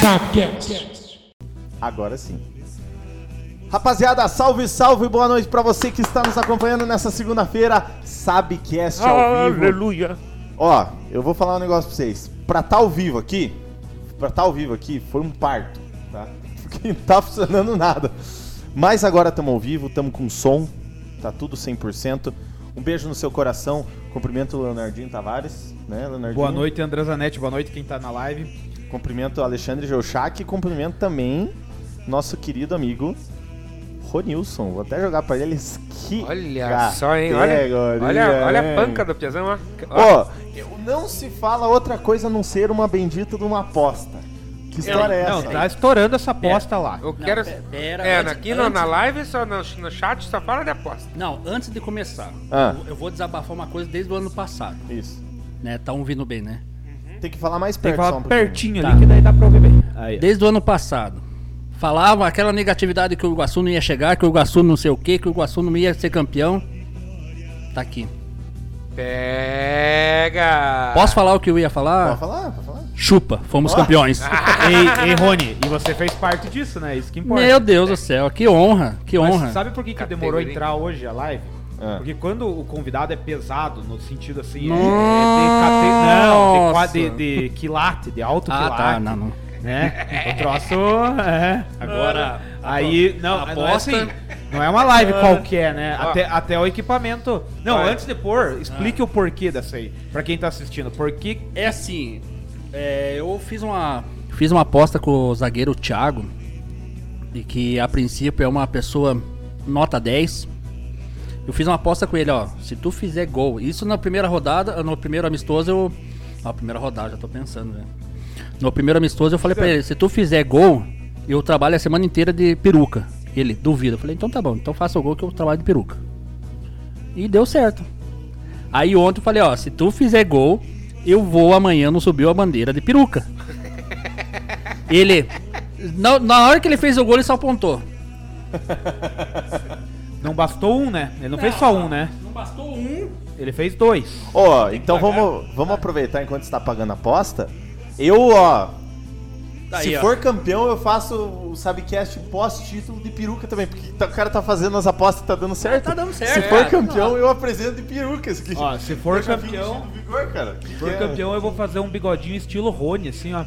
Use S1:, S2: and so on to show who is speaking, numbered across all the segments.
S1: Sapcast.
S2: Agora sim. Rapaziada, salve, salve, boa noite pra você que está nos acompanhando nessa segunda-feira, Sabcast ao vivo.
S3: Ah, Aleluia.
S2: Ó, eu vou falar um negócio pra vocês. Pra estar ao vivo aqui, pra estar ao vivo aqui, foi um parto, tá? Porque não tá funcionando nada. Mas agora estamos ao vivo, estamos com som, tá tudo 100%. Um beijo no seu coração, cumprimento o Leonardinho Tavares, né, Leonardinho?
S4: Boa noite, André Zanetti. Boa noite, quem tá na live.
S2: Cumprimento o Alexandre Geuchac e cumprimento também nosso querido amigo Ronilson. Vou até jogar pra eles que.
S3: Olha só, hein? Olha, olha, olha a banca do Piazão, ó. Ó,
S2: Ó, eu- não se fala outra coisa a não ser uma bendita de uma aposta. Que história é
S4: Não,
S2: essa? É.
S4: tá estourando essa aposta lá.
S3: eu quero.
S5: pe- pera,
S3: é,
S5: antes-
S3: aqui no- na
S5: antes-
S3: live, só no, no chat, só fala de aposta.
S5: Não, antes de começar,
S2: Ah.
S5: eu- eu vou desabafar uma coisa desde o ano passado,
S2: Isso.
S5: né? Tá ouvindo bem, né?
S2: Tem que falar mais
S4: Tem
S2: perto.
S4: que
S2: só um
S4: falar
S2: pouquinho.
S4: pertinho
S5: Tá.
S4: ali, que daí dá pra ouvir bem. Aí, ó.
S5: Desde o ano passado. Falavam aquela negatividade que o Iguaçu não ia chegar, que o Iguaçu não sei o quê, que o Iguaçu não ia ser campeão. Tá aqui.
S3: Pega!
S5: Posso falar o que eu ia
S2: Pode
S5: falar?
S2: falar, pode falar.
S5: Chupa, fomos campeões.
S4: ei, ei, Rony, e você fez parte disso, né? Isso que importa.
S5: Meu Deus do céu, que honra, que
S4: Mas
S5: honra.
S4: sabe por que, que demorou a
S3: Categoria.
S4: entrar hoje a live?
S2: Ah.
S4: Porque quando o convidado é pesado, no sentido assim, é- é,
S5: Nossa.
S4: de, cate... não, de, qua- de, de quilate, de alto
S5: Ah,
S4: quilate.
S5: tá, não, não.
S4: Né? O troço. É. Ah,
S5: Agora,
S4: Aí, não,
S5: a
S4: não é
S5: aposta-
S4: assim. Não é uma live qualquer, né?
S3: Ó.
S4: Até, até o equipamento. Não,
S3: Vai.
S4: antes de pôr, explique o porquê dessa aí. Pra quem tá assistindo. Por que.
S5: É assim, é, eu fiz uma, fiz uma aposta com o zagueiro Thiago, e que a princípio é uma pessoa nota 10. Eu fiz uma aposta com ele, ó, se tu fizer gol, isso na primeira rodada, no primeiro amistoso eu... Ó, primeira rodada, já tô pensando, né? No primeiro amistoso eu falei pra ele, se tu fizer gol, eu trabalho a semana inteira de peruca. Ele, duvida. Eu falei, então tá bom, então faça o gol que eu trabalho de peruca. E deu certo. Aí ontem eu falei, ó, se tu fizer gol, eu vou amanhã não subiu a bandeira de peruca. ele. Na, na hora que ele fez o gol, ele só apontou.
S4: Não bastou um, né? Ele não, fez só um, né?
S5: Não bastou um.
S4: Ele fez dois.
S2: Ó, então vamos, vamos aproveitar enquanto está pagando a aposta. Eu, ó,
S5: Tá
S2: se for campeão, eu faço o Sabcast pós-título de peruca também, porque tá- o cara tá fazendo as apostas e tá dando certo.
S5: Tá dando certo,
S2: Se for
S5: cara.
S2: campeão, eu apresento de peruca isso aqui.
S4: Ó, se for
S2: Deixa
S4: campeão-
S2: vinte do vigor, cara. Que
S4: Se for
S2: que é?
S4: campeão, eu vou fazer um bigodinho estilo Rony, assim, ó.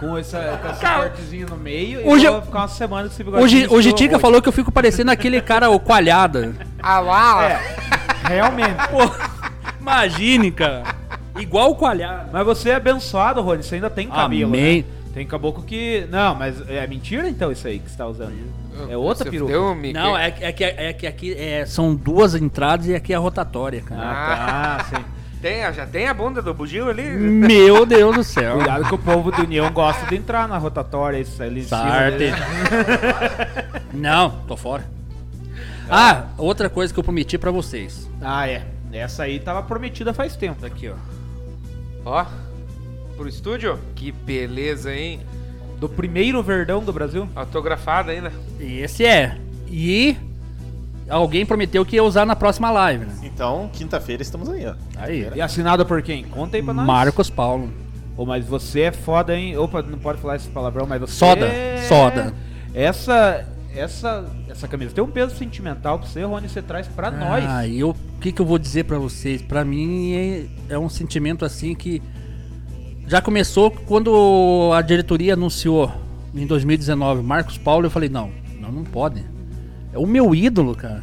S4: Com essa, com essa cortezinha no meio.
S5: Hoje-
S4: e vou ficar uma semana com esse bigodinho.
S5: Hoje,
S4: estilo
S5: hoje Tica
S4: Rony.
S5: falou que eu fico parecendo aquele cara, o Coalhada.
S3: Ah lá!
S4: É, Realmente.
S5: Pô, imagine, cara. Igual o Coalhada.
S4: Mas você é abençoado, Rony. Você ainda tem cabelo.
S5: Amém.
S4: Né? Tem caboclo que. Não, mas é mentira então isso aí que você tá usando. É outra
S3: Você
S4: peruca.
S3: deu um Mickey.
S5: Não, é, que- é que, é que aqui é, são duas entradas e aqui é a rotatória, cara.
S4: Ah, tá, sim.
S3: Tem, já tem a bunda do Bugio ali?
S5: Meu Deus do céu.
S4: Cuidado que o povo do União gosta de entrar na rotatória, isso ali em cima né?
S5: Sarte.
S4: dele.
S5: Tá né? Não, tô fora. Ah, outra coisa que eu prometi pra vocês.
S4: Ah, é. Essa aí tava prometida faz tempo.
S5: Aqui, ó.
S3: Ó, pro estúdio? Que beleza, hein?
S4: Do primeiro verdão do Brasil?
S3: Autografada ainda.
S5: Esse é. E alguém prometeu que ia usar na próxima live, né?
S2: Então, quinta-feira estamos aí, ó.
S5: Aí.
S4: E assinada por quem? Conta aí pra nós.
S5: Marcos Paulo.
S4: Ô, mas você é foda, hein? Opa, não pode falar esse palavrão, mas você.
S5: Soda,
S4: é-
S5: soda.
S4: Essa. Essa. Essa camisa tem um peso sentimental pra você, Rony, você traz pra nós.
S5: Ah, e eu, o que, que eu vou dizer pra vocês? Pra mim é, é um sentimento assim que já começou quando a diretoria anunciou em 2019 Marcos Paulo. Eu falei: não, não, não pode. É o meu ídolo, cara.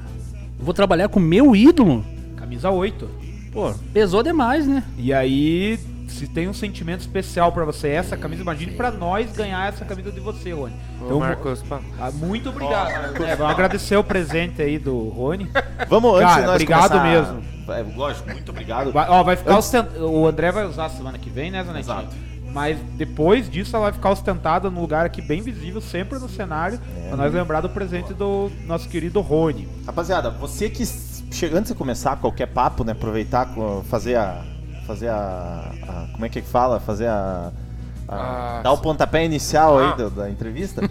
S5: Eu vou trabalhar com o meu ídolo.
S4: Camisa 8.
S5: Pô, pesou demais, né?
S4: E aí, se tem um sentimento especial pra você essa camisa, imagine pra nós ganhar essa camisa de você, Rony.
S3: Ô, Marcos, pá.
S4: ah, muito obrigado. É, vamos agradecer o presente aí do Rony.
S2: Vamos antes
S4: Cara,
S2: de nós
S4: obrigado
S2: começar-
S4: mesmo.
S2: É, lógico, muito obrigado.
S4: Vai, ó, vai ficar
S2: Antes-
S4: ostent- O André vai usar semana que vem, né, Zanetti?
S2: Exato.
S4: Mas depois disso ela vai ficar ostentada num lugar aqui bem visível, sempre no cenário,
S2: É.
S4: pra nós lembrar do presente do nosso querido Rony.
S2: Rapaziada, você que s- chega antes de começar qualquer papo, né? Aproveitar, co- fazer a. Fazer a. a- como é que fala? Fazer a. a-
S3: Ah,
S2: dar o pontapé inicial
S3: Ah.
S2: aí da, da entrevista.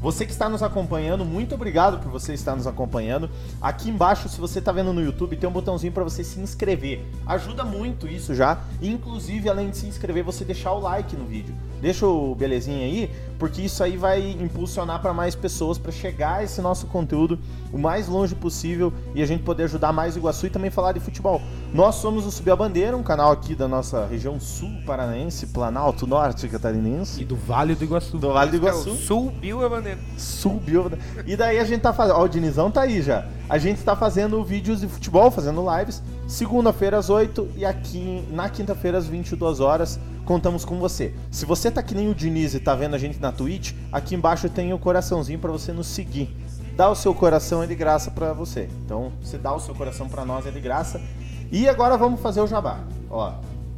S2: Você que está nos acompanhando, muito obrigado por você estar nos acompanhando. Aqui embaixo, se você está vendo no YouTube, tem um botãozinho para você se inscrever. Ajuda muito isso já. Inclusive, além de se inscrever, você deixar o like no vídeo. Deixa o belezinha aí, porque isso aí vai impulsionar para mais pessoas para chegar esse nosso conteúdo o mais longe possível e a gente poder ajudar mais o Iguaçu e também falar de futebol. Nós somos o Subir a Bandeira, um canal aqui da nossa região sul paranaense, Planalto Norte Catarinense.
S4: E do Vale do Iguaçu.
S2: Do Vale do
S3: É o
S2: Iguaçu.
S3: Subiu a bandeira.
S2: Subiu. E daí a gente tá fazendo. Ó, o Dinizão tá aí já. A gente tá fazendo vídeos de futebol, fazendo lives. Segunda-feira às 8 e aqui na quinta-feira às 22 horas. Contamos com você. Se você tá que nem o Diniz e tá vendo a gente na Twitch, aqui embaixo tem o coraçãozinho pra você nos seguir. Dá o seu coração, é de graça pra você. Então, você dá o seu coração pra nós, é de graça. E agora vamos fazer o jabá. Ó,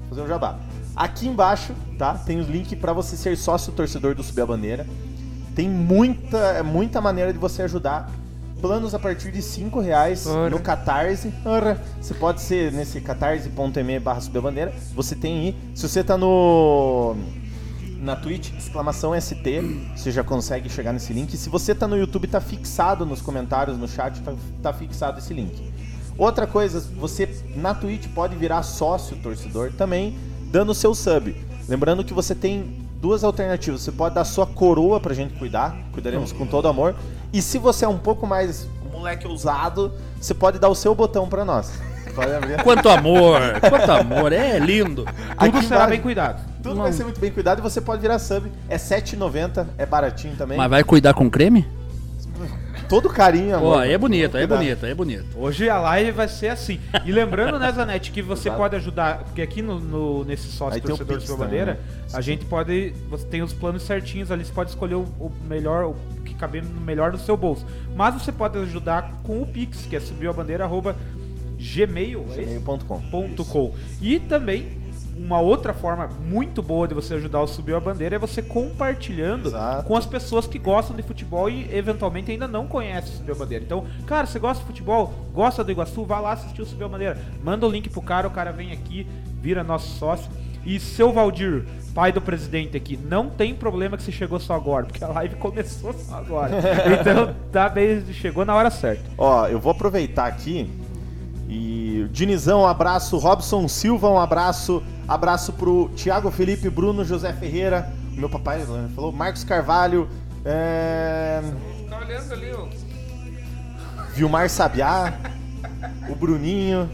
S2: fazer um jabá. Aqui embaixo, tá? Tem os links para você ser sócio torcedor do Subir a Bandeira. Tem muita, é muita maneira de você ajudar. Planos a partir de 5 reais
S3: Ora.
S2: no Catarse. Ora. Você pode ser nesse catarse.me barra subir a bandeira. Você tem aí. Se você tá no. Na Twitch, exclamação ST, você já consegue chegar nesse link. Se você tá no YouTube, tá fixado nos comentários, no chat, tá, tá fixado esse link. Outra coisa, você na Twitch pode virar sócio torcedor também, dando o seu sub. Lembrando que você tem duas alternativas. Você pode dar sua coroa pra gente cuidar, cuidaremos com todo amor. E se você é um pouco mais moleque ousado, você pode dar o seu botão pra nós. Pode abrir.
S5: Quanto amor, quanto amor, é lindo.
S2: Aqui
S4: Tudo será
S2: embaixo-
S4: bem cuidado.
S2: Tudo vai ser muito bem cuidado e você pode virar sub. É R$7,90, é baratinho também.
S5: Mas vai cuidar com creme?
S2: Todo carinho, amor.
S5: Ó, é bonito, é
S2: Cuidado.
S5: bonito, é bonito.
S4: Hoje a live vai ser assim. E lembrando, né, Zanetti, que você pode ajudar, porque aqui no, no- nesse
S2: Aí
S4: sócio
S2: tem o
S4: torcedor de
S2: Pix
S4: sua
S2: também,
S4: bandeira,
S2: né?
S4: a gente pode. Você tem os planos certinhos ali, você pode escolher o, o melhor, o que caber no melhor no seu bolso. Mas você pode ajudar com o Pix, que é subiu a bandeira, arroba gmail, é isso?
S2: Gmail.com.
S4: .com. E também uma outra forma muito boa de você ajudar o Subiu a Bandeira é você compartilhando
S2: Exato.
S4: com as pessoas que gostam de futebol e eventualmente ainda não conhecem o Subiu a Bandeira. Então, cara, você gosta de futebol, gosta do Iguaçu, vá lá assistir o Subiu a Bandeira. Manda o link pro cara, o cara vem aqui, vira nosso sócio. E seu Valdir, pai do presidente aqui, não tem problema que você chegou só agora, porque a live começou só agora. Então, tá bem, chegou na hora certa.
S2: Ó, eu vou aproveitar aqui e Dinizão, um abraço, Robson Silva, um abraço, abraço pro Thiago Felipe, Bruno José Ferreira, meu papai né, falou, Marcos Carvalho, é...
S3: Tá olhando ali, ó.
S2: Vilmar Sabiá, o Bruninho,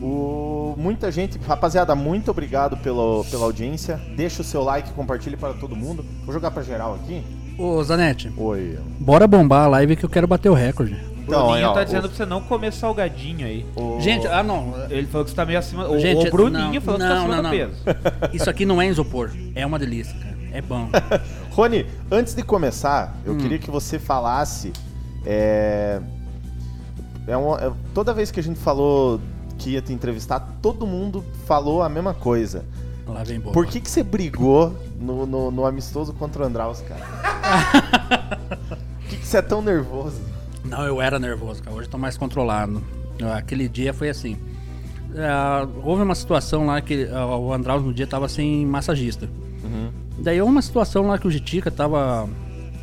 S2: o... muita gente. Rapaziada, muito obrigado pelo, pela audiência. Deixa o seu like, compartilhe para todo mundo. Vou jogar para geral aqui.
S5: Ô, Zanetti,
S2: Oi.
S5: bora bombar a live que eu quero bater o recorde.
S2: Então,
S4: Bruninho
S2: aí, ó,
S4: tá
S2: o-
S4: dizendo pra você não comer salgadinho aí.
S2: o-
S5: Gente, ah não,
S4: Ele falou que você tá meio acima. O,
S5: Gente,
S4: o Bruninho
S5: não,
S4: falou que você
S5: não,
S4: tá acima
S5: não,
S4: do
S5: não.
S4: peso.
S5: isso aqui não é isopor, é uma delícia, cara. É bom.
S2: Rony, antes de começar, eu
S5: Hum.
S2: queria que você falasse. É... é um- é- Toda vez que a gente falou que ia te entrevistar, todo mundo falou a mesma coisa.
S5: Lá vem boa.
S2: Por que, que você brigou no, no- no amistoso contra o Andraus, cara? Por que, que você é tão nervoso?
S5: Não, eu era nervoso, cara. Hoje eu tô mais controlado. Ah, Aquele dia foi assim. Ah, houve uma situação lá que ah, o Andraus no dia tava sem massagista. Daí é uma situação lá que o Jitica tava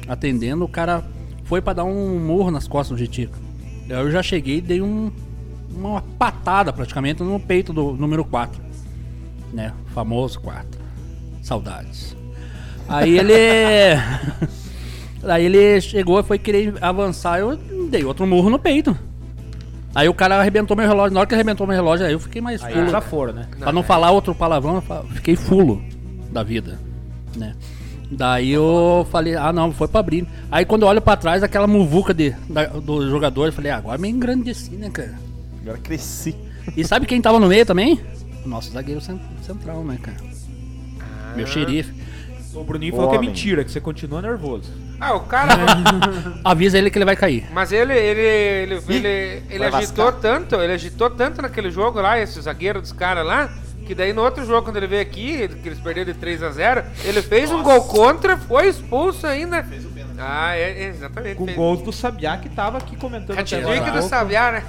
S5: atendendo, o cara foi pra dar um morro nas costas do Jitica. Daí eu já cheguei e dei um- uma patada praticamente no peito do número 4. Né? O famoso 4. Saudades. Aí ele. Aí ele chegou e foi querer avançar, eu dei outro murro no peito. Aí o cara arrebentou meu relógio. Na hora que arrebentou meu relógio, aí eu fiquei mais
S4: Aí
S5: fulo.
S4: já foram, né?
S5: Pra não
S3: é.
S5: falar outro palavrão, eu fa- fiquei fulo da vida, né? Daí eu falei, ah não, foi pra abrir. Aí quando eu olho pra trás, aquela muvuca de, da- do jogador, eu falei, ah, agora me engrandeci, né, cara?
S2: Agora cresci.
S5: E sabe quem tava no meio também? O nosso zagueiro cen- central, né, cara?
S3: Ah.
S5: Meu xerife.
S4: O Bruninho falou que é
S2: Homem.
S4: mentira, que você continua nervoso.
S3: Ah, o cara.
S5: Avisa ele que ele vai cair.
S3: Mas ele, ele, ele,
S2: Ih,
S3: ele, ele
S2: vai
S3: agitou
S2: lascar.
S3: tanto, ele agitou tanto naquele jogo lá, esse zagueiro dos caras lá, que daí no outro jogo, quando ele veio aqui, que eles perderam de 3 a 0 ele fez um gol contra, foi expulso ainda. Fez o pênalti. Ah, é, é, exatamente.
S4: Com
S3: fez.
S4: gols do Sabiá que tava aqui comentando até
S3: Hat-trick
S4: agora.
S3: do Sabiá, né?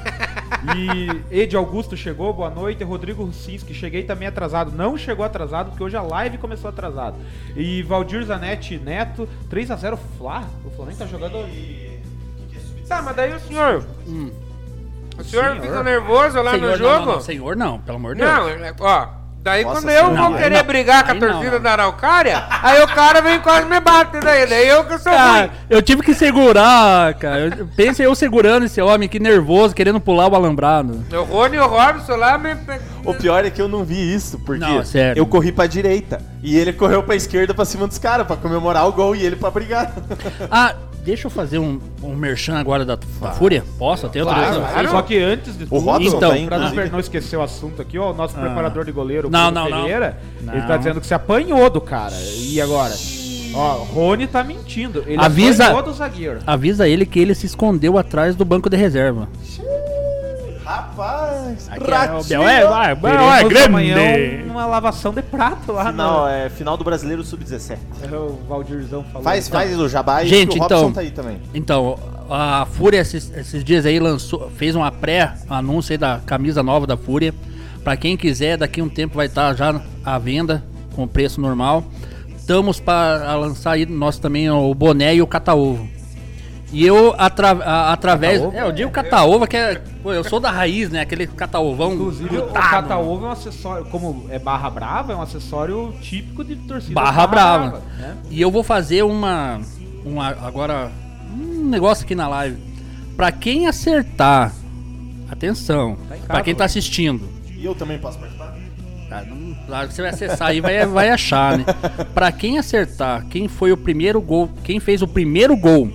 S4: E Ed Augusto chegou, boa noite. Rodrigo Rucinski, cheguei também atrasado. Não chegou atrasado, porque hoje a live começou atrasado. E Valdir Zanetti Neto, 3x0 Fla. O Flamengo tá jogando.
S3: Tá, mas daí o senhor.
S5: Hum.
S3: O senhor,
S4: Senhor.
S3: fica nervoso lá
S5: Senhor,
S3: no
S5: não,
S3: jogo?
S5: não, não, senhor, não, pelo amor de Deus.
S3: Não, é- ó. Daí
S2: Nossa
S3: quando eu
S2: senhora.
S3: vou
S5: Não, aí
S3: querer
S5: não.
S3: brigar com a
S5: Aí não,
S3: torcida
S5: não.
S3: da Araucária, aí o cara vem e quase me bate daí. Daí eu que sou
S5: Cara,
S3: ruim.
S5: eu tive que segurar, cara. Eu- Pensa eu segurando esse homem aqui nervoso, querendo pular o alambrado.
S3: O Rony e o Robson lá me. pe-
S2: O pior é que eu não vi isso, porque
S5: Não, é sério.
S2: eu corri pra direita. E ele correu pra esquerda pra cima dos caras, pra comemorar o gol e ele pra brigar.
S5: Ah, deixa eu fazer um, um merchan agora da, da Fúria? Posso? Até outra vez?
S3: Tá. claro.
S4: Só que antes de
S2: O Robson
S5: Então,
S2: tá,
S4: Pra não,
S2: inclusive.
S4: per- não esquecer o assunto aqui, ó, o nosso
S5: Ah.
S4: preparador de goleiro,
S5: Não,
S4: Bruno
S5: não, não.
S4: Ferreira, ele
S5: Não.
S4: tá dizendo que se apanhou do cara. E agora? Ó, Rony tá mentindo. Ele
S5: Avisa-
S4: apanhou do zagueiro.
S5: Avisa ele que ele se escondeu atrás do banco de reserva.
S2: Rapaz,
S5: Ratinho.
S2: ratinho.
S4: Teremos amanhã um uma lavação de prato lá
S2: Final,
S4: não
S2: é final do Brasileiro Sub-17.
S4: É o Valdirzão falou.
S2: Faz, faz o jabá aí,
S5: Então, Gente,
S2: que o Robson
S5: então-
S2: tá aí também.
S5: Então, a Fúria esses, esses dias aí lançou, fez uma pré-anúncio aí da camisa nova da Fúria. Pra quem quiser, daqui um tempo vai estar já à venda com preço normal. Estamos para lançar aí nós também o boné e o cataúvo. E eu atra, a- através,
S4: Cataúvo?
S5: é, eu digo cataúva que é, pô, eu sou da raiz, né? Aquele cataúvão.
S4: Inclusive, o
S5: grudado.
S4: cata-ovo é um acessório, como é barra brava, é um acessório típico de torcida
S5: Barra Brava.
S4: né?
S5: E eu vou fazer uma, uma agora um negócio aqui na live. Pra quem acertar, atenção,
S4: em
S5: Pra
S4: casa,
S5: quem tá assistindo,
S2: E eu também posso participar?
S5: tá, não- claro que você vai acessar aí vai vai achar, né? Pra quem acertar, quem foi o primeiro gol, quem fez o primeiro gol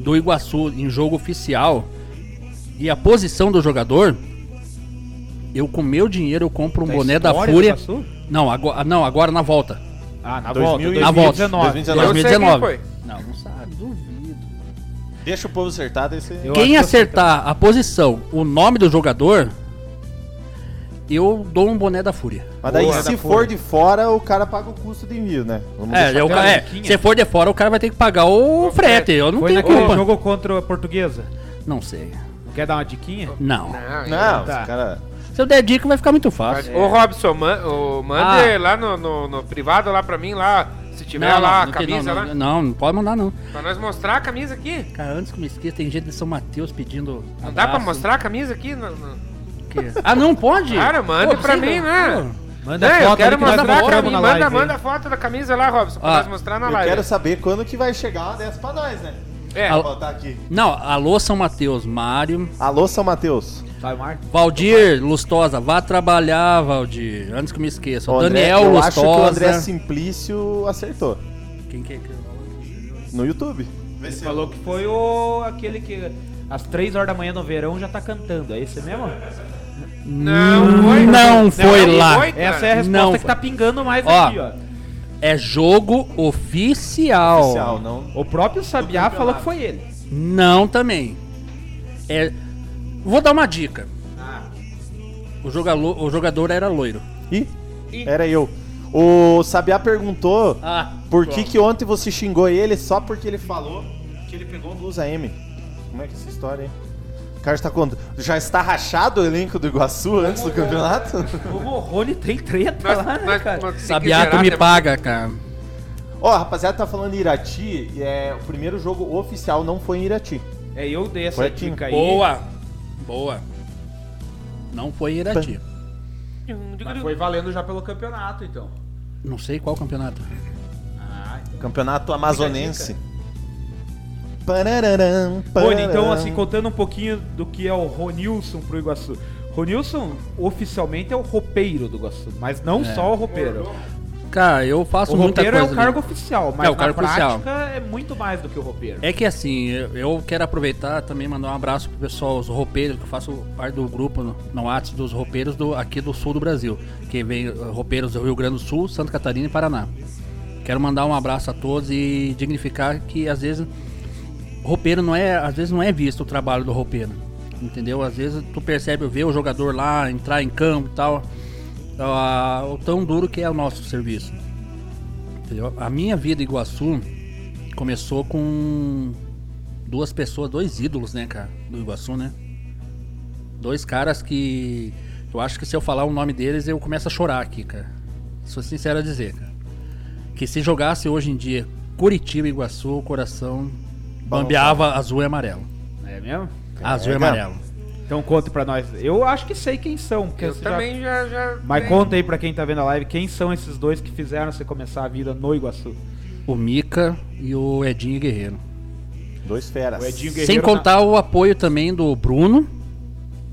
S5: do Iguaçu em jogo oficial e a posição do jogador, eu com meu dinheiro eu compro um
S4: Da
S5: boné da
S4: Tá história do
S5: Fúria.
S4: Iguaçu?
S5: Não, agora não, agora na volta.
S4: Ah, na
S2: 2000 e-
S4: volta.
S5: Na volta.
S2: 2019.
S5: 2019.
S3: Eu sei quem
S5: Não, não sabe, duvido.
S2: Deixa o povo acertar, daí você...
S4: Eu acho
S5: Quem
S4: que eu
S5: acertar a posição, o nome do jogador, eu dou um boné da Fúria.
S2: Mas daí,
S3: Boa.
S2: se for de fora, o cara paga o custo de envio, né? Vamos
S5: É,
S2: deixar
S5: eu-
S4: aquela
S5: é,
S4: diquinha.
S5: se for de fora, o cara vai ter que pagar o frete. Eu não
S4: Foi
S5: tenho
S4: naquele
S5: culpa.
S4: jogo contra a portuguesa.
S5: Não sei.
S4: Quer dar uma diquinha?
S5: Não.
S3: Não,
S2: Não,
S4: Tá.
S2: os cara.
S5: Se eu der dica, vai ficar muito fácil.
S3: O Robson, man, o mande lá no, no- no privado lá pra mim, lá, se tiver lá a
S5: tem-
S3: camisa
S5: Ah.
S3: né? lá,
S5: não, não, não pode mandar, não.
S3: pra nós mostrar a camisa aqui.
S5: Cara, antes que eu me esqueça, tem gente de São Mateus pedindo.
S3: Não dá pra
S5: abraço,
S3: mostrar a camisa aqui? Não, não.
S5: que- Ah, não pode?
S3: Cara, mande pra
S5: precisa,
S3: mim, né?
S5: pô.
S4: Manda
S3: Não,
S4: a
S3: eu
S4: foto
S3: quero
S4: ali que nós
S3: mostrar a
S4: colocamos
S3: camisa.
S4: na
S3: Manda,
S4: live.
S3: manda a foto da camisa lá, Robson, pra
S5: Ah,
S3: nós mostrar Tá na
S2: Eu
S3: live.
S2: quero saber quando que vai chegar uma dessa pra nós, né?
S3: É,
S5: Alô?
S2: Ó, tá aqui.
S5: Não, alô, São Mateus, Mário.
S2: Alô, São Mateus.
S4: Vai, Marcos.
S5: Valdir Lustosa, vá trabalhar, Valdir. Antes que eu me esqueça. O
S2: Ó, André-
S5: Daniel
S2: eu
S5: Lustosa.
S2: acho que o André Simplício acertou.
S5: Quem que é que-
S2: No YouTube.
S4: Ele falou que foi o aquele que às 3 horas da manhã no verão já tá cantando. É esse mesmo?
S3: Não foi.
S5: Hum, Não foi
S3: não
S5: lá.
S3: foi, cara.
S4: Essa é a resposta
S5: Não,
S4: que tá pingando mais
S5: Ó.
S4: aqui, ó.
S5: É jogo oficial.
S2: Oficial, não.
S4: O próprio Sabiá falou que foi ele.
S5: Não também. É... Vou dar uma dica. O, jogalo- o jogador era loiro.
S2: Ih,
S3: Ih.
S2: era eu. O Sabiá perguntou
S5: Ah,
S2: por que, que ontem você xingou ele só porque ele falou que ele pegou blusa M. Como é que é essa história, hein? O cara está contando. Já está rachado o elenco do Iguaçu antes do campeonato?
S4: O Morrone tem treta
S3: Nós,
S4: lá, né,
S3: nós,
S4: cara?
S3: nós- se
S5: Sabiá,
S3: quiser,
S5: tu me
S3: né?
S5: paga, cara.
S2: Ó, a rapaziada tá falando em Irati, e é, o primeiro jogo oficial não foi em Irati.
S4: É, eu dei essa
S2: Foi
S4: dica aí.
S5: Boa. Boa. Não foi em Irati.
S4: Mas foi valendo já pelo campeonato, então.
S5: Não sei qual campeonato.
S4: Ah,
S2: Campeonato amazonense. Pararam,
S4: Rony, então
S2: pararam.
S4: assim, contando um pouquinho do que é o Ronilson pro Iguaçu. Ronilson oficialmente é o roupeiro do Iguaçu, mas não
S3: É.
S4: só o roupeiro.
S5: Cara, eu faço
S4: O
S5: muita
S4: roupeiro é
S5: coisa.
S4: o cargo
S5: ali.
S4: oficial, mas
S5: É, o cargo
S4: na prática
S5: oficial.
S4: é muito mais do que o roupeiro.
S5: É que assim, eu- eu quero aproveitar também mandar um abraço pro pessoal, os roupeiros, que eu faço parte do grupo no, no WhatsApp dos roupeiros do, aqui do sul do Brasil. Que vem eh, roupeiros do Rio Grande do Sul, Santa Catarina e Paraná. Quero mandar um abraço a todos e dignificar que às vezes roupeiro não é, às vezes não é visto o trabalho do roupeiro. Entendeu? Às vezes tu percebe ver o jogador lá entrar em campo e tal. ah, o tão duro que é o nosso serviço. Entendeu? A minha vida em Iguaçu começou com duas pessoas, dois ídolos, né, cara, do Iguaçu, né? Dois caras que eu acho que se eu falar o nome deles eu começo a chorar aqui, cara. Sou sincero a dizer, cara. Que se jogasse hoje em dia Curitiba e Iguaçu, o coração bambeava azul e amarelo.
S4: É mesmo?
S5: Azul e
S2: Pega.
S5: amarelo.
S4: Então conta pra nós. Eu acho que sei quem são. Porque
S3: Eu
S4: você já-
S3: também já. já
S4: Mas
S3: bem-
S4: conta aí pra quem tá vendo a live quem são esses dois que fizeram você começar a vida no Iguaçu.
S5: O Mica e o Edinho Guerreiro.
S2: Dois feras.
S4: O Edinho
S5: Sem
S4: Guerreiro
S5: contar o apoio também do Bruno,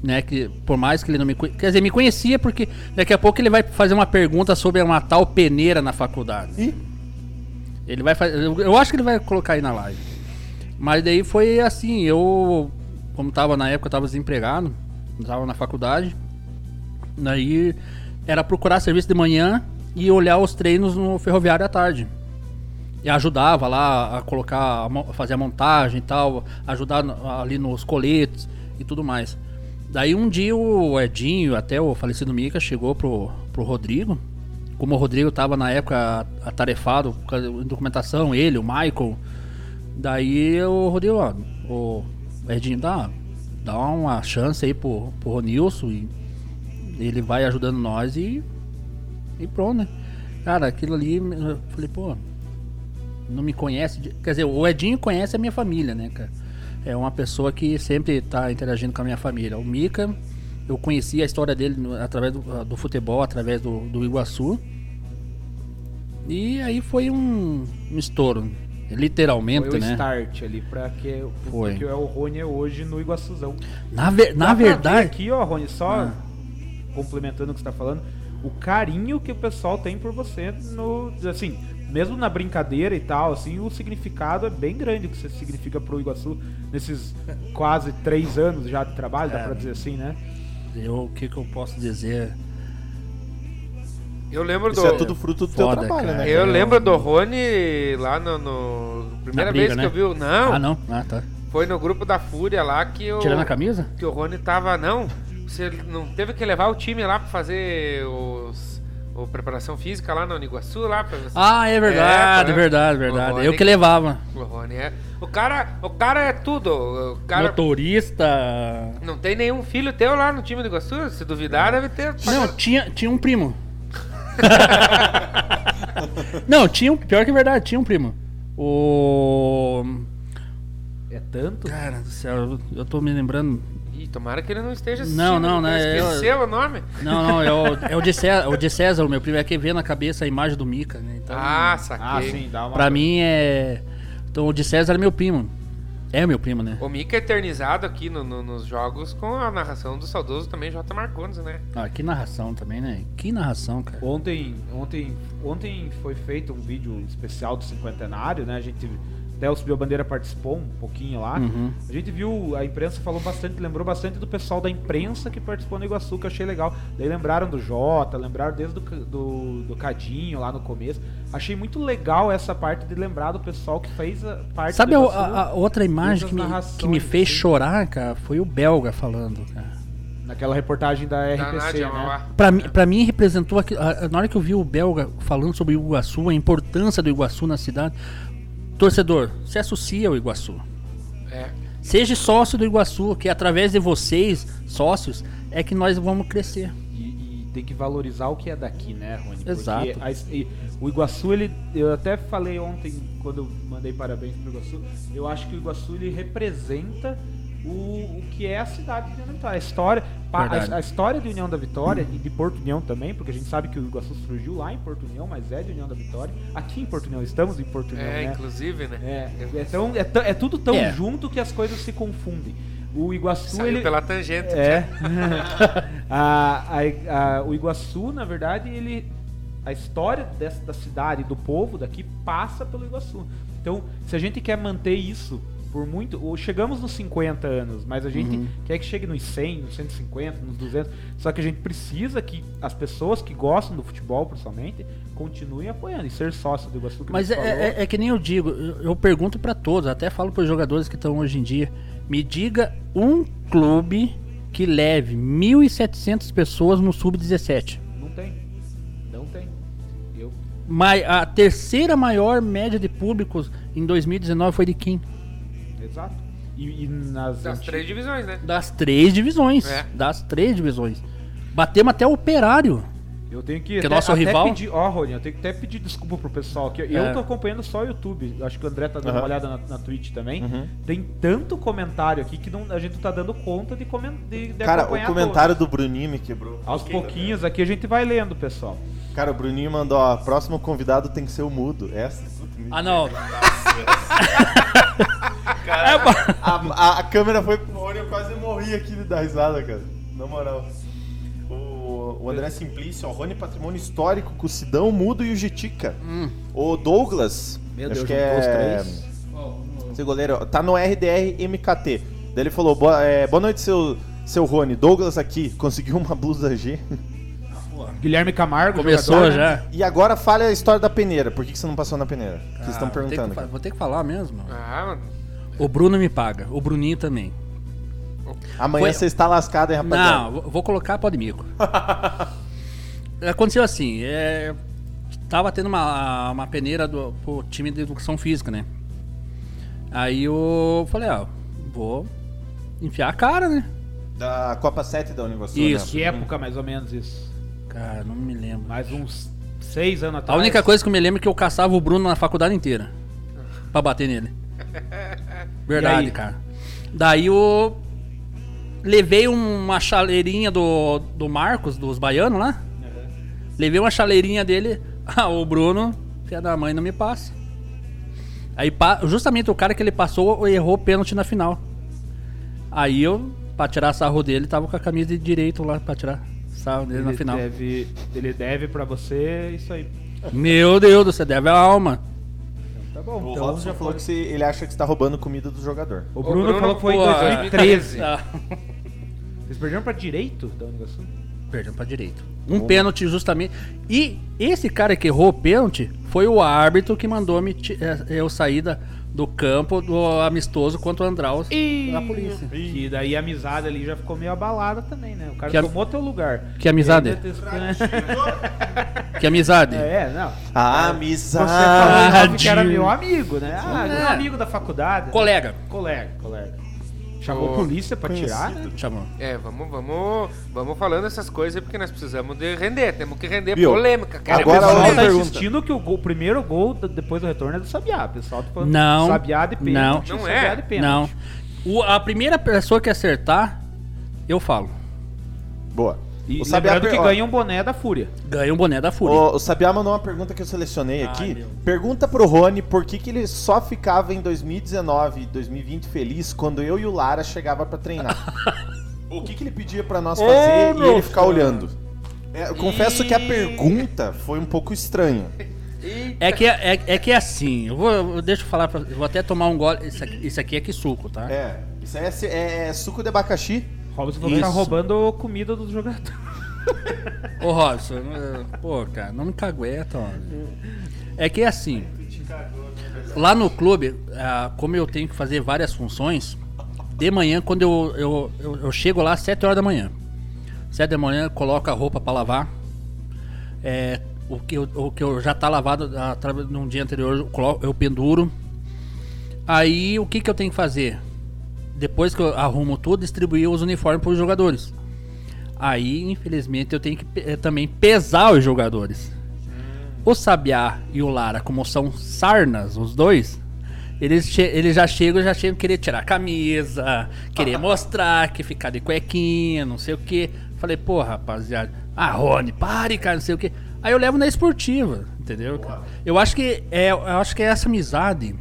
S5: né? Que por mais que ele não me conhecia. Quer dizer, me conhecia porque daqui a pouco ele vai fazer uma pergunta sobre uma tal peneira na faculdade.
S2: Ih.
S5: Ele vai fazer. Eu eu acho que ele vai colocar aí na live. Mas daí foi assim, eu. Como tava na época, eu tava desempregado, tava na faculdade. Daí era procurar serviço de manhã e olhar os treinos no ferroviário à tarde. E ajudava lá a colocar, a mo- fazer a montagem e tal, ajudar no- ali nos coletes e tudo mais. Daí um dia o Edinho, até o falecido Mica, chegou pro, pro Rodrigo. Como o Rodrigo tava na época atarefado por causa de documentação, ele, o Michael. Daí o Rodrigo, ó, o Edinho, dá, dá uma chance aí pro, pro Ronilson e ele vai ajudando nós e. E pronto, né? Cara, aquilo ali, eu falei, pô, não me conhece. de- Quer dizer, o Edinho conhece a minha família, né, cara? É uma pessoa que sempre tá interagindo com a minha família. O Mika, eu conheci a história dele no- através do, do futebol, através do, do Iguaçu. E aí foi um, um estouro, literalmente,
S4: Foi o
S5: né?
S4: start ali pra que, pra
S5: Foi.
S4: que é o Rony é hoje no Iguaçuzão.
S5: Na, ver- na
S4: Dá pra ver
S5: verdade,
S4: Aqui, ó, Rony, só
S5: Ah.
S4: complementando o que você tá falando, o carinho que o pessoal tem por você no. Assim, mesmo na brincadeira e tal, assim, o significado é bem grande que você significa pro Iguaçu nesses quase três anos já de trabalho, dá pra dizer assim, né?
S5: eu, o que, que eu posso dizer?
S3: Eu lembro
S2: Isso
S3: do.
S2: é tudo fruto do teu
S5: Foda,
S2: trabalho,
S5: cara.
S2: né?
S3: Eu lembro do Rony lá no. no- Primeira
S5: Na briga,
S3: vez
S5: né?
S3: que eu vi. o- Não,
S5: Ah, não? Ah, tá.
S3: Foi no grupo da Fúria lá que eu.
S5: Tirando a camisa?
S3: que o Rony tava, não, você não teve que levar o time lá pra fazer os, o preparação física lá no Niguaçu lá pra você.
S5: Ah, é verdade,
S3: É, tá.
S5: verdade, verdade.
S3: Vovó,
S5: Eu
S3: tem
S5: que
S3: que-
S5: levava.
S3: O Rony é. O cara, o cara é tudo. O cara
S5: Motorista.
S3: não tem nenhum filho teu lá no time do Iguaçu, se duvidar deve ter.
S5: Não, tinha, tinha um primo. não, tinha um. Pior que é verdade, tinha um primo. O.
S4: É tanto.
S5: Cara do céu, eu- eu tô me lembrando.
S3: Ih, tomara que ele não esteja assistindo.
S5: Não, não,
S3: que ele
S5: né, eu-
S3: Esqueceu o nome?
S5: Não, não, é o, é o de César, o de César, o meu primo. É que vê na cabeça a imagem do Mica, né? Então,
S3: Ah, saquei.
S4: Ah, sim, dá uma.
S5: pra mim é. Então o de César é meu primo. É meu primo, né?
S3: O Mika é eternizado aqui no- no- nos jogos com a narração do saudoso também J. Marcones, né?
S5: Ah, que narração também, né? Que narração, cara.
S4: Ontem, ontem, ontem foi feito um vídeo especial do cinquentenário, né? A gente até o Subiu a Bandeira participou um pouquinho lá.
S5: Uhum.
S4: A gente viu, a imprensa falou bastante, lembrou bastante do pessoal da imprensa que participou no Iguaçu, que eu achei legal. Daí lembraram do Jota, lembraram desde do, Ca- do, do Cadinho lá no começo. Achei muito legal essa parte de lembrar do pessoal que fez a parte
S5: Sabe
S4: do
S5: a,
S4: Iguaçu.
S5: a- a outra imagem
S4: as
S5: que me,
S4: narrações,
S5: que me fez
S4: assim.
S5: chorar, cara? Foi o belga falando, cara.
S4: Naquela reportagem da
S3: Da
S4: RPC,
S3: Nádia
S4: né?
S3: Mauá.
S5: Pra, mim- pra mim representou aqui, a- a- na hora que eu vi o belga falando sobre o Iguaçu, a importância do Iguaçu na cidade. Torcedor, se associa ao Iguaçu.
S3: É.
S5: Seja sócio do Iguaçu, que através de vocês, sócios, é que nós vamos crescer.
S4: E, e tem que valorizar o que é daqui, né, Rony? Porque
S5: Exato.
S4: a- e o Iguaçu, ele. Eu até falei ontem, quando eu mandei parabéns pro Iguaçu, eu acho que o Iguaçu ele representa o, o que é a cidade de União da Vitória. A história, pa-
S5: Verdade.
S4: a, a história de União da Vitória e de Porto União também, porque a gente sabe que o Iguaçu surgiu lá em Porto União, mas é de União da Vitória. Aqui em Porto União, estamos em Porto União,
S3: É,
S4: né?
S3: inclusive, né?
S4: É, é, tão, é, tão- é tudo tão
S5: É.
S4: junto que as coisas se confundem. O Iguaçu,
S3: Saiu
S4: ele.
S3: pela tangente.
S4: É. A- a- a- o Iguaçu, na verdade, ele. A história dessa, da cidade, do povo daqui, passa pelo Iguaçu. Então, se a gente quer manter isso por muito. ou Chegamos nos 50 anos, mas a gente quer que chegue nos 100, nos 150, nos 200. Só que a gente precisa que as pessoas que gostam do futebol, principalmente, continuem apoiando e ser sócio do Iguaçu. Que
S5: Mas
S4: você falou.
S5: é, é- é que nem eu digo, eu, eu pergunto pra todos, até falo pros jogadores que estão hoje em dia, me diga um clube que leve 1.700 pessoas no sub-17.
S4: Não tem. Não tem. Eu
S5: Mas a terceira maior média de públicos em 2019 foi de quem?
S4: Exato. E, e nas
S3: Das
S4: anti-
S3: três divisões, né?
S5: Das três divisões.
S3: É.
S5: Das três divisões. Batemos até o operário.
S4: Eu tenho que.
S5: Que é nosso rival?
S4: pedir- Ó, Rony, eu tenho que até pedir desculpa pro pessoal aqui.
S5: É.
S4: Eu tô acompanhando só o YouTube. Acho que o André tá dando
S2: Aham.
S4: uma olhada na, na Twitch também.
S2: Uhum.
S4: Tem tanto comentário aqui que não, a gente não tá dando conta de, comen de, de
S2: Cara,
S4: acompanhar
S2: o comentário do Bruninho me quebrou.
S4: todos. Aos pouquinhos aqui a gente vai lendo, pessoal.
S2: Cara, o Bruninho mandou, ó, próximo convidado tem que ser o mudo. Essa. é
S5: Ah, não. É,
S2: A, a- a câmera foi pro olho, eu quase morri aqui da risada, cara. Na moral. O, o André Simplício, ó, Rony Patrimônio Histórico, com o Sidão Mudo e o Jitica.
S5: Hum.
S2: O Douglas,
S1: Meu
S2: acho
S1: Deus,
S2: que
S5: um,
S1: juntou os
S2: é...
S1: três.
S2: Esse goleiro, ó, tá no RDR MKT. Daí ele falou, boa, é, boa noite, seu, seu Rony. Douglas aqui, conseguiu uma blusa G.
S4: Guilherme Camargo.
S5: Começou
S4: jogador, né?
S5: já.
S2: E agora fale a história da peneira. Por que, que você não passou na peneira? Que vocês
S5: Ah,
S2: estão
S5: vou ter que
S2: perguntando.
S5: fa-
S2: cara.
S5: Vou ter que falar mesmo.
S3: Ah, mano.
S5: O Bruno me paga. O Bruninho também.
S2: Amanhã
S5: Foi-
S2: você está lascado, hein, rapaziada?
S5: Não, vou- vou colocar pó de mico. Aconteceu assim, é, tava tendo uma, uma peneira do pro time de educação física, né? Aí eu falei, ó, vou enfiar a cara, né?
S2: Da Copa 7 da né? Univação.
S5: Isso.
S4: né? Que época, mais ou menos, isso?
S5: Cara, não me lembro.
S4: Mais uns seis anos
S5: A
S4: atrás.
S5: única coisa que eu me lembro é que eu caçava o Bruno na faculdade inteira. Pra bater nele.
S4: E
S5: Verdade,
S4: aí?
S5: cara. Daí eu levei um, uma chaleirinha do, do Marcos, dos baianos lá.
S4: Né?
S5: Levei uma chaleirinha dele. Ah, o Bruno, filha da mãe, não me passa. Aí pa- justamente o cara que ele passou errou pênalti na final. Aí eu, pra tirar sarro dele, tava com a camisa de direito lá pra tirar sarro dele
S4: Ele
S5: na final.
S4: Deve, ele deve pra você isso aí.
S5: Meu Deus, você deve a alma.
S4: Tá bom.
S2: O
S4: então,
S2: Robson já falou que você- ele acha que você tá roubando comida do jogador.
S4: O Bruno, falou que foi em
S5: pô,
S4: 2013.
S5: Ah.
S4: Vocês perderam pra direito da Unigaçu?
S5: Perdemos pra direita. Um pênalti justamente. E esse cara que errou o pênalti foi o árbitro que mandou me ti- eh, eu sair da- do campo do amistoso contra o Andraus da polícia.
S4: Que daí a amizade ali já ficou meio abalada também, né? O cara
S5: Que a-
S4: tomou teu lugar.
S5: Que amizade?
S4: E aí, né?
S5: Que amizade.
S4: É, não.
S2: A
S4: Você falou
S2: Ah, amizade.
S4: que era meu amigo, né? Ah, meu amigo da faculdade.
S5: É. Colega.
S4: Colega, colega. Chamou
S3: Ô,
S4: a polícia pra tirar, né?
S5: Chamou.
S3: É, vamos, vamos, vamos falando essas coisas aí, porque nós precisamos de render. Temos que render
S2: Viu?
S3: polêmica, cara.
S4: O
S2: Agora-
S3: Polêmica.
S4: pessoal
S2: outra
S4: tá
S2: pergunta.
S4: insistindo que o, gol- o primeiro gol do- depois do retorno é do Sabiá. O pessoal tá falando
S5: Não,
S4: Sabiá de pênalti.
S3: não. Não
S4: Sabiá
S3: é.
S4: de pênalti.
S5: Não. O- a primeira pessoa que acertar, eu falo.
S2: Boa.
S4: E
S2: o Sabiá,
S4: lembrando
S2: per-
S4: que
S2: ó,
S4: ganha um boné da Fúria.
S5: Ganhei um boné da Fúria.
S2: o- o Sabiá mandou uma pergunta que eu selecionei
S5: Ai,
S2: aqui.
S5: meu.
S2: Pergunta pro Rony por que, que ele só ficava em 2019 e 2020 feliz quando eu e o Lara chegava pra treinar. o que, que ele pedia pra nós
S4: Ô,
S2: fazer e
S4: meu
S2: ele ficar
S4: filho.
S2: olhando? É, eu confesso que a pergunta foi um pouco estranha.
S5: É que é, é que é assim, eu vou, eu- deixa eu falar, pra, eu vou até tomar um gole, isso aqui, isso aqui é que suco, tá?
S2: É, isso aí é se- é, é suco de abacaxi.
S4: Robson falou que tá
S5: Isso.
S4: roubando comida dos jogadores.
S5: Ô, Robson, eh, pô, cara, não me cagueta, ó. É que é assim. Lá no clube, ah, como eu tenho que fazer várias funções, de manhã, quando eu, eu, eu, eu chego lá às 7 horas da manhã. 7 da manhã, eu coloco a roupa pra lavar. É, o, que eu, o que eu já tá lavado através num dia anterior, eu, colo- eu penduro. Aí, o que, que eu tenho que fazer? Depois que eu arrumo tudo, distribuir os uniformes pros jogadores. Aí, infelizmente, eu tenho que pe- eh, também pesar os jogadores. O Sabiá e o Lara, como são sarnas, os dois, eles, che- eles já chegam, já chegam querer tirar a camisa, querer mostrar, que ficar de cuequinha, não sei o que. Falei, pô, rapaziada, ah, Rony, pare, cara, não sei o que. Aí eu levo na esportiva, entendeu? cara? Eu acho que é, eu acho que é essa amizade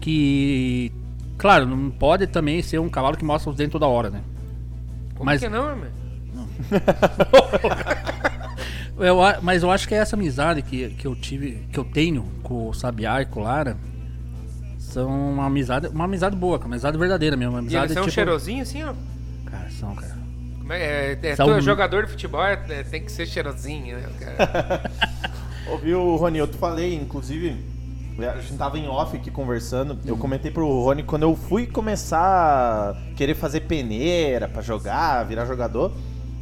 S5: que, claro, não pode também ser um cavalo que mostra os dentes toda hora, né?
S3: Como
S5: mas-
S3: que não, irmão?
S5: Eu a- mas eu acho que é essa amizade que, que eu tive, que eu tenho com o Sabiá e com o Lara. São uma amizade, uma amizade boa, cara, uma amizade verdadeira mesmo. Uma
S3: E
S5: amizade
S3: eles são
S5: tipo...
S3: cheirosinhos assim, ó.
S5: Cara, são, cara.
S3: Como é, é, é,
S5: São-
S3: tu é jogador de futebol é- é- tem que ser cheirosinho, né, cara?
S2: Ouviu, Rony? Eu te falei, inclusive, a gente tava em off aqui conversando. Eu comentei pro Rony quando eu fui começar a querer fazer peneira pra jogar, virar jogador.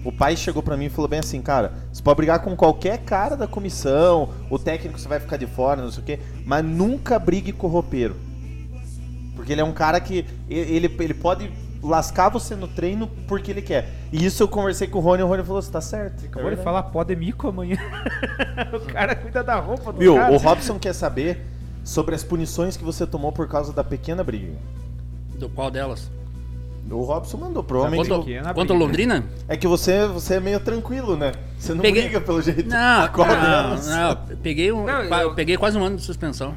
S2: O pai chegou pra mim e falou bem assim, cara, você pode brigar com qualquer cara da comissão, o técnico você vai ficar de fora, não sei o quê, mas nunca brigue com o roupeiro. Porque ele é um cara que e- ele, ele pode lascar você no treino porque ele quer. E isso eu conversei com o Rony e o Rony falou: você tá certo.
S4: Acabou
S2: é
S4: de falar pó de mico amanhã. o cara cuida da roupa do
S2: Viu,
S4: cara.
S2: o Robson quer saber sobre as punições que você tomou por causa da pequena briga.
S5: Do qual delas?
S2: O Robson mandou, provavelmente.
S5: Quanto,
S4: aqui, é na
S5: quanto
S4: briga.
S5: Londrina?
S2: É que você, você é meio tranquilo, né? Você não
S5: Peguei-
S2: briga pelo jeito.
S5: Não,
S2: qual
S5: não,
S2: delas?
S5: não, peguei, um,
S3: Não,
S5: pa-
S3: eu-
S5: peguei quase um ano de suspensão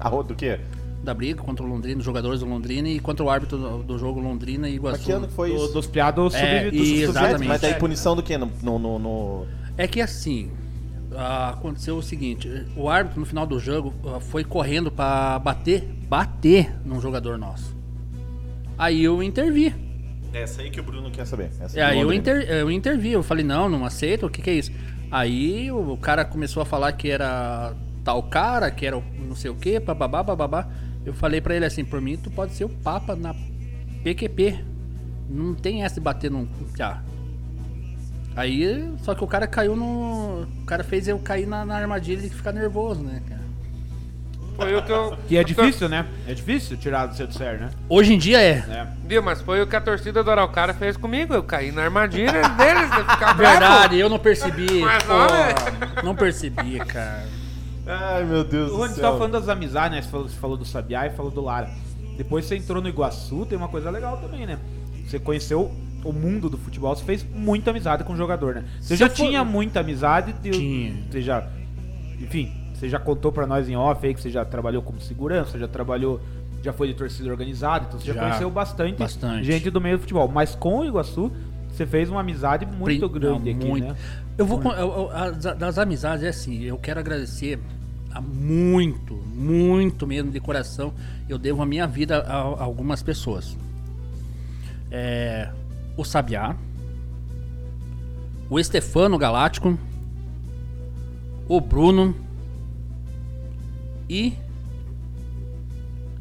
S2: Ah, do quê?
S5: da briga contra o Londrina, os jogadores do Londrina e contra o árbitro do, do jogo Londrina e Iguaçu.
S2: Mas que ano que foi
S4: Do-
S2: isso?
S4: dos piados
S5: É,
S4: sub-
S5: e
S4: dos
S5: exato.
S4: sub-
S5: Exatamente.
S2: Mas daí punição do quê? No, no, no- no-
S5: É que assim, ah, aconteceu o seguinte, o árbitro no final do jogo ah, foi correndo pra bater, bater num jogador nosso. Aí eu intervi.
S2: Essa aí que o Bruno quer saber. Essa
S5: É,
S2: do
S5: aí eu,
S2: Londrina.
S5: inter, eu intervi, eu falei, não, não aceito, o que que é isso? Aí o cara começou a falar que era tal cara, que era o não sei o que, bababá, bababá. Eu falei pra ele assim, por mim tu pode ser o papa na PQP. Não tem essa de bater num... Ah. Aí, só que o cara caiu no... O cara fez eu cair na, na armadilha de ficar nervoso, né, cara?
S3: Foi o que eu.
S4: Que é
S3: o eu-
S4: difícil, né? É difícil tirar do seu sério, né?
S5: Hoje em dia é.
S4: É.
S3: Viu, mas foi o que a torcida do Araucária fez comigo. Eu caí na armadilha deles de ficar bravo.
S5: Verdade, eu não percebi.
S3: Mas
S5: pô.
S3: olha.
S5: não percebi, cara.
S2: Ai, meu Deus
S4: O
S2: do
S4: Rony você
S2: céu.
S4: tava falando das amizades, né? Você falou, você falou do Sabiá e falou do Lara. Depois você entrou no Iguaçu, tem uma coisa legal também, né? Você conheceu o mundo do futebol, você fez muita amizade com o jogador, né? Você
S5: Se
S4: já
S5: eu for-
S4: tinha muita amizade. De...
S5: Tinha.
S4: Você já. Enfim, você já contou pra nós em off aí que você já trabalhou como segurança, já trabalhou. Já foi de torcida organizada, então você já,
S5: Já.
S4: conheceu bastante,
S5: Bastante.
S4: gente do meio do futebol. Mas com o Iguaçu, você fez uma amizade muito
S5: Pri-
S4: grande
S5: não,
S4: aqui,
S5: muito.
S4: né?
S5: Eu vou con- eu- eu- as- das amizades é assim, eu quero agradecer a muito, muito mesmo de coração. Eu devo a minha vida a, a algumas pessoas. É, o Sabiá, o Estefano Galáctico, o Bruno e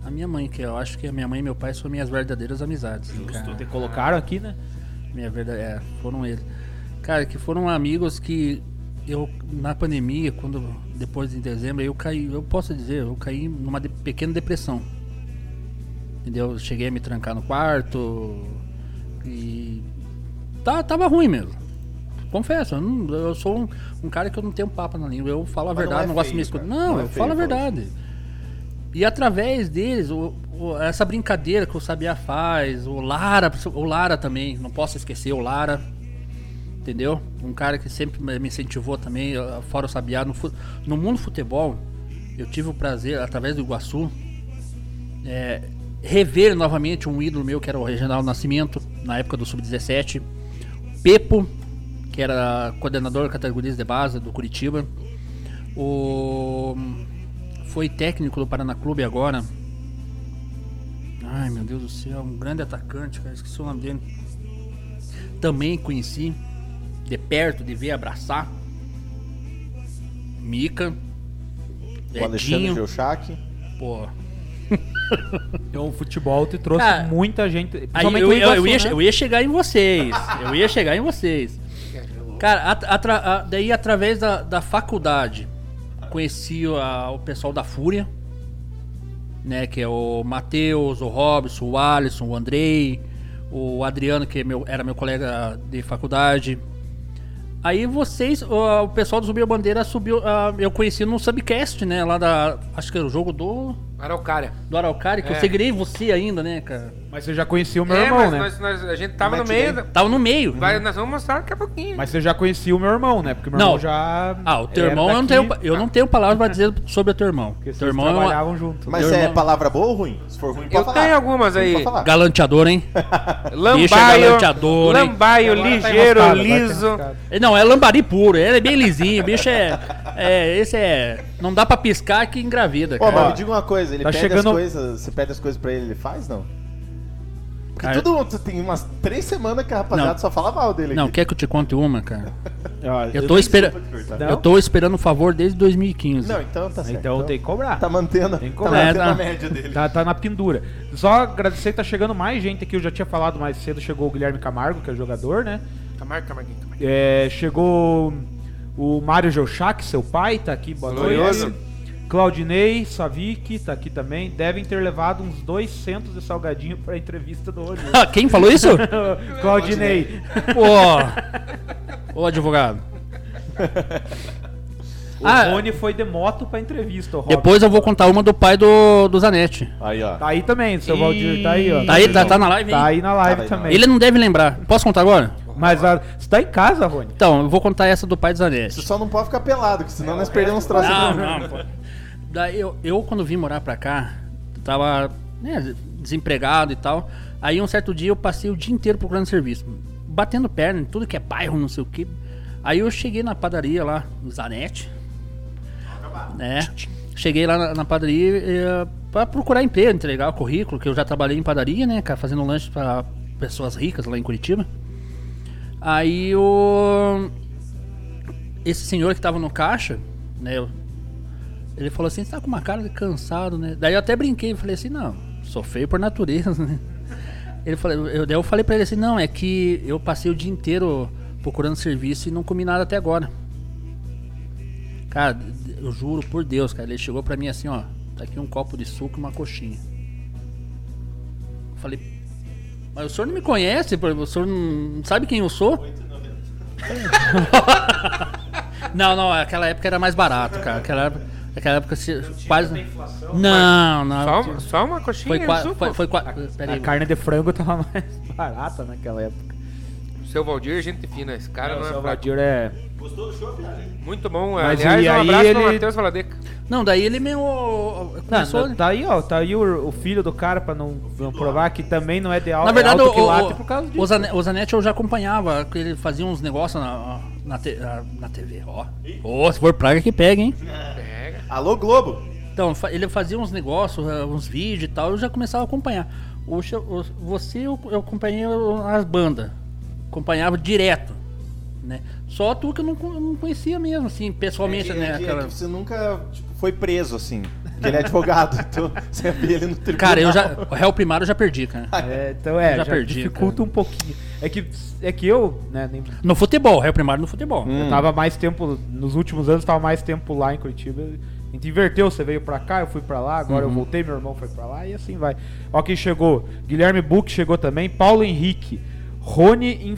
S5: a minha mãe, que eu acho que a minha mãe e meu pai são minhas verdadeiras amizades. cara.
S4: Te colocaram aqui, né?
S5: Minha verdade, é, foram eles. Cara, que foram amigos que eu na pandemia, quando depois de dezembro, eu caí, eu posso dizer, eu caí numa de- pequena depressão. Entendeu? Eu Cheguei a me trancar no quarto e tá, tava ruim mesmo. Confesso, eu, não- eu sou um, um cara que eu não tenho papo na língua. Eu falo a
S2: Mas não
S5: verdade,
S2: é
S5: não, gosto de
S2: feio,
S5: me escutar.
S2: cara.
S5: Não,
S2: Não é
S5: eu
S2: feio
S5: falo a
S2: falar
S5: verdade. E através deles, o- o- essa brincadeira que o Sabiá faz, o Lara, o Lara também, não posso esquecer o Lara, entendeu? Um cara que sempre me me incentivou também, eh, fora o Sabiá. No, fu- no mundo futebol, eu tive o prazer, através do Iguaçu, eh, rever novamente um ídolo meu, que era o Reginaldo Nascimento, na época do Sub-17. Pepo, que era coordenador categorias de base do Curitiba. O... Foi técnico do Paraná Clube agora. Ai, meu Deus do céu, um grande atacante, cara, esqueci o nome dele. Também conheci de perto, de ver, abraçar. Mica.
S2: O Alexandre
S5: Edinho,
S2: Geuchac.
S5: pô.
S4: Então o futebol te trouxe
S5: Cara,
S4: muita gente.
S5: Aí,
S4: Principalmente
S5: eu,
S4: o
S5: eu-
S4: Iguaçu,
S5: eu ia,
S4: né?
S5: eu ia chegar em vocês. Eu ia chegar em vocês. Cara, at- atra- a- daí através da, da faculdade conheci a- o pessoal da Fúria, né? Que é o Matheus, o Robson, o Alisson, o Andrei, o Adriano, que é meu- era meu colega de faculdade. Aí vocês, ó, o pessoal do Subiu Bandeira subiu. ah, eu conheci no subcast, né? Lá da. Acho que era o jogo do.
S3: Araucária.
S5: Do Araucária, que eu
S3: É.
S5: segurei você ainda, né, cara?
S4: Mas você já conhecia o meu
S3: é,
S4: irmão,
S3: mas
S4: né?
S3: nós, nós- a gente tava no
S2: Mete
S3: meio.
S2: bem.
S3: da-
S5: Tava no meio.
S3: Vai, nós vamos mostrar daqui a pouquinho.
S4: Mas você já conhecia o meu irmão, né? Porque meu
S5: Não.
S4: irmão já.
S5: Ah, o teu
S4: era
S5: irmão eu não,
S4: daqui,
S5: tenho, eu não tenho palavras pra dizer sobre o teu irmão.
S4: Porque
S5: teu
S4: vocês
S5: irmão é
S4: trabalhavam
S5: um
S4: junto.
S2: Mas
S5: Meu
S2: é
S5: irmão-
S2: palavra boa ou ruim? Se for ruim, pode
S3: Eu
S2: falar.
S3: tenho algumas
S2: Ruim,
S3: aí.
S2: pode falar.
S5: galanteador, hein? Bicho é
S3: Lambaio,
S5: galanteador, hein?
S3: lambaio,
S4: Agora tá
S3: ligeiro,
S4: enroscado, agora tá
S3: liso.
S4: enroscado.
S5: Ele Não, é lambari puro, ele é bem lisinho, o bicho é, é. Esse é. Não dá pra piscar que engravida,
S2: Ó,
S5: cara.
S2: mas me diga uma coisa, ele
S4: tá
S2: pede as
S4: chegando-
S2: coisas, você pede as coisas pra ele, ele faz, não? Porque
S5: Cara-
S2: todo mundo tem umas três semanas que a rapaziada
S5: Não.
S2: só fala mal dele
S5: Não,
S2: aqui.
S5: quer que eu te conte uma, cara?
S4: Ó,
S5: Eu tô esperando.
S2: desculpa te cortar.
S5: Eu tô esperando o favor desde 2015.
S2: Não, então tá certo.
S4: Então tem que cobrar.
S2: Tá mantendo,
S4: Tem
S2: tá
S4: como.
S2: mantendo
S5: É,
S2: a
S5: tá.
S2: média dele.
S4: Tá, tá na pendura. Só agradecer que tá chegando mais gente aqui. Eu já tinha falado mais cedo. Chegou o Guilherme Camargo, que é jogador, né?
S3: Camargo, Camarguinho, Camarguinho.
S4: É, chegou o Mário Geuchac, seu pai, tá aqui. Boa noite.
S3: Glorioso.
S4: Claudinei, Savic, tá aqui também, devem ter levado uns 200 de salgadinho pra entrevista do Rodrigo.
S5: Ah, Quem falou isso?
S4: Claudinei.
S5: Pô! Ô, advogado.
S4: O
S5: Ah.
S4: Rony foi de moto pra entrevista, o Robson.
S5: Depois eu vou contar uma do pai do, do Zanetti.
S2: Aí, ó.
S4: Tá aí também, seu Valdir, tá aí, ó.
S5: Tá aí, tá, tá na live? hein?
S4: Tá aí na
S2: Tá
S4: live
S2: aí na
S4: também.
S5: Ele não deve lembrar. Posso contar agora?
S4: Mas a... você tá em casa, Rony.
S5: Então, eu vou contar essa do pai do
S2: Você
S5: Zanetti.
S2: só não pode ficar pelado, que senão nós perdemos os traços.
S5: Não, não, pô. Daí eu, eu, quando vim morar pra cá, tava né, desempregado e tal. Aí um certo dia eu passei o dia inteiro procurando serviço. Batendo perna em tudo que é bairro, não sei o que. Aí eu cheguei na padaria lá, no Zanetti. Né? Cheguei lá na, na padaria eh, pra procurar emprego, entregar o currículo, que eu já trabalhei em padaria, né, cara, fazendo lanche pra pessoas ricas lá em Curitiba. Aí o. Esse senhor que tava no caixa, né? eu- Ele falou assim: você tá com uma cara de cansado, né? Daí eu até brinquei, falei assim: não, sou feio por natureza, né? Ele falou, eu, daí eu falei pra ele assim: não, é que eu passei o dia inteiro procurando serviço e não comi nada até agora. Cara, eu juro por Deus, cara. Ele chegou pra mim assim: ó, tá aqui um copo de suco e uma coxinha. Eu falei: mas o senhor não me conhece? pô, O senhor não sabe quem eu sou? Não, não, aquela época era mais barato, cara. Aquela época, aquela época se, quase. Não, não.
S3: Só, só uma coxinha
S5: Ah, Foi
S3: de
S5: quase.
S3: suco.
S5: Foi, foi qua- Pera aí.
S4: A carne de frango tava mais barata naquela época.
S3: Seu Valdir, gente fina, esse cara não é
S4: o
S3: fraco.
S4: Valdir é...
S3: Muito bom.
S4: Mas
S3: Aliás,
S4: e
S3: um
S4: aí
S3: abraço pro
S4: ele-
S3: Matheus Valadeca.
S5: Não, daí ele meio. começou,
S4: Não,
S5: né?
S4: tá aí, ó. Tá aí o, o filho do cara pra não, não provar que também não é de alto
S5: Na verdade, o,
S4: quilate
S5: o,
S4: por causa
S5: o
S4: disso.
S5: Zane- o Zanetti eu já acompanhava, que ele fazia uns negócios na, na, te- na- na TV, ó. Ô, se for praga que pega, hein?
S3: Pega.
S2: Alô, Globo!
S5: Então, fa- ele fazia uns negócios, eh, uns vídeos e tal, eu já começava a acompanhar. O che- o- você, eu, eu acompanhei o- as bandas, acompanhava direto, né? Só tu que eu não, co- eu não conhecia mesmo, assim, pessoalmente,
S2: É que-
S5: né?
S2: é que- é
S5: aquela-
S2: que você nunca tipo, foi preso, assim. Porque ele é advogado, então você vê ele no tribunal.
S5: Cara, eu já, o réu primário eu já perdi, cara.
S4: É, então é,
S5: Já
S4: já,
S5: perdi,
S4: dificulta um pouquinho. É que, é que eu, né, nem-
S5: No futebol, réu primário no futebol.
S4: eu tava mais tempo, nos últimos anos, tava mais tempo lá em Curitiba. A gente inverteu, você veio pra cá, eu fui pra lá, agora eu
S5: Uhum.
S4: voltei, meu irmão foi pra lá e assim vai. Ó quem chegou, Guilherme Buck chegou também, Paulo Henrique, Rony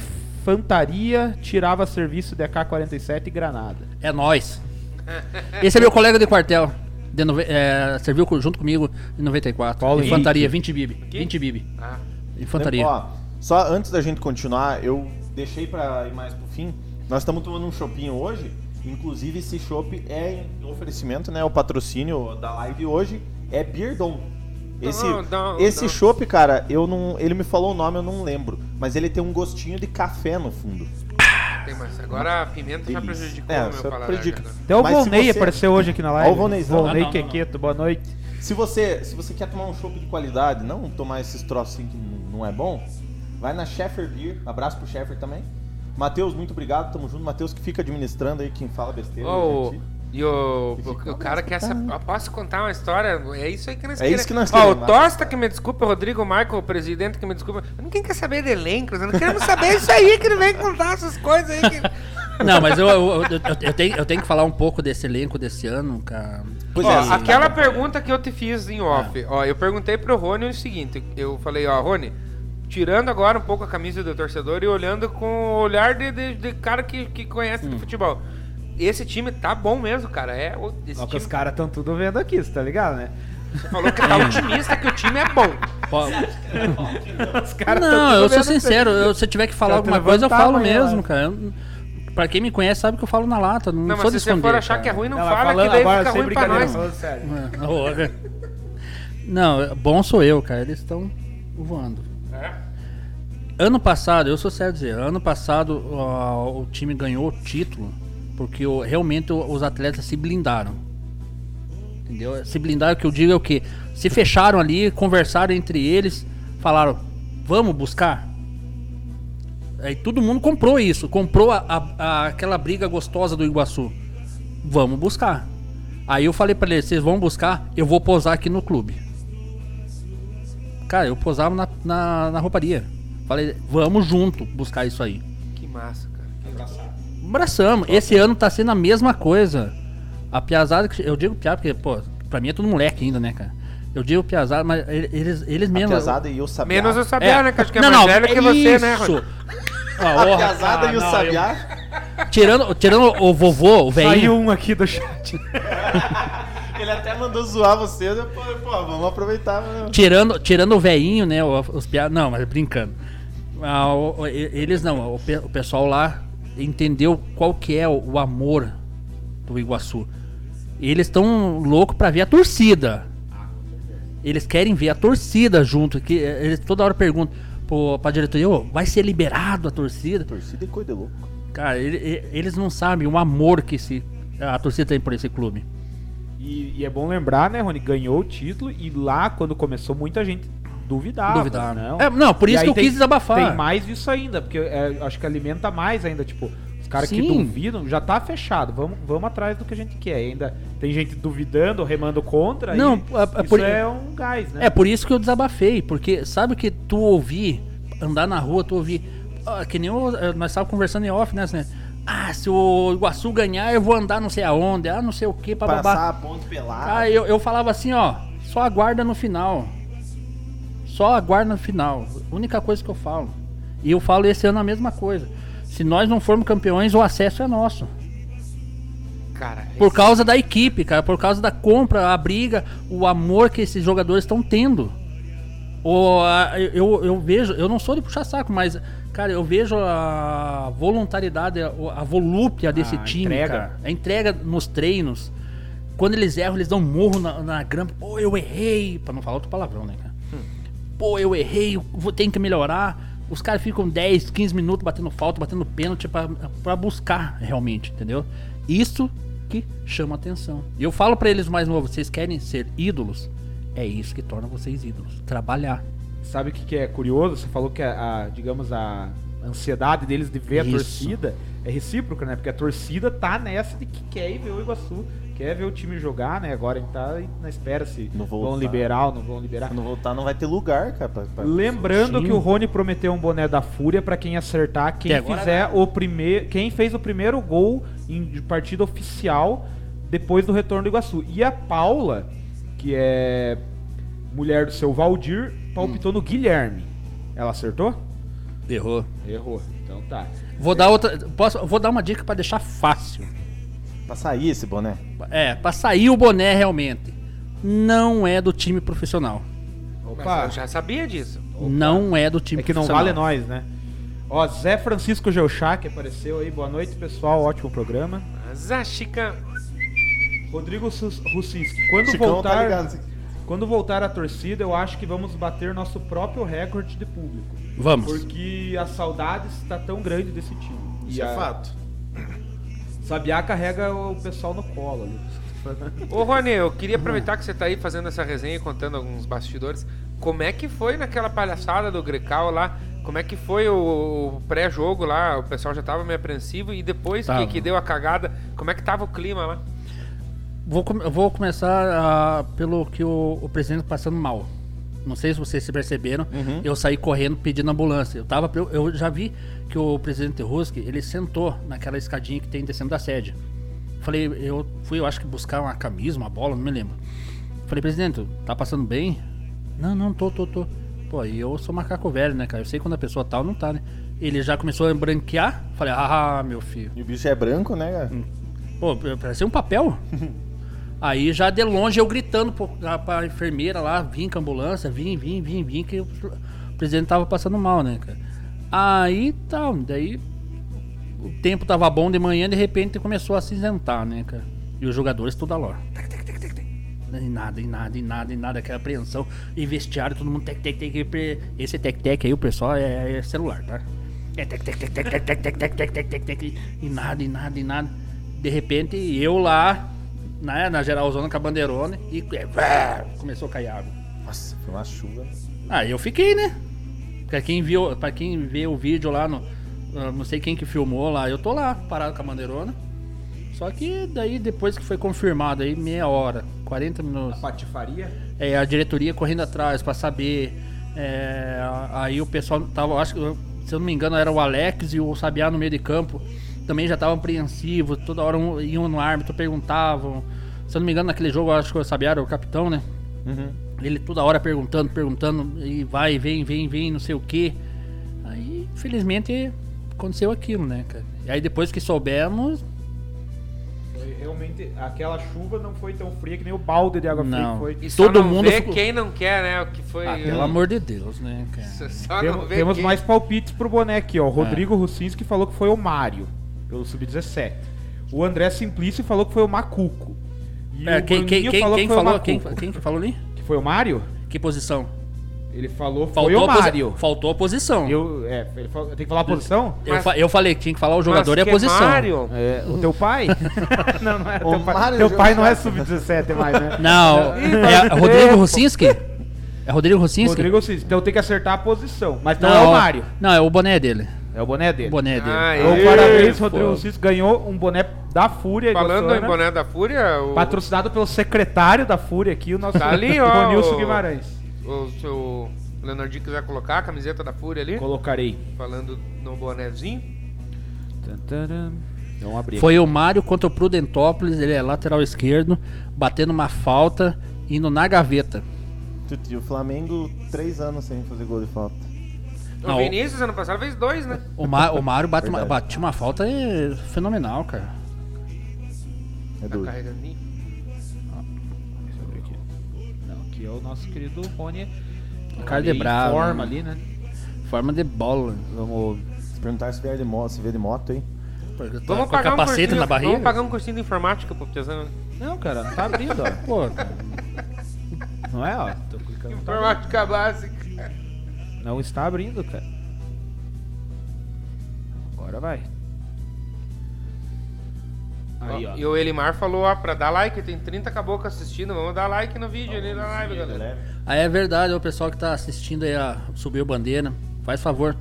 S4: Infantaria tirava serviço de AK-47 e Granada.
S5: É nós. Esse é meu colega de quartel. de nove- eh, serviu co- junto comigo em 94.
S4: Paulo
S5: Infantaria, 20 bibi. 20 bibi.
S3: Ah,
S5: Infantaria.
S2: Né? Ó, só antes da gente continuar, eu deixei pra ir mais pro fim. Nós estamos tomando um chopinho hoje. Inclusive, esse chopp é em oferecimento, né? O patrocínio da live hoje é Beardon. Esse,
S3: Não, não,
S2: esse
S3: não.
S2: chopp, cara, eu não, ele me falou o nome, eu não lembro. Mas ele tem um gostinho de café no fundo.
S3: tem mais. Agora a pimenta já
S2: Delícia.
S3: prejudicou
S2: É,
S3: o meu
S2: só
S3: paladar. né?
S2: prejudica.
S3: agora.
S4: Até o
S2: Mas se
S4: Volney
S2: você-
S4: apareceu hoje aqui na live.
S2: Ó o Volneyzão.
S5: Ah,
S4: Volney
S5: não, não, não.
S4: Quequeto, boa noite.
S2: Se você, se você quer tomar um chopp de qualidade, não tomar esses troços assim que n- não é bom, vai na Sheffer Beer. Abraço pro Sheffer também. Matheus, muito obrigado, tamo junto. Matheus que fica administrando aí quem fala besteira.
S3: Ó, o-
S2: gente.
S3: e o, o, o cara quer saber. Eu posso contar uma história? É isso aí que nós
S2: É isso que nós
S3: Ó,
S2: queremos,
S3: o
S2: Marcos.
S3: Tosta que me desculpa, o Rodrigo Michael, o presidente que me desculpa. Ninguém quer saber de elencos. Não queremos saber isso aí que ele vem contar essas coisas aí. Que...
S5: Não, mas eu, eu, eu- eu- eu tenho, eu tenho que falar um pouco desse elenco desse ano, cara.
S2: Pois
S3: Ó,
S2: é, assim,
S3: aquela
S2: tá bom. Ah.
S3: pergunta que eu te fiz em off. Ó, eu perguntei pro Rony o seguinte. Eu falei, ó, Rony, tirando agora um pouco a camisa do torcedor e olhando com o olhar de, de- de cara que, que conhece
S2: Hum.
S3: de futebol. Esse time tá bom mesmo, cara. É, o- esse
S4: Ó que
S3: time,
S4: os caras estão tudo vendo aqui, você tá ligado, né?
S3: você falou que tá otimista, que o time é bom.
S5: Po-
S4: Os caras tão
S5: não,
S4: tudo
S5: eu sou
S4: vendo aqui.
S5: sincero. eu- se eu tiver que falar
S4: Cara,
S5: alguma
S4: tu
S5: coisa, eu
S4: levantava
S5: falo
S4: aí, né?
S5: mesmo,
S4: ó.
S5: cara. Eu não- Pra quem me conhece, sabe que eu falo na lata. Não,
S3: Não,
S5: sou
S3: mas
S5: de
S3: se você
S5: esconder,
S3: for achar
S5: cara.
S3: que é ruim, não,
S4: Não, mas
S3: fala
S4: falando
S3: que daí
S4: agora,
S3: fica
S4: sem
S3: ruim pra
S4: brincadeira,
S3: nós.
S4: tá falando sério.
S5: Ah, ô, cara. Não, bom sou eu, cara. Eles estão voando. Ano passado, eu sou sério dizer, ano passado ó, o time ganhou o título porque o- realmente o- os atletas se blindaram. Entendeu? Se blindaram, que eu digo é o quê? Se fecharam ali, conversaram entre eles, falaram, vamos buscar. Aí todo mundo comprou isso, comprou a- a- a- aquela briga gostosa do Iguaçu. Vamos buscar. Aí eu falei pra eles, vocês vão buscar, eu vou posar aqui no clube. Cara, eu posava na, na, na rouparia. Falei, vamos junto buscar isso aí.
S3: Que massa, cara.
S5: Abraçamos. Esse ano tá sendo a mesma coisa. A A piazada, que- eu digo piada porque, pô, pra mim é tudo moleque ainda, né, cara? Eu digo piazada, mas ele- eles, eles
S2: A
S5: mesmos.
S2: pesada e o sabiá.
S3: Menos o
S5: É.
S3: Sabiá, né? Que acho que é
S5: não,
S3: mais
S5: não,
S3: velho que você,
S5: isso.
S3: né, Rony?
S5: Ah,
S2: A
S5: orra,
S2: pesada
S5: cara,
S2: e o
S5: não,
S2: sabiá.
S5: eu- tirando, tirando o vovô, o
S4: Saiu
S5: velhinho.
S4: um aqui do chat.
S2: Ele até mandou zoar você, né? Pô, pô, vamos aproveitar. né?
S5: Tirando, tirando o velhinho, né? o- Os piados. Não, mas brincando. Ah, o- o- e- eles não, o, pe- o pessoal lá entendeu qual que é o, o amor do Iguaçu. Eles estão loucos pra ver a torcida. Eles querem ver a torcida junto. Que, eh, eles toda hora perguntam pro, pra diretoria: "Ô, vai ser liberado a torcida?
S2: Torcida e coisa de louco.
S5: Cara, ele- e- eles não sabem o amor que esse, a torcida tem por esse clube.
S4: E, e é bom lembrar, né, Rony? Ganhou o título e lá, quando começou, muita gente duvidava.
S5: Duvidar.
S4: Não,
S5: É, não, por
S4: E
S5: isso
S4: aí
S5: que eu
S4: tem-
S5: quis desabafar.
S4: Tem mais disso ainda, porque é, acho que alimenta mais ainda, tipo, os caras que
S5: Sim.
S4: duvidam, já tá fechado, vamos, vamos atrás do que a gente quer. Ainda tem gente duvidando, remando contra,
S5: Não,
S4: e
S5: é- é
S4: isso
S5: por-
S4: é um gás, né?
S5: É por isso que eu desabafei, porque sabe que tu ouvir, andar na rua, tu ouvir. ah, que nem o- eh, nós estávamos conversando em off, né? assim, ah, se o Iguaçu ganhar, eu vou andar não sei aonde, ah, não sei o que,
S2: Passar
S5: babá.
S2: a ponte pelada.
S5: Ah, eu, eu falava assim, ó, só aguarda no final. Só aguarda no final. Única coisa que eu falo. E eu falo esse ano a mesma coisa. Se nós não formos campeões, o acesso é nosso.
S3: Cara, é
S5: Por causa da equipe, cara, por causa da compra, a briga, o amor que esses jogadores estão tendo. O, a- eu, eu vejo, eu não sou de puxar saco, mas, cara, eu vejo a voluntariedade, a, a volúpia desse
S4: A
S5: time,
S4: entrega.
S5: cara. A entrega nos treinos. Quando eles erram, eles dão um murro na, na grama. Pô, eu errei. Pra não falar outro palavrão, né, cara? Pô, eu errei, eu vou, tenho que melhorar. Os caras ficam 10, 15 minutos batendo falta, batendo pênalti pra, pra buscar realmente, entendeu? Isso que chama atenção. E eu falo pra eles mais novo, vocês querem ser ídolos? É isso que torna vocês ídolos. Trabalhar.
S4: Sabe o que, que é curioso? Você falou que a, a, digamos, a ansiedade deles de ver a
S5: Isso.
S4: torcida é recíproca, né? Porque a torcida tá nessa de que quer ir ver o Iguaçu, quer ver o time jogar, né? Agora a gente tá aí na espera se
S2: Não vou
S4: vão
S2: voltar.
S4: liberar ou não vão liberar.
S2: Quando voltar não vai ter lugar, cara. pra- pra-
S4: Lembrando
S5: Sim.
S4: que o Rony prometeu um boné da Fúria pra quem acertar, quem
S5: Que agora
S4: fizer o primeiro, quem fez o primeiro gol em de partida oficial depois do retorno do Iguaçu. E a Paula, que é mulher do seu Valdir, palpitou no Guilherme. Ela acertou?
S5: Errou.
S4: Errou. Então tá.
S5: Vou dar outra. Posso, vou dar uma dica pra deixar fácil.
S2: Pra sair esse boné.
S5: É, pra sair o boné realmente. Não é do time profissional.
S3: mas
S4: Opa.
S3: eu já sabia disso.
S5: Não é do time
S4: É que não
S5: profissional.
S4: vale nós, né? Ó, Zé Francisco Geuchá, que apareceu aí. Boa noite, pessoal. Ótimo programa.
S3: Mas a Chica.
S4: Rodrigo Sus- Russinski, quando
S2: Chicão tá
S4: voltar,
S2: ligado.
S4: quando voltar a torcida, eu acho que vamos bater nosso próprio recorde de público,
S5: Vamos.
S4: porque a saudade está tão grande desse time.
S3: é
S4: E a- Sabiá carrega o pessoal no colo ali.
S3: Ô, Rony, eu queria aproveitar que você tá aí fazendo essa resenha e contando alguns bastidores. Como é que foi naquela palhaçada do Grecal lá? Como é que foi o o pré-jogo lá? O pessoal já tava meio apreensivo e depois que,
S5: Tava.
S3: que deu a cagada, como é que tava o clima lá?
S5: Vou, com- eu vou começar ah, pelo que o, o presidente tá passando mal. Não sei se vocês se perceberam. Eu saí correndo pedindo ambulância. Eu, tava, eu, eu já vi que o presidente Ruski, ele sentou naquela escadinha que tem descendo da sede. Falei, eu fui, eu acho que buscar uma camisa, uma bola, não me lembro. Falei, presidente, tá passando bem? Não, não, tô, tô, tô. Pô, e eu sou macaco velho, né, cara? Eu sei quando a pessoa tá ou não tá, né? Ele já começou a branquear. Falei, ah, meu filho.
S2: E o bicho é branco, né, cara?
S5: Hum. Pô, parecia um papel. Aí já de longe eu gritando pro- pra, pra enfermeira lá, vim com a ambulância, vim, vim, vim, vim, que o presidente tava passando mal, né, cara? Aí tal, daí o tempo tava bom de manhã, de repente começou a acinzentar, né, cara? E os jogadores tudo a lor. E nada, e nada, e nada, e nada, aquela apreensão. E vestiário, todo mundo tec, tec, tec. e pre- Esse tec, tec aí, o pessoal é, é celular, tá? É tec, tec, tec, tec, tec, tec, tec, tec, tec, tec, tec, tec. E e nada, e nada, e nada. De repente, eu lá, né, na geralzona com a bandeirona, e é, vá, começou a cair água.
S2: Nossa, foi uma chuva.
S5: Aí eu fiquei, né? Pra quem, viu, pra quem vê o vídeo lá, no, ah, não sei quem que filmou lá, eu tô lá, parado com a bandeirona. Só que daí, depois que foi confirmado aí, meia hora, 40 minutos
S4: Patifaria?
S5: é, a diretoria correndo atrás pra saber. é, aí o pessoal tava, acho que, se eu não me engano, era o Alex e o Sabiá no meio de campo. também já estavam apreensivos, toda hora um- iam no árbitro, perguntavam. Se eu não me engano, naquele jogo, eu acho que o Sabiá era o capitão, né?
S2: Uhum.
S5: Ele toda hora perguntando, perguntando, e vai, vem, vem, vem, não sei o quê. Aí, infelizmente, aconteceu aquilo, né, cara? E aí depois que soubemos,
S4: Foi Realmente, aquela chuva não foi tão fria que nem o balde de água fria
S5: Não.
S4: que foi.
S3: E só
S5: Todo
S3: não
S5: mundo
S3: vê
S5: ficou-
S3: quem não quer, né? O que foi.
S5: ah, pelo amor de Deus, né, cara?
S3: Só- Só
S4: Temo-
S3: não vê
S4: temos
S3: quem.
S4: mais palpites pro boné aqui, ó. O
S5: É.
S4: Rodrigo Russinski falou que foi o Mário, pelo Sub-17. O André Simplício falou que foi o Macuco. E
S5: É,
S4: o
S5: quem, quem,
S4: Bruninho
S5: quem, quem
S4: que foi o
S5: falou, quem,
S4: Macuco.
S5: quem que falou ali?
S4: Que foi o Mário?
S5: Que posição?
S4: Ele falou foi
S5: Faltou
S4: o
S5: a posi-
S4: Mário.
S5: Faltou a posição. Eu,
S4: Eu, é, ele falou, tem que falar a posição?
S3: Mas-
S5: fa- eu falei que tinha que falar o jogador é e
S3: Mas
S5: a
S3: que
S5: posição.
S3: Mário?
S4: É, o teu pai? não, não é
S2: O
S4: teu pai.
S2: Mário
S4: teu
S2: jogou-
S4: pai não é sub-17 mais, né?
S5: Não, é Rodrigo Rocinski? É Rodrigo Rocinski?
S4: Rodrigo Cis. Então tem que acertar a posição. Mas não, é o Mário.
S5: Não, é o boné dele.
S4: É o boné
S5: O
S4: dele.
S5: boné dele.
S3: Ah,
S4: Então,
S3: Aê,
S4: parabéns,
S3: pô.
S4: Rodrigo Cis ganhou um boné da Fúria.
S3: Falando em
S4: Iguaçuana,
S3: boné da Fúria, o,
S4: Patrocinado pelo secretário da Fúria aqui, o nosso
S3: Tá ali, ó,
S4: Ronilson
S3: o-
S4: Guimarães.
S3: o seu Leonardinho quiser colocar a camiseta da Fúria ali,
S4: Colocarei.
S3: falando no bonézinho.
S4: Não Então, abri.
S5: Foi o Mário contra o Prudentópolis, ele é lateral esquerdo, batendo uma falta, indo na gaveta.
S2: Tuti, O Flamengo, três anos sem fazer gol de falta.
S3: O
S5: Não.
S3: Vinícius ano passado fez dois, né?
S5: O, Ma- o Mário bate uma,
S2: Verdade.
S5: bate uma falta é, fenomenal, cara.
S2: É
S3: Tá
S2: doido.
S3: carregandinho.
S4: Não, que é o nosso querido Rony.
S5: Cara de
S4: Ele
S5: bravo,
S4: Forma
S5: né?
S4: ali, né?
S5: Forma de bola.
S2: Vamos se perguntar se vier de moto, se vier de moto, hein?
S5: Porque tá
S3: Vamos
S5: com a
S3: pagar, um
S5: capacete
S3: cursinho,
S5: na barriga.
S3: vamos pagar um cursinho de informática pro Piazão.
S4: Não, cara, não tá abrindo, ó.
S5: Pô, cara,
S4: Não é, ó. Tô clicando. não tá abrindo.
S3: Informática básica.
S4: Não está abrindo, cara. Agora vai. Aí, ó.
S3: E o Elimar falou, ó, pra dar like, tem 30 caboclos assistindo, vamos dar like no
S5: Tá
S3: vídeo ali na live, galera.
S5: Ah, é verdade, o pessoal que tá assistindo aí a Subiu Bandeira, faz favor.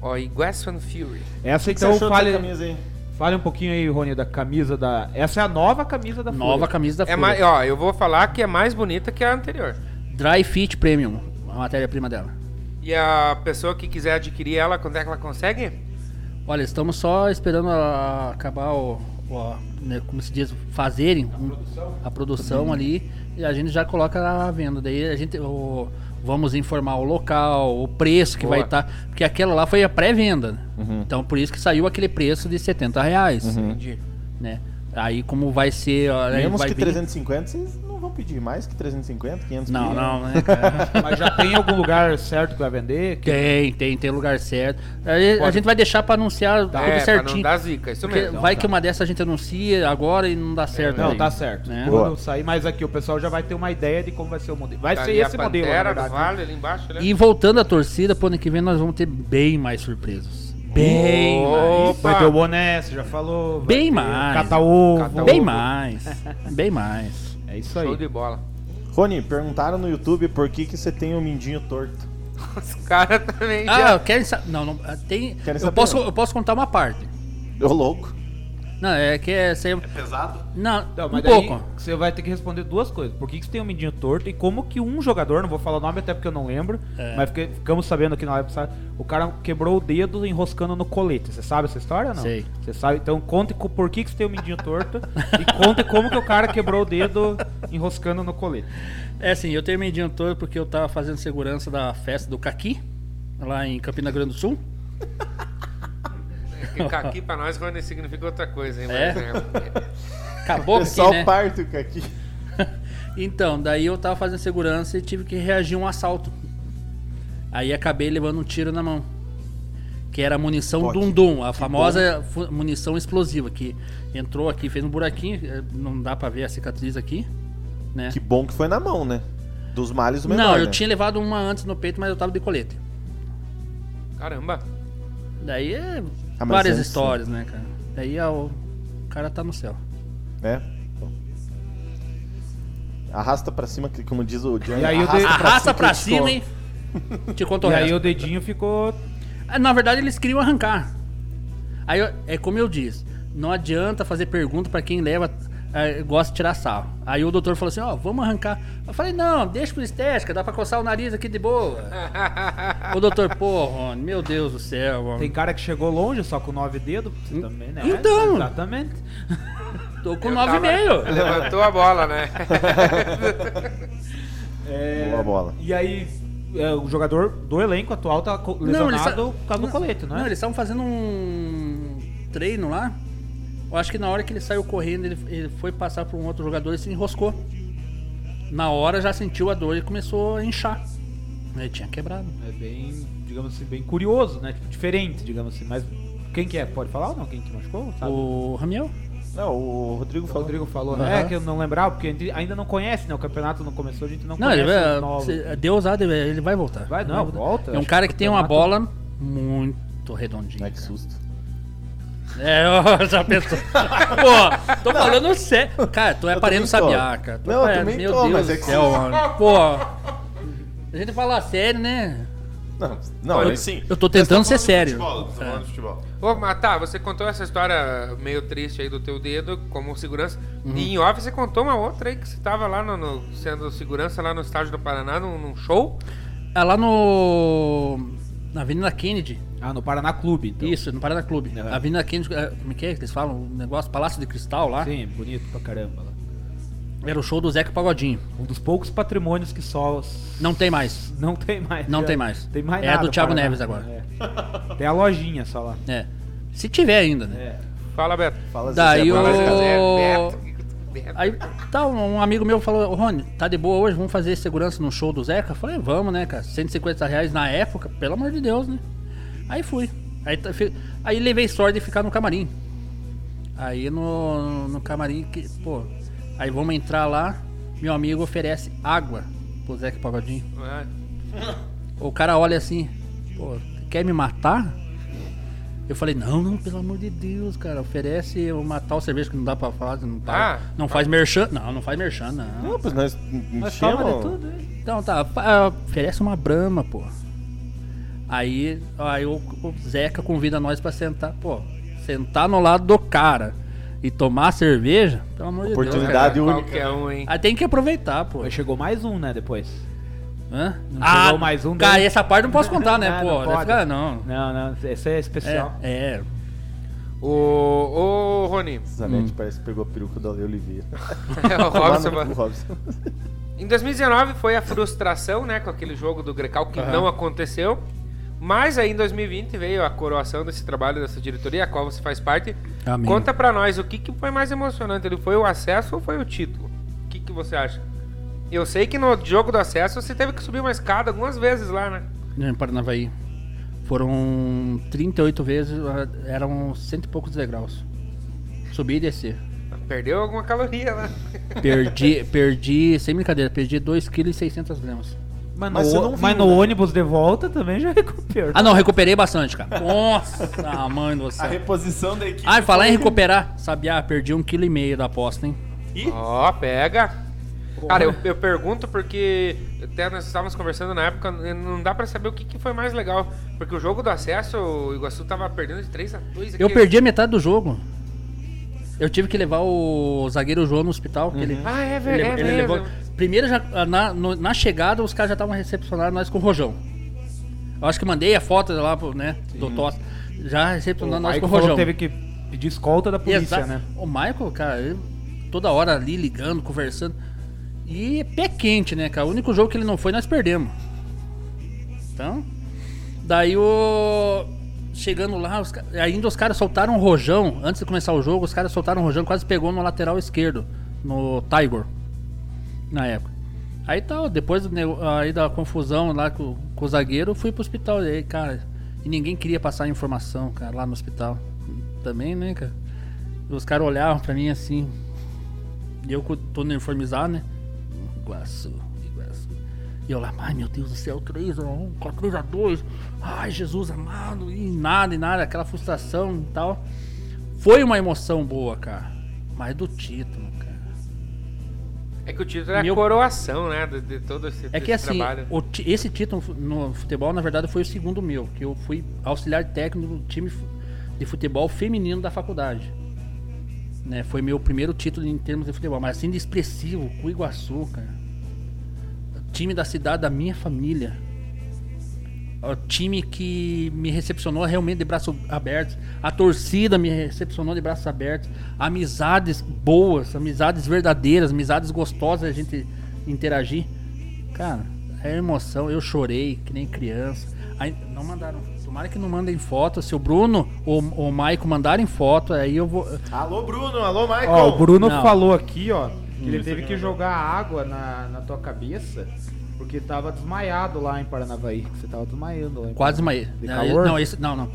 S3: Ó, e West Fan Fury.
S4: Essa
S2: Então,
S4: então fale,
S2: camisa, hein?
S4: fale um pouquinho aí, Rony, da camisa da. Essa é a nova camisa da
S5: Nova
S4: Fúria.
S5: camisa da
S3: É
S5: Fúria.
S3: mais, ó, eu vou falar que é mais bonita que a anterior.
S5: Dry Fit Premium, a matéria-prima dela.
S3: E a pessoa que quiser adquirir ela, quando é que ela consegue?
S5: Olha, estamos só esperando a- acabar o, o- a- né, como se diz, fazerem um- a produção, ali e a gente já coloca a venda. Daí a gente o- vamos informar o local, o preço que
S3: Boa. Uhum.
S5: vai estar, porque aquela lá foi a pré-venda. né? Então por isso que saiu aquele preço de R$ 70 reais,
S3: Entendi.
S5: né? Aí como vai ser, ó, aí
S2: Menos
S5: vai
S2: que
S5: vir-
S2: 350, vocês não vão pedir mais que 350, 500
S5: Não,
S2: pilha.
S5: não, né? cara?
S4: Mas já tem algum lugar certo que vai vender? Que...
S5: tem, tem, tem lugar certo. Aí a
S4: Pode.
S5: gente vai deixar pra anunciar
S3: Tá,
S5: tudo
S3: é, pra não
S5: certinho.
S3: dar zica, isso
S5: Porque
S3: mesmo.
S5: vai que uma dessa a gente anuncia agora e não dá certo.
S4: Não,
S5: daí.
S4: tá certo.
S5: Né?
S4: Quando
S2: Boa.
S4: sair mais aqui, o pessoal já vai ter uma ideia de como vai ser o modelo. Vai
S3: Tá
S4: ser
S3: ali
S4: esse
S3: a
S4: modelo, na
S3: Pantera
S4: verdade.
S3: do Vale ali embaixo, né?
S5: E voltando à torcida, pro ano que vem nós vamos ter bem mais surpresas. Bem mais.
S3: Opa!
S4: Vai ter o boné, você já falou. vai
S5: Bem
S4: ter
S5: mais.
S4: Cata-ovo.
S3: Cata-ovo.
S5: Bem mais. bem mais.
S4: É isso
S3: Show
S4: aí.
S3: de bola.
S2: Rony, perguntaram no YouTube por que, que você tem o mindinho torto.
S3: Os caras também. já-
S5: Ah, querem saber. Não, não. ah, Tem.
S2: Querem
S5: Eu
S2: saber?
S5: posso, eu posso contar uma parte.
S2: Ô, louco.
S5: Não, é que é. Você...
S2: Pesado?
S5: Não,
S4: Não,
S5: um
S4: mas daí
S5: pouco.
S4: você vai ter que responder duas coisas. Por que, que você tem um mindinho torto e como que um jogador, não vou falar o nome até porque eu não lembro,
S5: É.
S4: mas fiquei- ficamos sabendo aqui na live passada, o cara quebrou o dedo enroscando no colete. Você sabe essa história ou não?
S5: Sei.
S4: Você sabe? Então conte co- por que, que você tem um mindinho torto e conte como que o cara quebrou o dedo enroscando no colete.
S5: É assim, eu terminei de todo porque eu tava fazendo segurança da festa do Caqui, lá em Campina Grande do Sul.
S3: Que caqui pra nós, Rony, significa outra coisa, hein?
S5: É?
S3: né?
S5: Acabou aqui,
S2: Pessoal
S5: né?
S2: É parto com aqui.
S5: Então, daí eu tava fazendo segurança e tive que reagir a um assalto. Aí acabei levando um tiro na mão. Que era a munição
S2: Pô, que-
S5: Dundum, a famosa fu- munição explosiva que entrou aqui, fez um buraquinho, eh, não dá pra ver a cicatriz aqui, né?
S2: Que bom que foi na mão, né? Dos males o menor,
S5: não, eu
S2: né?
S5: tinha levado uma antes no peito, mas eu tava de colete.
S3: Caramba.
S5: Daí é
S2: Ah, mas
S5: várias
S2: antes-
S5: histórias, né, cara? Daí ó, o cara tá no céu.
S2: É. Bom. Arrasta pra cima, que- como diz o Johnny.
S4: E aí eu dei-
S2: arrasta pra
S5: Arrasta
S2: cima. que eu
S5: pra cima,
S2: te
S5: hein? Te conto o
S4: E aí
S5: resto.
S4: o dedinho ficou.
S5: Ah, Na verdade, eles queriam arrancar. Aí eu- é como eu disse, não adianta fazer pergunta pra quem leva eh, gosta de tirar sarro. Aí o doutor falou assim, ó, vamos arrancar. Eu falei, não, deixa por estética, dá pra coçar o nariz aqui de boa. o doutor, pô, Rony, meu Deus do céu, homem.
S4: Tem cara que chegou longe só com nove dedos. Você também, né?
S5: então.
S4: Exatamente.
S5: Tô com
S3: Eu
S5: nove e
S3: tava-
S5: meio.
S3: Levantou a bola, né?
S4: É,
S2: Boa bola.
S4: E aí, é, o jogador do elenco atual tá co-
S5: Não, eles
S4: lesionado por causa do colete, né?
S5: Não, eles estavam fazendo um treino lá. Eu acho que na hora que ele saiu correndo, ele, ele foi passar por um outro jogador e se enroscou. Na hora já sentiu a dor e começou a inchar. Ele tinha quebrado.
S4: É bem, digamos assim, bem curioso, né? Tipo, diferente, digamos assim. Mas quem que é? Pode falar ou não? Quem que machucou? Sabe?
S5: O Ramiel?
S2: Não, o Rodrigo
S4: O
S2: falou.
S4: Rodrigo falou,
S5: Aham.
S4: né? É que eu não lembrava, porque a gente ainda não conhece, né? O campeonato não começou, a gente não,
S5: Não,
S4: conhece.
S5: ele
S4: os
S5: vai,
S4: novos.
S5: se- é Deus há, ele ele vai voltar.
S4: Vai, não,
S5: voltar.
S4: volta.
S5: É um
S4: Acho
S5: cara
S4: que
S5: que tem uma
S4: campeonato-
S5: bola muito redondinha.
S2: Ai, que susto.
S5: É, eu já pensou. Pô, tô falando sério. Cara, tu é
S2: Eu
S5: parendo
S2: também tô.
S5: sabiá, cara. Tu
S2: Não, eu
S5: é parendo-
S2: também
S5: Meu
S2: tô,
S5: Deus
S2: mas
S5: do
S2: é que-
S5: céu, mano. Pô, a gente fala sério, né?
S2: Não, não, É.
S5: Eu-
S2: aí sim.
S5: eu tô tentando ser sério. É.
S2: falando de tá futebol.
S3: Ô, mas tá, você contou essa história meio triste aí do teu dedo como segurança. E em off você contou uma outra aí que você tava lá no, no- sendo segurança lá no estádio do Paraná, num, num show.
S5: É lá no. Na Avenida Kennedy.
S4: Ah, no Paraná Clube, então.
S5: Isso, no Paraná Clube.
S4: Aham.
S5: Na Avenida Kennedy, é, como é que é que eles falam? O negócio Palácio de Cristal lá.
S4: Sim, bonito pra caramba. lá.
S5: Era o show do Zeca Pagodinho.
S4: Um dos poucos patrimônios que só...
S5: Não tem mais.
S4: Não tem mais.
S5: Não
S4: já.
S5: tem mais.
S4: Tem mais
S5: É
S4: nada.
S5: do
S4: o
S5: Thiago
S4: Paraná.
S5: Neves agora.
S4: É. Tem a lojinha só lá.
S5: É. Se tiver ainda, né?
S4: É.
S3: Fala, Beto.
S2: Fala
S5: Daí
S2: Zezé,
S5: o-
S2: agora, Zezé.
S3: Zé, É
S5: Aí tá, um amigo meu falou, "Ô, Rony, tá de boa hoje? Vamos fazer segurança no show do Zeca? Eu falei, vamos, né, cara? 150 reais na época, pelo amor de Deus, né? Aí fui. Aí, tá- fi- aí levei sorte de ficar no camarim. Aí no, no camarim, que, pô, aí vamos entrar lá, meu amigo oferece água pro Zeca Pagodinho. O cara olha assim, pô, quer me matar? Eu falei, não, não, pelo amor de Deus, cara, oferece uma tal cerveja que não dá pra falar, não, tá,
S3: Ah,
S5: não faz merchan, não, não faz merchan, não.
S2: Não, pois nós
S4: Mas toma de
S2: enchemos.
S4: tudo, hein?
S5: Então tá, pa- oferece uma brama, pô. Aí, aí o, o Zeca convida nós pra sentar, pô, sentar no lado do cara e tomar cerveja, pelo amor de Deus.
S2: Oportunidade.
S5: cara.
S2: Unidade única.
S3: Qualquer um, hein?
S5: Aí tem que aproveitar, pô.
S4: Mas chegou mais um, né, depois.
S5: Hã?
S4: Não
S5: Ah,
S4: chegou mais um
S5: cara,
S4: daí?
S5: essa parte eu não posso contar, né,
S4: Ah,
S5: pô?
S4: não
S5: Vai
S4: pode.
S5: ficar- não.
S4: Não, não, essa é especial.
S5: É, é.
S3: O, o Rony.
S2: Zanete parece que pegou a peruca do Ale Oliveira.
S3: o Robson,
S2: Lá no- o Hum. Robson.
S3: Em 2019 foi a frustração, né, com aquele jogo do Grecal que não aconteceu. Mas aí em 2020 veio a coroação desse trabalho dessa diretoria, a qual você faz parte.
S5: Amém.
S3: Conta pra nós o que, que foi mais emocionante, ele foi o acesso ou foi o título? O que, que você acha? Eu sei que no jogo do acesso você teve que subir uma escada algumas vezes lá, né?
S5: Em Paranavaí. Foram 38 vezes, ah, eram cento e poucos degraus. Subi e descer.
S3: Perdeu alguma caloria lá.
S5: Perdi, perdi, sem brincadeira, perdi 2,6 gramas.
S4: Mas,
S2: Mas
S4: no,
S2: você não
S4: mas
S2: viu,
S4: no
S2: né?
S4: ônibus de volta também já é recuperou.
S5: Ah não, recuperei bastante, cara. Nossa, mãe do
S2: A
S5: céu.
S2: reposição da equipe.
S5: Ai, falar em recuperar, sabia, perdi um quilo e meio da aposta, hein?
S3: Ó, pega. Cara, eu, eu pergunto porque até nós estávamos conversando na época, não dá pra saber o que, que foi mais legal. Porque o jogo do acesso, o Iguaçu tava perdendo de 3 a 2 aqui.
S5: Eu perdi a metade do jogo. Eu tive que levar o zagueiro João no hospital. que ele,
S3: Ah, é
S5: ele-
S3: verdade.
S5: ele levou- Primeiro, já, ah, na, no- na chegada, os caras já estavam recepcionando nós com o Rojão. Eu acho que mandei a foto lá, pro, né, do Toss. Já recepcionando nós
S4: Aí
S5: com o
S4: falou que
S5: Rojão.
S4: teve que pedir escolta da polícia,
S5: Exa-
S4: né?
S5: O Michael, cara, ele toda hora ali ligando, conversando. E é pé quente, né, cara? O único jogo que ele não foi, nós perdemos. Então. Daí o. Chegando lá, os ca- ainda os caras soltaram um rojão. Antes de começar o jogo, os caras soltaram um rojão, quase pegou no lateral esquerdo, no Tiger, na época. Aí tal, depois do nego- aí da confusão lá com, com o zagueiro, fui pro hospital. E aí, cara, e ninguém queria passar a informação, cara, lá no hospital. Também, né, cara? E os caras olhavam pra mim assim. E eu co- tô uniformizado, né? Iguaçu, Iguaçu. E eu lá, ai meu Deus do céu, 3x1, 4x2. Ai, Jesus amado, e nada, e nada, aquela frustração e tal. Foi uma emoção boa, cara. Mas do título, cara.
S3: É que o título é
S5: Meu-
S3: a coroação, né? De, de todo esse,
S5: É que
S3: desse
S5: assim,
S3: trabalho.
S5: o ti- esse título fu- no futebol, na verdade, foi o segundo meu, que eu fui auxiliar técnico do time fu- de futebol feminino da faculdade. né? Foi meu primeiro título em termos de futebol, mas assim de expressivo, com o Iguaçu, cara. O time da cidade da minha família. O time que me recepcionou é realmente de braços abertos. A torcida me recepcionou de braços abertos. Amizades boas, amizades verdadeiras, amizades gostosas a gente interagir. Cara, é emoção. Eu chorei que nem criança. Aí, não mandaram. Tomara que não mandem foto. Se o Bruno ou ou o Maico mandarem foto, aí eu vou.
S2: Alô, Bruno. Alô, Michael.
S4: Ó, o Bruno
S5: Não.
S4: falou aqui, ó, que ele teve que jogar água na, na tua cabeça porque tava desmaiado lá em Paranavaí. Você tava desmaiando lá em
S5: Quase uma.
S4: De calor?
S5: Não, esse, não, não.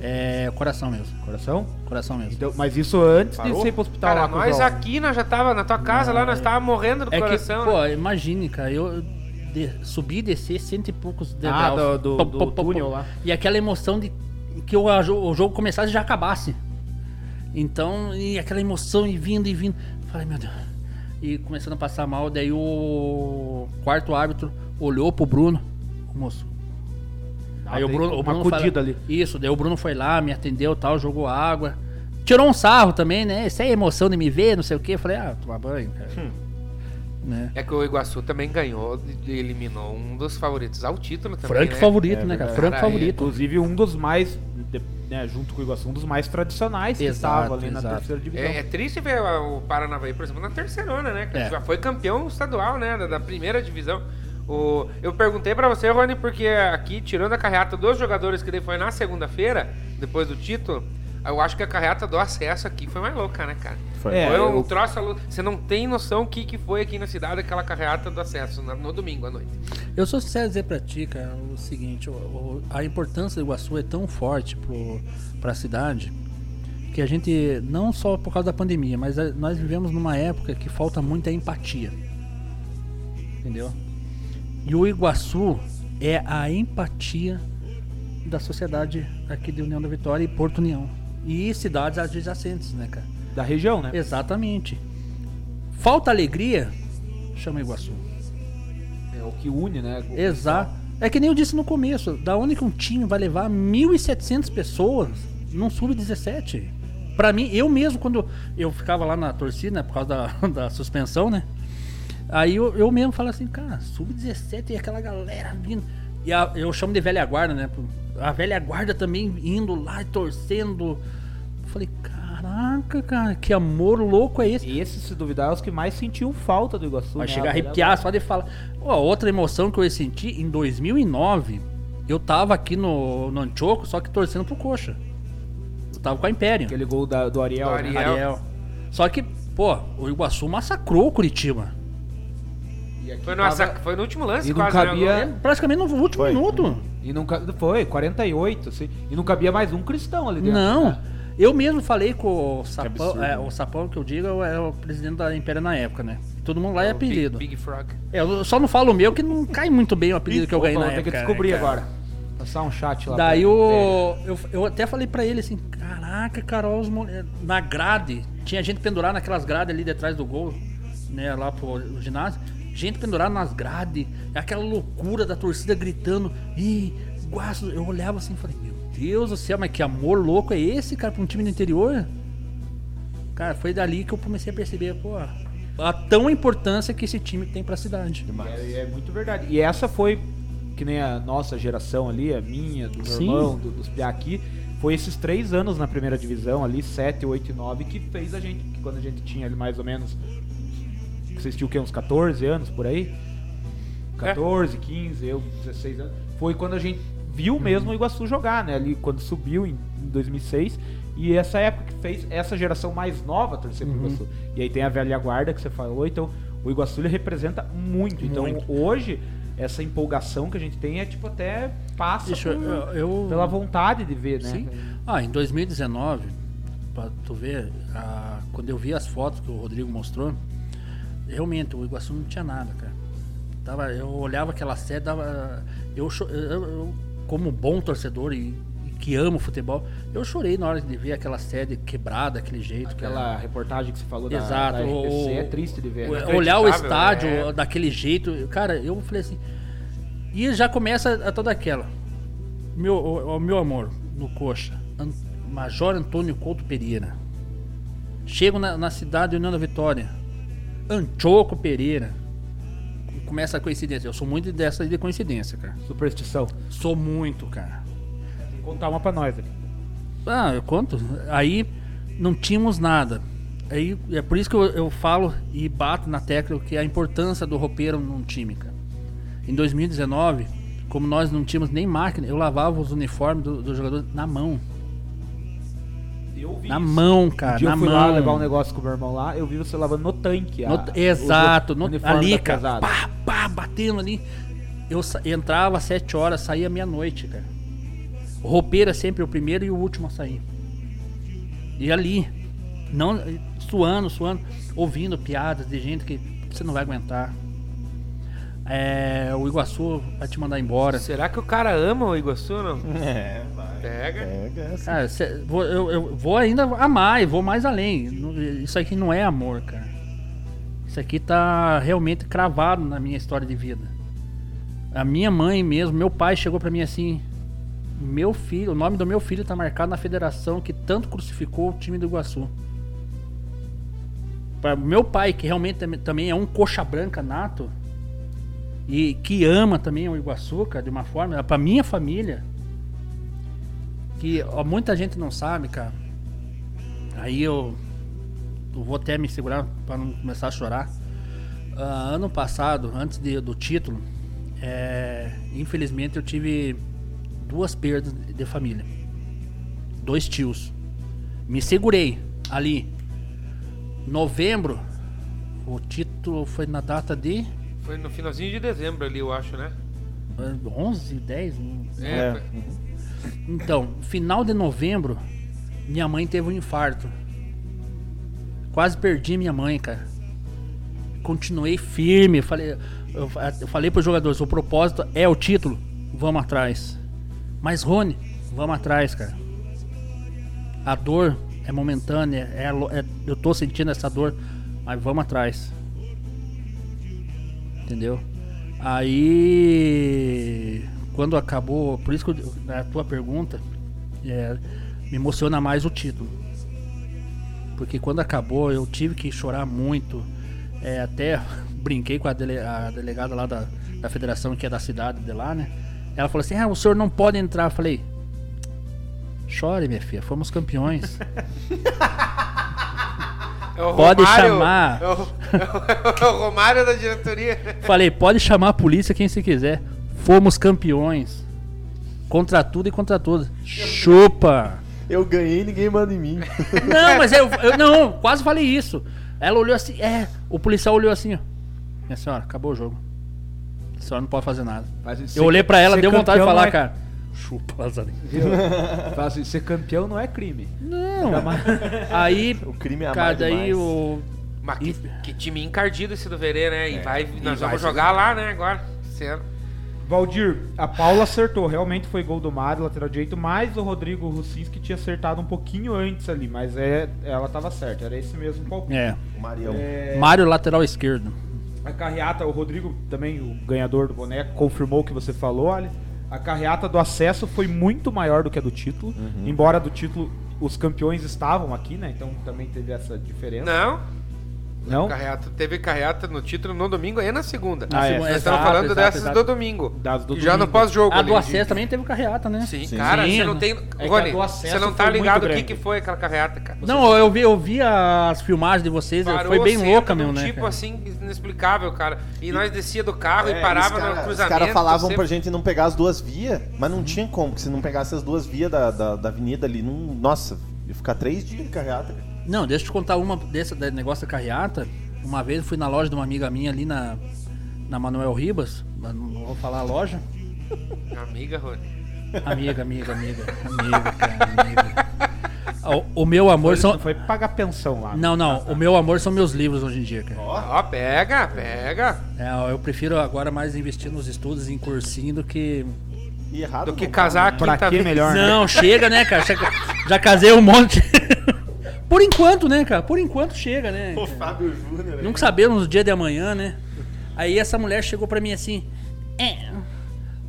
S5: É o coração mesmo.
S4: Coração?
S5: Coração mesmo.
S4: Então, mas isso antes de
S2: Parou?
S4: você ir pro hospital
S3: Cara,
S4: lá com o
S3: nós
S4: João.
S3: aqui, nós já tava na tua casa lá, nós tava morrendo do
S5: é
S3: coração. né?
S5: que, pô, imagine, cara, eu de- subi e descer cento e poucos degraus.
S4: Ah, do- do-
S5: Pô,
S4: do
S5: pô, pô,
S4: túnel
S5: pô.
S4: lá.
S5: E aquela emoção de que o, a jo- o jogo começasse e já acabasse. Então, e aquela emoção e vindo e vindo. Falei, meu Deus. E começando a passar mal, daí o quarto árbitro olhou pro Bruno, o moço.
S4: Ah,
S5: Aí o
S4: tem
S5: Bruno, o
S4: uma
S5: Bruno
S4: acudida
S5: fala-
S4: ali.
S5: Isso, daí o Bruno foi lá, me atendeu tal, jogou água. Tirou um sarro também, né? Isso é emoção de me ver, não sei o quê. Falei, ah, tomar banho, cara.
S4: Hum.
S5: Né?
S3: É que o Iguaçu também ganhou e eliminou um dos favoritos ao título também.
S5: Franco
S3: né?
S5: favorito,
S2: É
S5: né, cara?
S2: verdade.
S5: Franco
S3: Cara, é-
S5: favorito.
S4: Inclusive um dos mais, de- né, junto com o Iguaçu, um dos mais tradicionais que
S5: Exato,
S4: estava ali na
S5: exato.
S4: terceira divisão.
S3: É, é triste ver o Paranavaí, por exemplo, na terceirona, né? cara?
S5: É.
S3: Já foi campeão estadual, né? Da, da primeira divisão. O, eu perguntei pra você, Rony, porque aqui, tirando a carreata dos jogadores que daí foi na segunda-feira, depois do título, eu acho que a carreata do acesso aqui foi mais louca, né, cara?
S2: Foi.
S4: É,
S3: foi um
S4: eu-
S3: troço. alu- Você não tem noção o que, que foi aqui na cidade aquela carreata do acesso na- no domingo à noite.
S5: Eu sou sincero em dizer pra ti, cara, o seguinte, o- o- a importância do Iguaçu é tão forte pro, pra cidade que a gente, não só por causa da pandemia, mas a- nós vivemos numa época que falta muita empatia. Entendeu? E o Iguaçu é a empatia da sociedade aqui de União da Vitória e Porto União. E cidades adjacentes, né, cara?
S4: Da região, né?
S5: Exatamente. Falta alegria, chama Iguaçu.
S4: É o que une, né? o-
S5: Exato. É que nem eu disse no começo, da onde que um time vai levar 1.700 pessoas num sub-17? Pra mim, eu mesmo, quando eu ficava lá na torcida, né, por causa da, da suspensão, né? Aí eu, eu mesmo falo assim, cara, sub-17 e aquela galera vindo. E a- eu chamo de velha guarda, né? A velha guarda também indo lá e torcendo. Eu falei, caraca, cara, que amor louco é esse?
S4: E esses, se duvidar, é os que mais sentiam falta do Iguaçu.
S5: Vai
S4: né?
S5: chegar a
S4: A velha
S5: arrepiar só de falar. Ó, outra emoção que eu senti em 2009, eu tava aqui no, no Antioco, só que torcendo pro Coxa. Eu tava com a Império.
S4: Aquele gol da- do Ariel.
S3: Do
S4: né?
S3: Ariel.
S5: Ariel. Só que, pô, o Iguaçu massacrou o Curitiba.
S4: E aqui
S3: Foi no,
S4: tava-
S3: asa- foi no último lance,
S4: E não
S3: quase. né?
S4: cabia-
S5: É, praticamente no último
S2: Foi.
S5: minuto.
S4: E não ca- Foi, 48, assim. E não cabia mais um cristão ali dentro.
S5: Não.
S4: né?
S5: Eu mesmo falei com o Sapão,
S2: absurdo,
S5: é,
S2: né?
S5: o Sapão que eu digo é o presidente da Império na época, né? Todo mundo lá é
S3: O Big-
S5: apelido.
S3: Big Frog.
S5: É, eu só não falo o meu que não cai muito bem o apelido que eu
S4: Opa,
S5: ganhei na
S4: vou
S5: época.
S4: ter que
S5: né,
S4: descobrir
S5: cara?
S4: agora. Passar um chat lá.
S5: Daí
S4: pra-
S5: o, eu, eu até falei pra ele assim, caraca, Carol, os mole- na grade, tinha gente pendurada naquelas grades ali detrás do gol, né, lá pro ginásio, gente pendurada nas grades, é aquela loucura da torcida gritando, e guaço, eu olhava assim e falei, meu Deus do céu, mas que amor louco é esse, cara, pra um time do interior? Cara, foi dali que eu comecei a perceber, pô, a tão importância que esse time tem pra cidade.
S4: É, é muito verdade. E essa foi, que nem a nossa geração ali, a minha, do meu
S5: Sim.
S4: irmão, do- dos Piá aqui, foi esses três anos na primeira divisão ali, 7, 8 e 9, que fez a gente, que quando a gente tinha ali mais ou menos, vocês tinham o quê, uns 14 anos por aí? 14, 15, eu 16 anos. Foi quando a gente viu mesmo
S5: Uhum.
S4: o Iguaçu jogar, né? Ali quando subiu em em 2006. E essa época que fez essa geração mais nova torcer
S5: Uhum.
S4: pro Iguaçu. E aí tem a velha guarda que você falou, então o Iguaçu ele representa muito. Então
S5: Muito.
S4: hoje essa empolgação que a gente tem é tipo até passa
S5: Deixa eu-
S4: por-
S5: eu-
S4: pela vontade de ver, né?
S5: Sim. Ah, em 2019, pra tu ver, ah, quando eu vi as fotos que o Rodrigo mostrou, realmente o Iguaçu não tinha nada, cara. Tava, eu olhava aquela sede, dava, eu, cho- eu- eu, como bom torcedor e, e que amo futebol, eu chorei na hora de ver aquela sede quebrada daquele jeito.
S4: Aquela reportagem que você falou da-
S5: É. Exato.
S4: da, RPC,
S5: o-
S4: é triste de ver.
S5: o-
S4: né?
S5: Olhar o
S3: Inacreditável,
S5: estádio
S3: é.
S5: daquele jeito, cara, eu falei assim. E já começa a toda aquela. Meu, o, o meu amor, no coxa, An- Major Antônio Couto Pereira. Chego na, na cidade de União da Vitória. Anchoco Pereira. Começa a coincidência. Eu sou muito dessa aí de coincidência, cara.
S4: Superstição.
S5: Sou muito, cara.
S4: Contar uma pra nós aqui.
S5: Ah, eu conto. Aí não tínhamos nada. Aí é por isso que eu, eu falo e bato na tecla que a importância do roupeiro num time, cara. Em 2019, como nós não tínhamos nem máquina, eu lavava os uniformes do- dos jogadores na mão.
S4: Eu vi
S5: Na mão,
S4: Um
S5: cara.
S4: dia
S5: na
S4: eu fui
S5: mão.
S4: lá levar um negócio com o meu irmão lá, eu vi você lavando no tanque. a-
S5: No- exato,
S4: o
S5: no-
S4: uniforme tá
S5: ali,
S4: da
S5: cara.
S4: pesada.
S5: Pá, pá, batendo ali. Eu sa- entrava às 7 horas, saía meia-noite, cara. O roupeiro é sempre o primeiro e o último a sair. E ali, não, suando, suando, ouvindo piadas de gente que você não vai aguentar. É, o Iguaçu vai te mandar
S4: É.
S5: embora.
S3: Será que o cara ama o Iguaçu ou não?
S2: É, vai.
S3: Pega.
S2: Pega essa.
S5: Cara, Ah, cê- vou- eu, eu vou ainda amar e vou mais além. Não- Isso aqui não é amor, cara. Isso aqui tá realmente cravado na minha história de vida. A minha mãe mesmo, meu pai chegou pra mim assim: Meu filho, o nome do meu filho tá marcado na federação que tanto crucificou o time do Iguaçu. Pra meu pai, que realmente tam- também é um coxa branca nato, e que ama também o Iguaçu, cara, de uma forma, pra minha família, que ó, muita gente não sabe, cara. Aí eu, eu vou até me segurar para não começar a chorar. Ah, ano passado, antes de- do título, é, infelizmente eu tive duas perdas de de família. Dois tios. Me segurei ali. Novembro, o título foi na data de
S3: Foi no finalzinho de dezembro ali, eu acho, né?
S5: ah, 11, 10, não
S3: É,
S2: É.
S3: foi-
S5: Então, final de novembro, minha mãe teve um infarto. Quase perdi minha mãe, cara. Continuei firme, falei, eu, fa- eu falei pros jogadores, o propósito é o título, vamos atrás. Mas Rony, vamos atrás, cara. A dor é momentânea, é lo- é- eu tô sentindo essa dor, mas vamos atrás. Entendeu? Aí, quando acabou, por isso que eu- na tua pergunta, é, me emociona mais o título. Porque quando acabou, eu tive que chorar muito. É, até brinquei com a, dele- a delegada lá da, da federação, que é da cidade de lá, né? Ela falou assim: ah, o senhor não pode entrar. Eu falei: chore, minha filha, fomos campeões.
S3: É o
S5: Pode
S3: Romário-
S5: chamar.
S3: É o, é o Romário da diretoria.
S5: Falei, pode chamar a polícia quem se quiser. Fomos campeões. Contra tudo e contra todos. Chupa!
S2: Eu ganhei e ninguém manda em mim.
S5: Não, mas eu, eu- não, quase falei isso. Ela olhou assim, é, o policial olhou assim, ó. Minha senhora, acabou o jogo. A senhora não pode fazer nada.
S4: Mas
S5: Eu
S4: ser-
S5: olhei pra ela,
S4: ser
S5: deu vontade
S4: campeão
S5: de falar,
S4: não é-
S5: cara. Chupa, Lazarinho.
S4: Fala assim, ser campeão não é crime.
S5: Não. Aí,
S2: O crime é amar
S5: cara, daí
S2: demais.
S5: o
S3: Mas que, que time encardido esse do Verê, né? E vai, nós
S5: vai
S3: vamos
S5: ser-
S3: jogar lá, né, agora. Esse ano.
S4: Valdir, a Paula acertou, realmente foi gol do Mário, lateral direito, mas o Rodrigo Russinski tinha acertado um pouquinho antes ali, mas é, ela tava certa, era esse mesmo palpite.
S5: é,
S2: O Marião.
S5: Mário lateral esquerdo.
S4: A carreata, o Rodrigo também, o ganhador do boneco, confirmou o que você falou, ali. A carreata do acesso foi muito maior do que a do título,
S5: Uhum.
S4: embora do título os campeões estavam aqui, né? Então também teve essa diferença.
S3: Não,
S4: Não?
S3: carreata, teve carreata no título no domingo e na segunda.
S5: Ah, é.
S3: Nós
S5: Exato,
S3: estamos falando
S5: exato,
S3: dessas
S5: exato.
S3: do domingo.
S4: Das do
S3: E já no
S4: domingo.
S3: pós-jogo.
S5: A
S3: ali,
S5: do
S3: de-
S5: acesso também teve carreata, né?
S3: Sim,
S2: Sim.
S3: cara,
S5: Sim.
S3: você não tem.
S4: que a
S3: Rony,
S4: do acesso
S3: você não tá
S4: foi
S3: ligado o
S4: muito
S3: que,
S4: grande.
S3: que foi aquela carreata, cara.
S5: Não, eu vi, eu vi as filmagens de vocês, eu- foi
S3: Parou
S5: bem
S3: cedo,
S5: louca,
S3: de um
S5: meu, né?
S3: Tipo
S5: cara?
S3: assim, inexplicável, cara. E, nós descia do carro
S2: É,
S3: e parava
S2: os cara-
S3: no
S2: Os
S3: cruzamento.
S2: caras falavam
S3: sempre-
S2: pra gente não pegar as duas vias, mas
S5: Uhum.
S2: não tinha como, porque se não pegasse as duas vias da, da, da avenida ali, não, nossa, ia ficar três dias de carreata. cara.
S3: assim.
S5: Não, deixa eu te contar uma desse da- negócio da carreata. Uma vez eu fui na loja de uma amiga minha ali na, na Manuel Ribas, mas não não vou falar a loja.
S3: Amiga, Rony.
S5: Amiga, amiga, amiga, amiga, cara, amiga. O, o meu
S4: Foi,
S5: amor são.
S4: foi pagar pensão lá.
S5: Não, não, o meu amor são meus livros hoje em dia, cara.
S3: Ah, tá. Ó, pega, pega.
S5: É, eu prefiro agora mais investir nos estudos, em cursinho, do que.
S2: E errado.
S3: Do que
S2: não,
S3: casar a
S4: Pra
S3: quinta
S4: que
S3: vez.
S4: melhor, né?
S5: Não, chega, né, cara? Chega- Já casei um monte. Por enquanto, né, cara? Por enquanto chega, né?
S2: O Fábio Júnior. né?
S5: Nunca sabemos o dia de amanhã, né? Aí essa mulher chegou pra mim assim: É,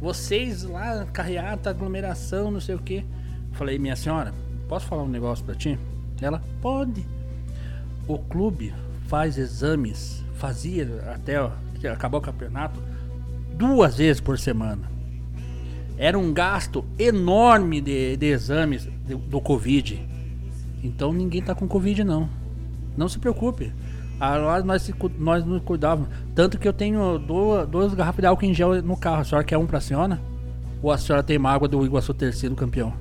S5: vocês lá, carreata, aglomeração, não sei o quê. Falei, minha senhora, posso falar um negócio pra ti? Ela, pode. o clube faz exames, fazia até ó, que acabar o campeonato, duas vezes por semana. Era um gasto enorme de, de exames do, do Covid. Então ninguém tá com Covid, não. Não se preocupe. Ah, Lá nós, se cu- nós nos cuidávamos. Tanto que eu tenho duas, duas garrafas de álcool em gel no carro. A senhora quer um pra senhora? Ou a senhora tem uma água do Iguaçu terceiro campeão?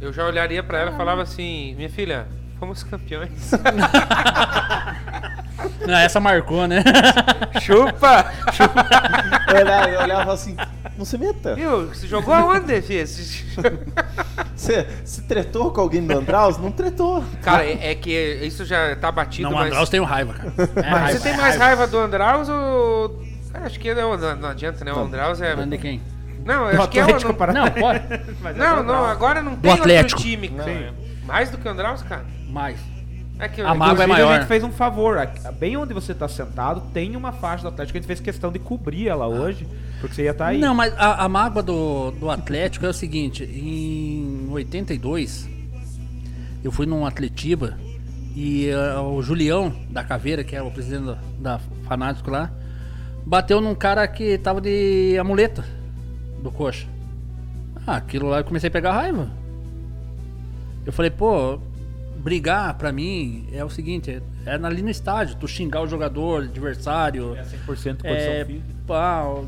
S3: Eu já olharia pra ela e falava assim, minha filha, fomos campeões.
S5: Não, essa marcou, né?
S3: Chupa!
S2: Eu olhava, É eu olhava assim, não se meta.
S3: Viu? Você jogou aonde, filho?
S2: Você se tretou com alguém do Andraus? Não tretou.
S3: Cara, é, é que isso já tá batido,
S5: Não, o
S3: mas...
S5: Andraus tem raiva, cara. É
S3: Mas
S5: raiva,
S3: você tem
S5: é
S3: mais
S5: raiva.
S3: raiva do Andraus ou... Cara, acho que não, não, não adianta, né? O Andraus é...
S5: Mas de quem?
S3: Não, eu acho que é... o-
S4: Atlético
S3: Não,
S5: Não, pode.
S4: Mas é
S3: não,
S4: normal.
S3: não, agora não tem outro
S5: Atlético.
S3: time. cara.
S4: Sim.
S3: Mais do que o Andraus, cara?
S5: Mais.
S3: É que
S5: A mágoa é
S4: Inclusive,
S5: maior.
S4: A gente fez um favor. aqui- Bem onde você tá sentado, tem uma faixa do Atlético. A gente fez questão de cobrir ela hoje, porque você ia estar aí.
S5: Ah. Não, mas a, a mágoa do, do Atlético é o seguinte: em 82, eu fui num Atletiba e ah, o Julião da Caveira, que é o presidente da, da Fanático lá, bateu num cara que tava de amuleta do coxa. Ah, aquilo lá eu comecei a pegar raiva. Eu falei, pô, brigar pra mim é o seguinte: é, é ali no estádio, tu xingar o jogador, adversário.
S4: É 100% condição
S5: É,
S4: física.
S5: pau.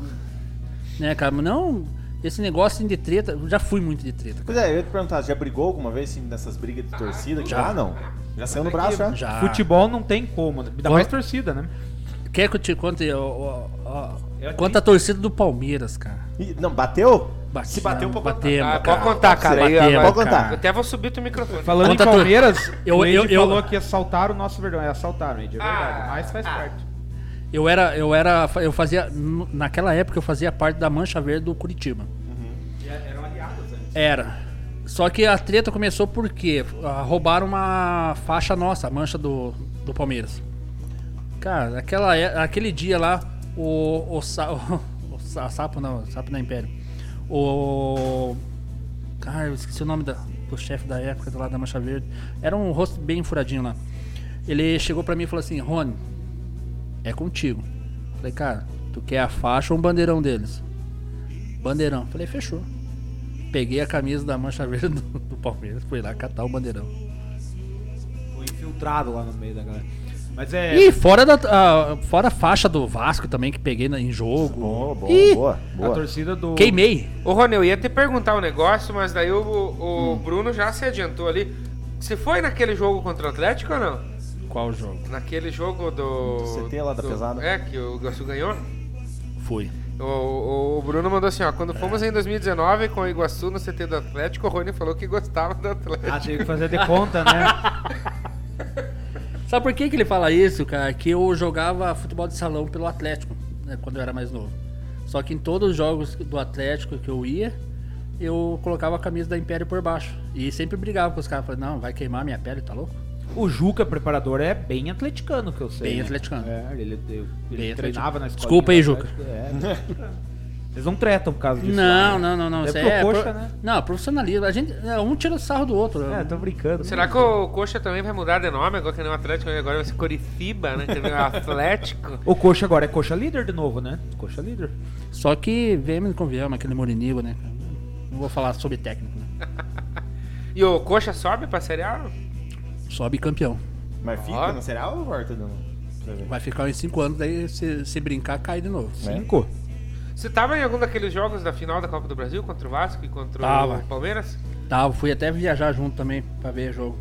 S5: Né, cara? mas Não. Esse negócio assim, de treta. eu Já fui muito de treta.
S2: Pois é, eu ia te perguntar, já brigou alguma vez assim, nessas brigas de torcida? Já,
S5: Já.
S2: não. Já saiu no braço, né? já?
S5: Já.
S4: Futebol não tem como. Ainda
S5: Ó.
S4: mais torcida, né?
S5: Quer que eu te conte? ó, ó, ó,
S4: Eu
S5: Quanto a torcida do Palmeiras, cara.
S2: Ih, não, bateu?
S5: Bate-
S2: Se bateu, pode
S5: batemos,
S3: Ah,
S5: cara.
S3: pode contar, cara. aí,
S5: Batemos,
S3: agora-
S2: Pode contar.
S5: cara.
S3: Eu até vou subir teu microfone.
S4: Falando
S5: Conta
S4: em
S5: tu-
S4: Palmeiras,
S5: Eu-
S4: o Ed
S5: eu- eu-
S4: falou que assaltaram o nosso verdão. É assaltaram, Ed, é verdade. mas faz parte.
S5: Eu era, eu era, eu fazia n- naquela época eu fazia parte da mancha verde do Curitiba.
S4: é, Eram aliados antes.
S5: Era. Só que a treta começou porque ah, roubaram uma faixa nossa, a mancha do, do Palmeiras. Cara, naquela, é- aquele dia lá, o, o, sa- o sa- sapo não, o sapo da Império. O. Cara, eu esqueci o nome da- do chefe da época do lado da Mancha Verde. Era um rosto bem furadinho lá. Ele chegou pra mim e falou assim: Rony, é contigo. Falei, cara, tu quer a faixa ou um bandeirão deles? Bandeirão. Falei, fechou. Peguei a camisa da Mancha Verde do, do Palmeiras, fui lá catar o bandeirão.
S4: Foi infiltrado lá no meio da galera. Mas é.
S5: E fora da a- fora a faixa do Vasco também que peguei na- em jogo.
S2: Boa, boa,
S5: Ih,
S2: boa.
S4: a
S2: boa.
S4: torcida do.
S5: Queimei.
S3: Ô, Rony, eu ia te perguntar um negócio, mas daí o, o Bruno já se adiantou ali. Você foi naquele jogo contra o Atlético ou não?
S5: Qual jogo?
S3: Naquele jogo do.
S2: Do CT lá da
S3: do-
S2: pesada.
S3: É, que o Iguaçu ganhou.
S5: Fui.
S3: O, o- o Bruno mandou assim: ó, quando fomos em 2019 com o Iguaçu no CT do Atlético, o Rony falou que gostava do Atlético.
S4: Ah, teve que fazer de conta, né?
S5: Sabe por que, que ele fala isso, cara? Que eu jogava futebol de salão pelo Atlético, né, quando eu era mais novo. Só que em todos os jogos do Atlético que eu ia, eu colocava a camisa da Império por baixo. E sempre brigava com os caras. Falei, não, vai queimar minha pele, tá louco?
S4: O Juca, preparador, é bem atleticano, que eu sei.
S5: Bem
S4: né?
S5: atleticano.
S4: É, ele, ele- ele
S5: Bem
S4: treinava
S5: atleticano.
S4: na escola.
S5: Desculpa aí, Juca.
S4: é. Eles não tretam por causa disso.
S5: Não,
S4: né?
S5: não, não, não.
S4: É
S5: Isso
S4: porque
S5: é,
S4: o coxa,
S5: pro-
S4: né?
S5: Não, profissionalismo. A gente, é, um tira sarro do outro.
S4: É, tô brincando.
S3: Será que o Coxa também vai mudar de nome agora que não é o Atlético, agora vai ser Coritiba, né? Que não é o Atlético.
S4: O coxa agora é coxa líder de novo, né? Coxa líder.
S5: Só que vemos com viemos, aquele Morinigo, né? cara? Não vou falar sobre técnico, né?
S3: E o Coxa sobe pra Série A?
S5: Só bicampeão.
S2: Mas fica,
S3: Ó.
S2: não será ou volta não? Pra ver.
S5: Vai ficar uns 5 anos, daí se, se brincar, cai de novo.
S2: É.
S4: Cinco.
S3: Você tava em algum daqueles jogos da final da Copa do Brasil contra o Vasco e contra
S5: Tava.
S3: o Palmeiras?
S4: É.
S5: Tá, fui até viajar junto também pra ver jogo.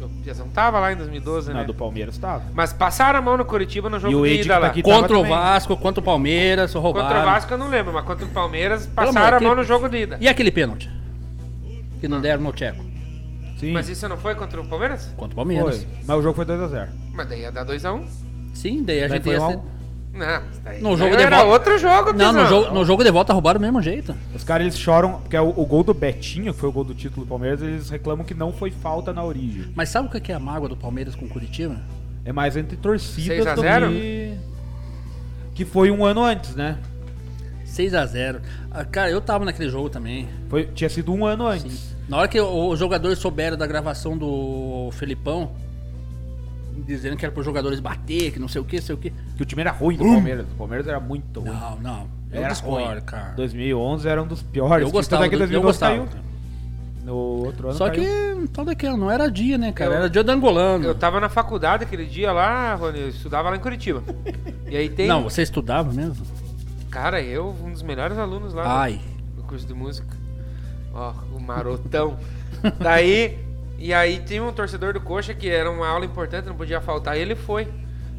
S3: O Piazão tava lá em 2012,
S4: Não,
S3: né?
S4: do Palmeiras tava.
S3: Mas passaram a mão no Curitiba no jogo
S4: E o
S3: de
S4: Ed
S3: ida
S4: que tá
S3: lá.
S4: aqui- E tava
S5: contra o
S4: também.
S5: Vasco, contra o Palmeiras, roubaram.
S3: Contra o Vasco eu não lembro, mas contra o Palmeiras
S5: amor,
S3: passaram a mão
S5: aquele-
S3: no jogo de ida.
S5: é E aquele pênalti? Que não deram no Tcheco.
S4: Sim.
S3: Mas isso não foi contra o Palmeiras?
S5: Contra o
S4: foi.
S5: Palmeiras.
S4: Mas o jogo foi 2x0.
S3: Mas daí ia dar 2x1.
S5: Sim, daí a
S4: Daí
S5: gente
S4: foi
S5: ia
S4: um a
S5: ser-
S4: um.
S3: Não, isso daí
S5: No jogo de
S3: era
S5: volta-
S3: outro jogo,
S5: Não, no
S3: Pizão.
S5: jogo, no jogo de volta roubaram do mesmo jeito.
S4: Os caras eles choram, porque é o, o gol do Betinho, que foi o gol do título do Palmeiras, eles reclamam que não foi falta na origem.
S5: Mas sabe o que é a mágoa do Palmeiras com o Curitiba?
S4: É mais entre
S3: 6
S4: torcidas
S3: a
S4: do
S3: 0?
S4: que. Que foi um ano antes, né?
S5: 6x0. Ah, Cara, eu tava naquele jogo também.
S4: Foi, tinha sido um ano antes.
S5: Na hora que o- os jogadores souberam da gravação do Felipão, dizendo que era para os jogadores bater, que não sei o que, sei o que.
S4: Que o time era ruim do Palmeiras. O Palmeiras era muito ruim.
S5: Não, não. Eu
S4: era
S5: discordo,
S4: ruim.
S5: cara.
S4: 2011 era um dos piores.
S5: Eu gostava,
S4: Tanto é
S5: do,
S4: que
S5: eu
S4: 2012
S5: gostava.
S4: caiu. No outro ano
S5: Só
S4: caiu.
S5: que tal daquela, não era dia, né, cara?
S3: Eu-
S5: Era dia do angolano.
S3: Eu tava na faculdade aquele dia lá, Rony, eu estudava lá em Curitiba. E aí tem.
S5: Não, você estudava mesmo?
S3: Cara, eu, um dos melhores alunos lá. né?
S5: Ai.
S3: no curso de música. Ó, o marotão. daí, e aí tinha um torcedor do Coxa que era uma aula importante, não podia faltar, e ele foi.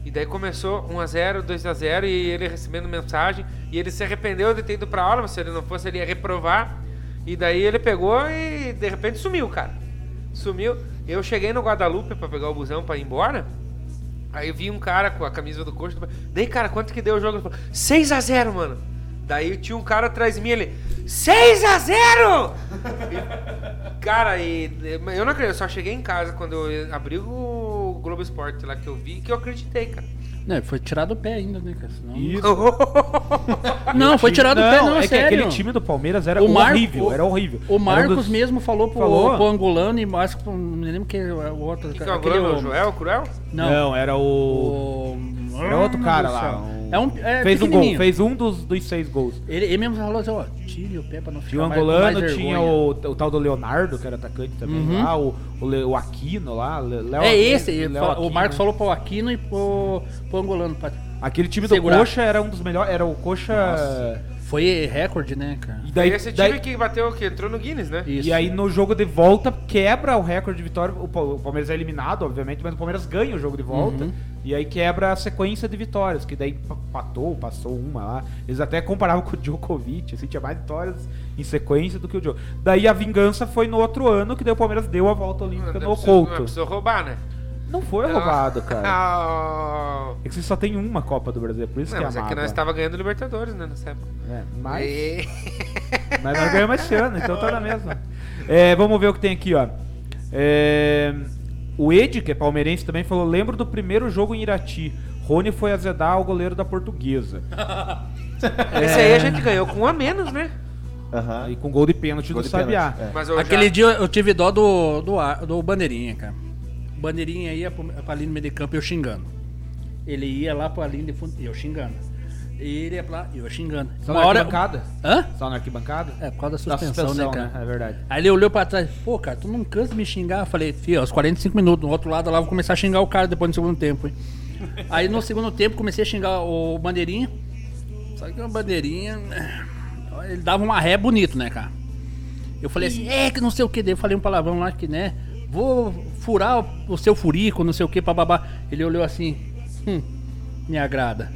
S3: E daí começou 1x0, 2x0, e ele recebendo mensagem, e ele se arrependeu de ter ido pra aula, mas se ele não fosse, ele ia reprovar. E daí ele pegou e de repente sumiu, cara. Sumiu. Eu cheguei no Guadalupe pra pegar o busão pra ir embora. Aí eu vi um cara com a camisa do coxa. Daí, cara, quanto que deu o jogo? Ele falou, 6x0, mano. Daí tinha um cara atrás de mim, ele, 6x0! cara, e eu não acredito, eu só cheguei em casa quando eu abri o Globo Esporte lá que eu vi, que eu acreditei, cara.
S5: Não, Né, foi tirado do pé ainda, né, cara? Senão-
S4: Isso.
S5: Não, foi tirado do pé, não, é,
S4: é que
S5: sério.
S4: aquele time do Palmeiras era
S5: O Mar-
S4: horrível,
S5: o-
S4: era horrível. Era
S5: O
S4: um
S5: Marcos
S4: dos-
S5: mesmo falou pro,
S4: Falou.
S5: pro angolano e mais pro, não lembro quem é o outro.
S3: que, que é o
S5: aquele
S3: Globo?
S5: o-
S3: O Joel? O Cruel?
S5: Não.
S4: Não. era o...
S5: O...
S4: Era outro cara lá.
S5: É um, é
S4: fez um gol,
S5: pequenininho.
S4: fez um dos, dos seis gols.
S5: Ele, ele mesmo falou assim, ó, tire o pé pra não ficar
S4: Tinha o
S5: mais-
S4: angolano,
S5: mais
S4: tinha
S5: vergonha.
S4: o, o tal do Leonardo, que era atacante também
S5: Uhum.
S4: lá, o, o, Le- o Aquino lá, Le- Léo
S5: É
S4: Aquino,
S5: esse, ele
S4: Léo
S5: fala- o
S4: Aquino.
S5: Marcos falou pro Aquino e pro, pro angolano. pra-
S4: Aquele time do
S5: Segurar.
S4: Coxa era um dos melhores, era o Coxa...
S5: Foi recorde, né, cara?
S4: E
S3: E
S4: daí,
S3: esse time
S4: daí-
S3: que bateu o que? Entrou no Guinness, né?
S5: Isso.
S4: E aí no jogo de volta quebra o recorde de vitória. O Pa- o Palmeiras é eliminado, obviamente, mas o Palmeiras ganha o jogo de volta.
S5: Uhum.
S4: E aí quebra a sequência de vitórias, que daí pa- patou, passou uma lá. Eles até comparavam com o Djokovic, assim, tinha mais vitórias em sequência do que o Djokovic. Daí a vingança foi no outro ano, que daí o Palmeiras deu a volta olímpica no
S3: precisou-
S4: Couto.
S3: precisou roubar, né?
S4: Não foi roubado, cara.
S3: Ah,
S4: É que você só tem uma Copa do Brasil, é por isso
S3: Não,
S4: que é
S3: mas é que
S4: amável.
S3: nós tava ganhando Libertadores, né, nessa época.
S4: É, mas...
S3: E-
S4: Mas nós ganhamos esse ano, então tá na mesma. É, vamos ver o que tem aqui, ó. É, o Ed, que é palmeirense, também falou: lembro do primeiro jogo em Irati. Rony foi azedar o goleiro da portuguesa.
S3: Esse aí a gente ganhou com um a menos, né?
S2: Aham.
S4: E com gol de pênalti
S2: Gol
S4: do
S2: de
S4: Sabiá.
S2: pênalti, é.
S3: Mas eu
S5: Aquele
S3: já-
S5: dia eu tive dó do, do, Ar- do Bandeirinha, cara. O Bandeirinha ia pro- pra linha do meio de campo e eu xingando. Ele ia lá pra linha de fundo e eu xingando. Ele ia pra lá e eu xingando.
S4: Só na arquibancada?
S5: Hã?
S4: Só na arquibancada?
S5: É, por causa da
S4: Da
S5: suspensão, né, cara?
S4: É verdade.
S5: Aí ele olhou pra trás, pô, cara, tu não cansa de me xingar? Eu falei, fio, aos 45 minutos, do outro lado lá, eu vou começar a xingar o cara depois no segundo tempo, hein? Aí no segundo tempo comecei a xingar o bandeirinha. Só que o bandeirinha. eh, Ele dava uma ré bonito, né, cara? Eu falei assim, é que não sei o que, daí eu falei um palavrão lá que, né? Vou furar o- o seu furico, não sei o que, bababá. Ele olhou assim, hum, me agrada.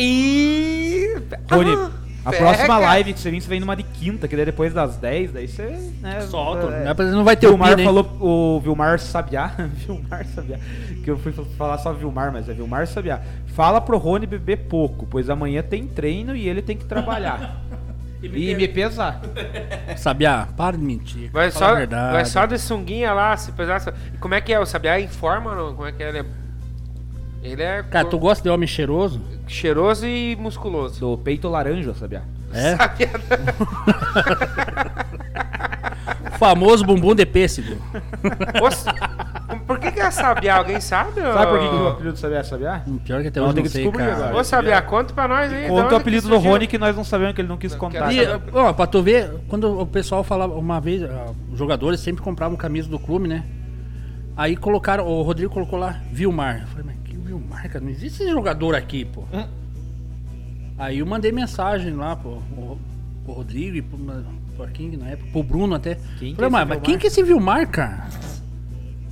S3: E...
S4: Rony,
S3: Ah,
S4: a
S3: pega.
S4: próxima live que você vem, você vem numa de quinta, que daí depois das 10, daí você. Né,
S5: Solta,
S4: é.
S5: né? não vai ter o
S4: Vilmar
S5: pino, hein?
S4: falou, o Vilmar Sabiá, Vilmar Sabiá, que eu fui falar só Vilmar, mas é Vilmar Sabiá. Fala pro Rony beber pouco, pois amanhã tem treino e ele tem que trabalhar. e me, pesar.
S5: Sabiá, "Ah, para de mentir.
S3: Vai
S5: fala
S3: só,
S5: a verdade.
S3: vai só de sunguinha lá, se pesasse. E Como é que é? O Sabiá informa ou não? Como é que é? Ele é, ele é
S5: Cara,
S3: co-
S5: tu gosta de homem cheiroso?
S3: cheiroso e musculoso.
S4: Do peito laranja, Sabiá.
S5: É?
S3: Sabiá
S5: Famoso bumbum de pêssego.
S3: Nossa, Por que, que é Sabiá? Alguém sabe?
S4: Sabe por que, que
S3: Ah.
S4: o apelido do Sabiá é Sabiá?
S5: Hum, Pior que até
S4: Não,
S5: hoje
S4: tem
S5: não
S4: que
S5: sei,
S4: descobrir
S5: cara.
S4: agora.
S3: Ô, Sabiá, conta pra nós aí. de onde
S4: Conta
S3: é que
S4: o apelido do
S3: surgiu?
S4: Rony que nós não sabemos, que ele não quis contar.
S5: E, ó, pra tu ver, quando o pessoal falava, uma vez, ah, os jogadores sempre compravam camisa do clube, né? Aí colocaram, o Rodrigo colocou lá, Vilmar. Eu falei, mas que Vilmar, cara? Não existe esse jogador aqui, pô. Aí eu mandei mensagem lá, pô, pro, pro Rodrigo e pro, pro King na época, pro Bruno até.
S4: Quem que é esse
S5: falei, mas, mas
S4: Vilmar?"
S5: quem que é esse Vilmar, cara?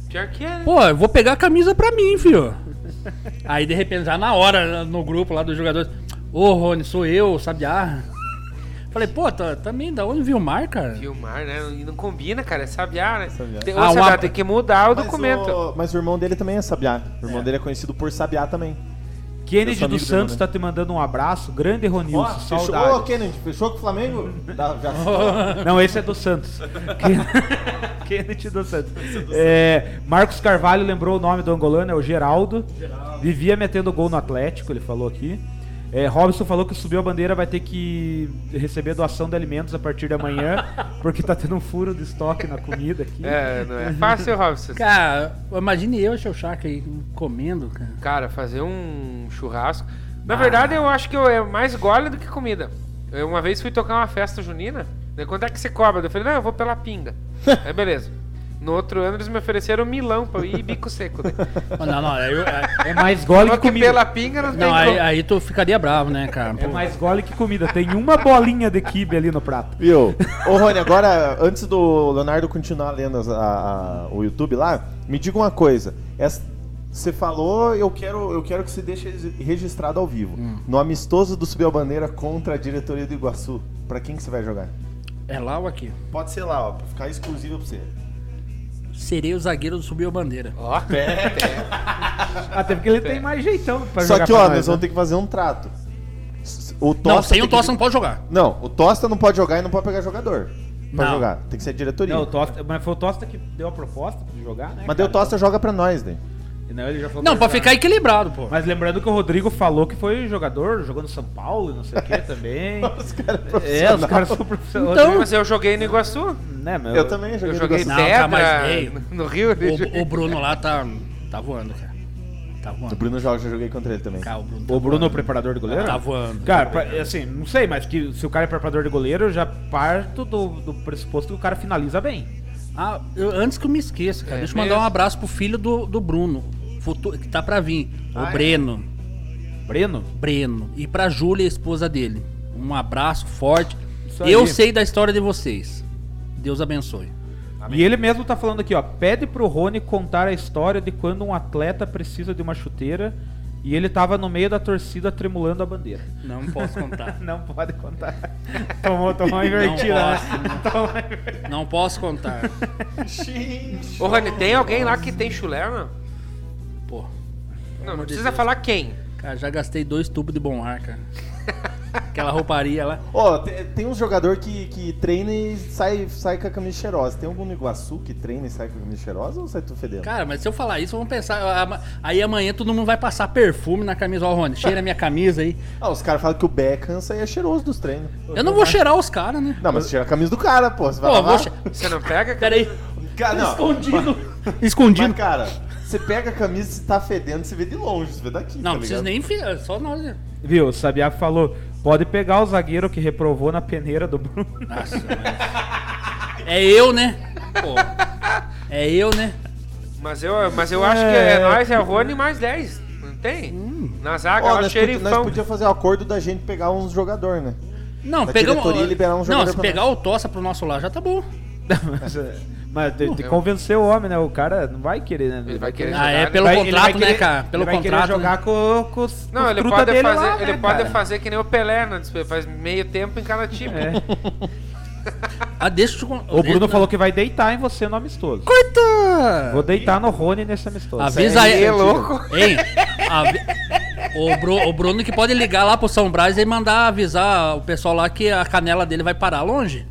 S3: Pior que é, né?
S5: Pô, eu vou pegar a camisa pra mim, filho. Aí de repente, já na hora, no grupo lá dos jogadores, ô Rony, sou eu, Sabiá. Falei, pô, tá- também da onde viu o mar, cara?
S3: Filmar, né? E não combina, cara. É Sabiá, né?
S2: Sabiá.
S3: Tem, ô,
S5: Ah, o
S3: Sabiá,
S5: ap-
S3: tem que mudar o
S2: Mas
S3: documento.
S2: o- mas o irmão dele também é Sabiá. O irmão dele é conhecido por Sabiá também. Eu
S4: Kennedy
S2: sou
S4: dos
S2: amigo do
S4: Santos
S2: Rony.
S4: tá te mandando um abraço. Grande
S2: Ó,
S4: Ronilson,
S2: fechou-
S4: saudade.
S2: Ô, Kennedy, fechou com o Flamengo? Dá- já-
S4: Não, esse é do Santos. Ken- Kennedy do Santos. É, Marcos Carvalho lembrou o nome do angolano, é o Geraldo. Vivia metendo gol no Atlético, ele falou aqui. É, Robson falou que subiu a bandeira vai ter que receber doação de alimentos a partir de amanhã, porque tá tendo um furo de estoque na comida aqui.
S3: É, não é fácil, Robson.
S5: Cara, imagine eu, seu Chaka, aí comendo, cara.
S3: Cara, fazer um churrasco. Na verdade, eu acho que eu- é mais gole do que comida. Eu uma vez fui tocar uma festa junina. Daí, quanto é que você cobra? Eu falei, não, eu vou pela pinga. Aí, beleza. No outro ano, eles me ofereceram um milão pra eu ir e bico seco. Né?
S5: Não, não, aí eu- aí-
S4: É mais gole
S3: Só
S4: que
S3: que
S4: comida.
S3: pela pinga não, tem
S5: não, aí, é,
S3: como.
S5: aí tu ficaria bravo, né, cara?
S4: É
S5: Pô.
S4: mais gole que comida. Tem uma bolinha de quibe ali no prato.
S2: Viu? Ô, Rony, agora, antes do Leonardo continuar lendo as- a- a- o YouTube lá, me diga uma coisa. Essa- você falou, eu quero, eu quero que você deixe registrado ao vivo. No amistoso do Subiu a Bandeira contra a diretoria do Iguaçu, pra quem que você vai jogar?
S5: É lá ou aqui?
S2: Pode ser lá, ó, pra ficar exclusivo pra você.
S5: Serei o zagueiro do Subiu a Bandeira.
S3: Ó,
S4: Até porque ele tem mais jeitão pra
S2: Só
S4: jogar
S2: que,
S4: pra
S2: ó,
S4: nós,
S2: nós vamos
S4: né?
S2: ter que fazer um trato. S- O Tosta
S5: não, sem o
S2: tem que-
S5: Tossa não pode jogar.
S2: Não, o Tosta não pode jogar e não pode pegar jogador. Pra
S5: Não.
S2: jogar. Tem que ser a diretoria.
S4: Não, o Tosta, mas foi o Tosta que deu a proposta de jogar, né?
S2: Mas daí o
S4: cara?
S2: Tosta joga pra nós, né? daí.
S4: Não, ele já falou
S5: Não,
S4: que
S5: pra
S4: ele tá- já-
S5: ficar equilibrado, pô.
S4: Mas lembrando que o Rodrigo falou que foi jogador, jogou no São Paulo e não sei o que também.
S2: Os caras
S4: é, os
S2: profissionais.
S4: caras são profissionais.
S5: Então-
S3: mas eu joguei no Iguaçu.
S4: né, meu,
S2: Eu também joguei
S3: Eu
S2: no
S3: joguei
S2: Iguaçu.
S5: Não,
S3: pedra
S5: tá, mas, ei,
S3: no Rio. né?
S5: O, o Bruno lá tá, tá voando, cara. Tá
S2: O
S5: voando.
S2: Bruno Jorge eu joguei contra ele também.
S5: Cara, o Bruno,
S4: O Bruno é o preparador de goleiro?
S5: Tá voando.
S4: Cara, pra- assim, não sei, mas que se o cara é preparador de goleiro, eu já parto do, do pressuposto que o cara finaliza bem.
S5: Ah, eu- antes que eu me esqueça, cara,
S3: É
S5: deixa eu mandar
S3: mesmo?
S5: um abraço pro filho do, do Bruno, futu- que tá pra vir, o
S2: Ah, é?
S5: Breno.
S4: Breno?
S5: Breno. E pra Júlia, a esposa dele. Um abraço forte.
S4: Isso aí.
S5: Eu sei da história de vocês. Deus abençoe.
S4: E ele mesmo tá falando aqui, ó. Pede pro Rony contar a história de quando um atleta precisa de uma chuteira e ele tava no meio da torcida tremulando a bandeira.
S5: Não posso contar.
S4: Não pode contar. tomou, tomou uma invertida, né? Tomou uma invertida.
S5: Não posso contar.
S3: Ô, Rony, tem alguém lá que tem chulé, não?
S5: Pô,
S3: Não, não
S5: amor de
S3: precisa
S5: Deus.
S3: falar quem.
S5: cara, já gastei dois tubos de bom ar, cara. Aquela rouparia lá.
S2: Ó, te- tem, um jogador que, que treina e sai, sai com a camisa cheirosa. Tem algum no Iguaçu que treina e sai com a camisa cheirosa ou sai tu fedendo?
S5: Cara, mas se eu falar isso, vão pensar. ama- Aí amanhã todo mundo vai passar perfume na camisa. Ó, Rony, cheira a minha camisa aí.
S2: Ah, os caras falam que o Beckham saia cheiroso dos treinos.
S5: Eu não vou cheirar os caras, né?
S2: Não, mas você tira a camisa do cara, pô. Você vai
S5: Pô, eu
S2: lavar?
S5: vou che...
S3: Você não pega? cara?
S5: Peraí.
S2: Cara, não.
S5: Escondido.
S2: Mas,
S5: Escondido.
S2: cara, você pega a camisa, você tá fedendo, você vê de longe, você vê daqui,
S5: Não,
S2: tá
S5: não precisa
S2: ligado?
S5: nem enfiar, só nós. né?
S4: Viu, o Sabiá falou, pode pegar o zagueiro que reprovou na peneira do Bruno.
S5: Nossa, mas... É eu, né? Pô. É eu, né?
S3: Mas eu, mas eu acho que é nós, é o Rony mais 10. Não tem? Na zaga,
S2: Ó,
S3: lá,
S2: nós, pod- nós
S3: xerifão.
S2: podíamos fazer o acordo da gente pegar uns jogador, né?
S5: Não,
S2: Da
S5: pegamos.
S2: diretoria liberar um
S5: não,
S2: jogador
S5: se
S2: pra
S5: pegar o Tossa pro nosso lado já tá bom.
S4: mas é, mas tem tem que convencer o homem, né? O cara não vai querer, né?
S3: Ele vai querer
S5: Ah, é
S3: jogar,
S5: pelo
S3: né?
S4: vai- ele vai
S5: contrato,
S4: querer-
S5: né, cara? Pelo
S4: ele vai
S5: contrato.
S4: querer jogar
S5: né?
S4: com, com os
S3: Não,
S4: com os
S3: ele
S4: truta
S3: pode,
S4: dele
S3: fazer,
S4: lá, né,
S3: ele pode
S4: cara? É.
S3: fazer que nem o Pelé, né? faz meio tempo em cada time.
S5: Ah, deixa eu.
S4: O Bruno falou que vai deitar em você no amistoso.
S5: Coita!
S4: Vou deitar no Rony nesse amistoso.
S5: Avisa
S3: Ele
S5: aí.
S3: é louco.
S5: Hein? Avi- O, Bru- o Bruno que pode ligar lá pro São Brás e mandar avisar o pessoal lá que a canela dele vai parar longe.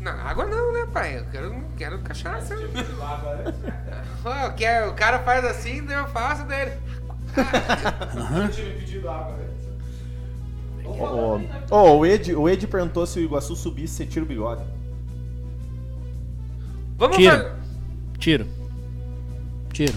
S3: Não, água não, né, pai? Eu quero, quero cachaça. Ó, eu quero- o cara faz assim, daí eu faço dele.
S2: Ô, ô, o, Ed, o Ed perguntou se o Iguaçu subisse, você tira o bigode.
S3: Vamos
S5: Tiro.
S3: fazer-
S5: Tiro. Tiro.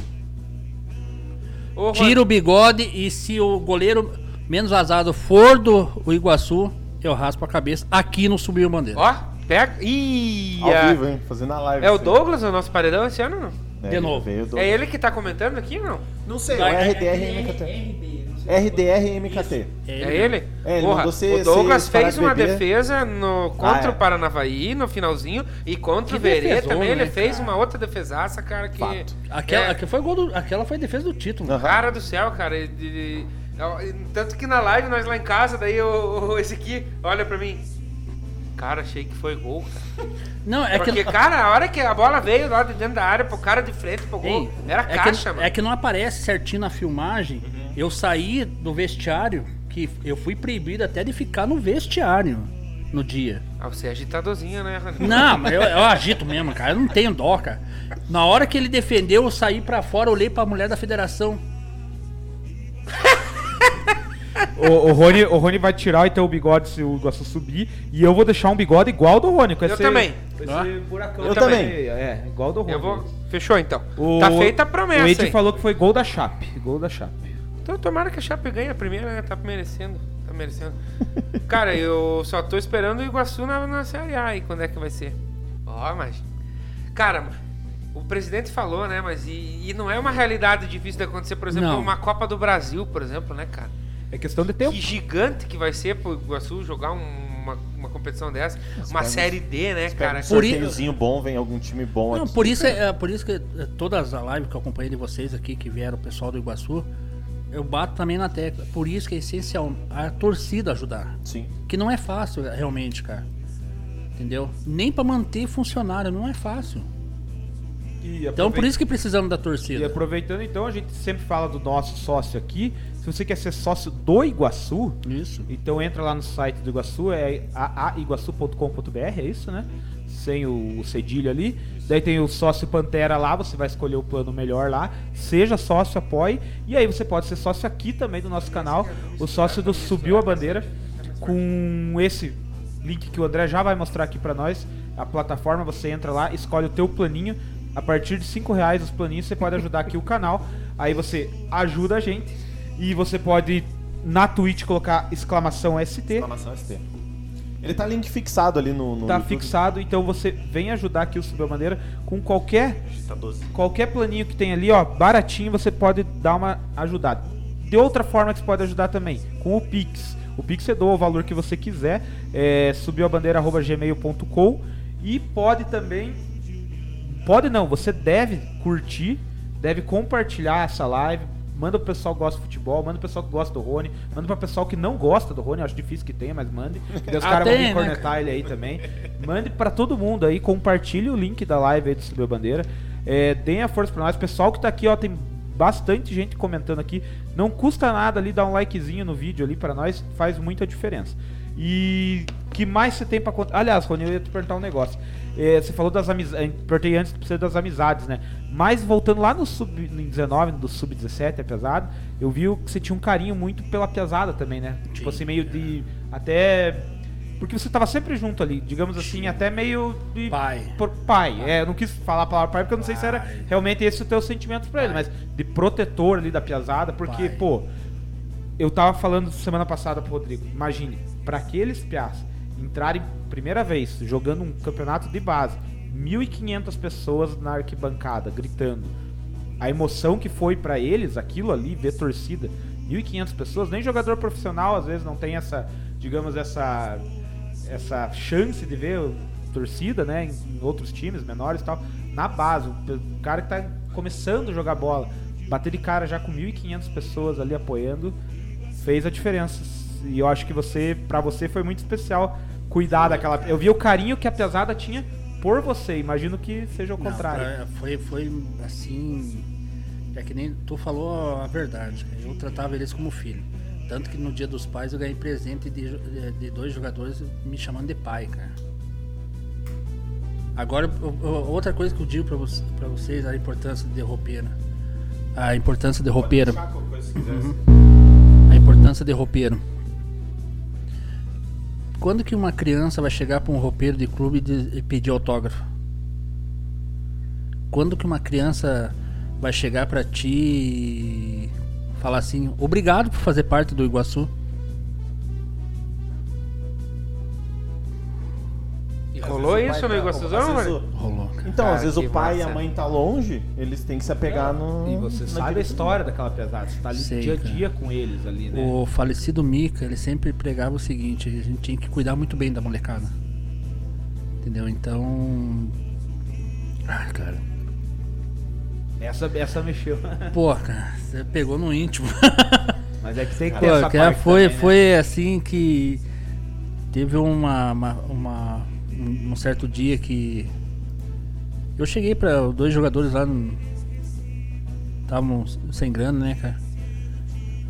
S3: Ô, Rony,
S5: Tira o bigode e se o goleiro menos vazado for do o Iguaçu, eu raspo a cabeça aqui no Subiu Bandeira.
S3: Ó, pega. Ih!
S2: Ao
S3: a-
S2: vivo, hein? Fazendo a live.
S3: É o
S2: assim.
S3: Douglas, o nosso paredão esse ano? não?
S2: É,
S5: De novo.
S2: veio o Douglas.
S3: É ele que tá comentando aqui, não?
S2: Não é sei, o RDR e MKT. RDR e MKT.
S3: É, ele?
S2: É, ele
S3: Porra,
S2: mandou você-
S3: o Douglas
S2: você parar
S3: fez
S2: de
S3: uma
S2: beber.
S3: defesa no,
S2: Ah,
S3: contra
S2: é.
S3: o Paranavaí no finalzinho e contra
S5: Que
S3: o Verê
S5: defesona,
S3: também. Ele
S5: né,
S3: fez
S5: cara?
S3: uma outra defesaça, cara, que.
S2: Fato.
S5: Aquela,
S3: É,
S5: aquela foi gol do- aquela foi a defesa do título.
S2: Aham.
S3: Cara do céu, cara. ele- ele- ele- tanto que na live, nós lá em casa, daí o, o- esse aqui olha pra mim. Cara, achei que foi gol, cara.
S5: Não, é
S3: Porque,
S5: que
S3: cara, a hora que a bola veio lá de dentro da área pro cara de frente pro gol,
S5: Ei,
S3: era
S5: é
S3: caixa,
S5: que,
S3: mano. Uhum.
S5: É que não aparece certinho na filmagem. Eu saí do vestiário, que eu fui proibido até de ficar no vestiário no dia.
S3: Ah, você é agitadorzinho, né, Rony?
S5: Não, mas eu, eu agito mesmo, cara. Eu não tenho dó, cara. Na hora que ele defendeu, eu saí pra fora, olhei pra mulher da federação.
S4: O, o, Rony, o Rony vai tirar então o bigode se o Iguaçu subir. E eu vou deixar um bigode igual ao do Rony. Com
S3: Eu
S4: esse,
S3: também.
S4: com esse
S5: Ah.
S4: buracão
S2: Eu
S4: de
S2: também.
S4: areia. É, igual ao do Rony.
S3: Eu vou... Fechou então.
S4: O-
S3: tá feita a promessa.
S4: O Ed
S3: hein?
S4: falou que foi gol da Chape. Gol da Chape.
S3: Então tomara que a Chape ganhe a primeira, né? Tá merecendo. Tá merecendo. Cara, eu só tô esperando o Iguaçu na, na Série A e quando é que vai ser. Ó, mas. Cara, o presidente falou, né? Mas e, e não é uma realidade difícil de acontecer, por exemplo,
S5: Não.
S3: uma Copa do Brasil, por exemplo, né, cara?
S4: É questão de tempo.
S3: Que gigante que vai ser pro Iguaçu jogar um- uma, uma competição dessa. uma
S2: vamos-
S3: Série D, né,
S2: Pega
S3: cara?
S2: um
S5: Por i-
S2: sorteiozinho bom, vem algum time bom
S5: Não,
S2: aqui.
S5: por
S4: né?
S5: isso, é, é por isso que é, todas as lives que eu acompanhei de vocês aqui, que vieram o pessoal do Iguaçu, eu bato também na tecla. Por isso que é essencial a torcida ajudar.
S2: Sim.
S5: Que não é fácil, realmente, cara. Entendeu? Nem pra manter funcionário, não é fácil.
S4: E
S5: Então, por
S4: aproveita-
S5: isso que precisamos da
S4: E
S5: torcida.
S4: aproveitando então, a gente sempre fala do nosso sócio aqui. Se você quer ser sócio do Iguaçu,
S5: Isso.
S4: então entra lá no site do Iguaçu, é aaiguaçu.com.br, é isso, né? Sem o, o cedilho ali. Daí tem o sócio Pantera lá, você vai escolher o plano melhor lá. Seja sócio, apoie. E aí você pode ser sócio aqui também do nosso canal. O sócio do Subiu a Bandeira com esse link que o André já vai mostrar aqui pra nós. A plataforma, você entra lá, escolhe o teu planinho. A partir de 5 reais os planinhos, você pode ajudar aqui o canal. Aí você ajuda a gente. E você pode na Twitch colocar exclamação ST.
S2: Exclamação ST. Ele tá link fixado ali no. no
S4: Tá
S2: YouTube.
S4: fixado, então você vem ajudar aqui o Subiu a Bandeira com qualquer
S1: Tá 12.
S4: qualquer planinho que tem ali, ó, baratinho, você pode dar uma ajudada. De outra forma que você pode ajudar também, com o Pix. O Pix você doa o valor que você quiser, é, subiu a bandeira gmail.com e pode também, pode não, você deve curtir, deve compartilhar essa live, manda o pessoal que gosta de futebol, manda o pessoal que gosta do Rony, manda pra pessoal que não gosta do Rony, acho difícil que tenha, mas mande, que daí os
S5: Ah,
S4: caras vão vir
S5: tem, né,
S4: cornetar tá ele aí também. Mande pra todo mundo aí, compartilhe o link da live aí do Subiu a Bandeira. É, deem a força pra nós. Pessoal que tá aqui, ó, tem bastante gente comentando aqui. Não custa nada ali dar um likezinho no vídeo ali pra nós, faz muita diferença. E que mais você tem pra contar? Aliás, Rony, eu ia te perguntar um negócio. É, você falou das amizades. Perguntei antes pra você das amizades, né? Mas voltando lá no sub no 19, do sub 17, é pesado. Eu vi que você tinha um carinho muito pela pesada também, né? Tipo assim, meio de. Até porque você tava sempre junto ali, digamos assim, até meio de.
S5: Pai.
S4: Por pai. É, eu não quis falar a palavra pai porque eu não sei se era
S5: Pai.
S4: realmente esse é o teu sentimento pra ele, mas de protetor ali da piazada, porque,
S5: Pai.
S4: pô, eu tava falando semana passada pro Rodrigo, imagine, pra aqueles piás entrarem primeira vez jogando um campeonato de base, 1.500 pessoas na arquibancada gritando. A emoção que foi pra eles, aquilo ali, ver torcida, 1.500 pessoas, nem jogador profissional às vezes não tem essa, digamos, essa essa chance de ver torcida, né, em em outros times menores e tal, na base, o pe- o cara que tá começando a jogar bola, bater de cara já com 1.500 pessoas ali apoiando, fez a diferença. E eu acho que você, para você foi muito especial cuidar daquela, eu vi o carinho que a pesada tinha por você, imagino que seja o
S5: Não,
S4: contrário.
S5: pra- foi, foi assim. É que nem tu falou a verdade. cara. Eu tratava eles como filho. Tanto que no dia dos pais eu ganhei presente de, jo- de- de dois jogadores me chamando de pai, cara. Agora, eu- eu- outra coisa que eu digo pra, vo- pra vocês, a importância de roupeira. A importância de roupeira. A importância de roupeiro. Quando que uma criança vai chegar para um roupeiro de clube e diz- e pedir autógrafo? Quando que uma criança vai chegar para ti e falar assim: "Obrigado por fazer parte do Iguaçu"?
S3: E
S2: Às
S3: rolou
S2: vezes o
S3: isso
S2: pai
S3: no
S2: tá-
S3: Iguaçuzão,
S2: às vezes
S3: mano?
S2: o-
S5: Rolou. cara.
S2: Então,
S3: Cara,
S2: às vezes
S3: que
S2: o pai e a
S3: massa,
S2: mãe tá longe, eles têm que se apegar no.
S4: E você sabe
S2: naquele-
S4: a história daquela pesada, você tá ali
S5: Sei,
S4: dia a
S5: cara.
S4: dia com eles ali, né?
S5: O falecido Mica, ele sempre pregava o seguinte, a gente tinha que cuidar muito bem da molecada. Entendeu? Então, ah, cara.
S4: Essa essa mexeu.
S5: Pô, cara, você pegou no íntimo.
S4: Mas é que tem que
S5: Pô,
S4: ter essa
S5: cara,
S4: parte
S5: foi,
S4: também, né?
S5: foi assim que teve uma, uma, uma- um um certo dia que eu cheguei para dois jogadores lá no- estavam sem grana, né, cara?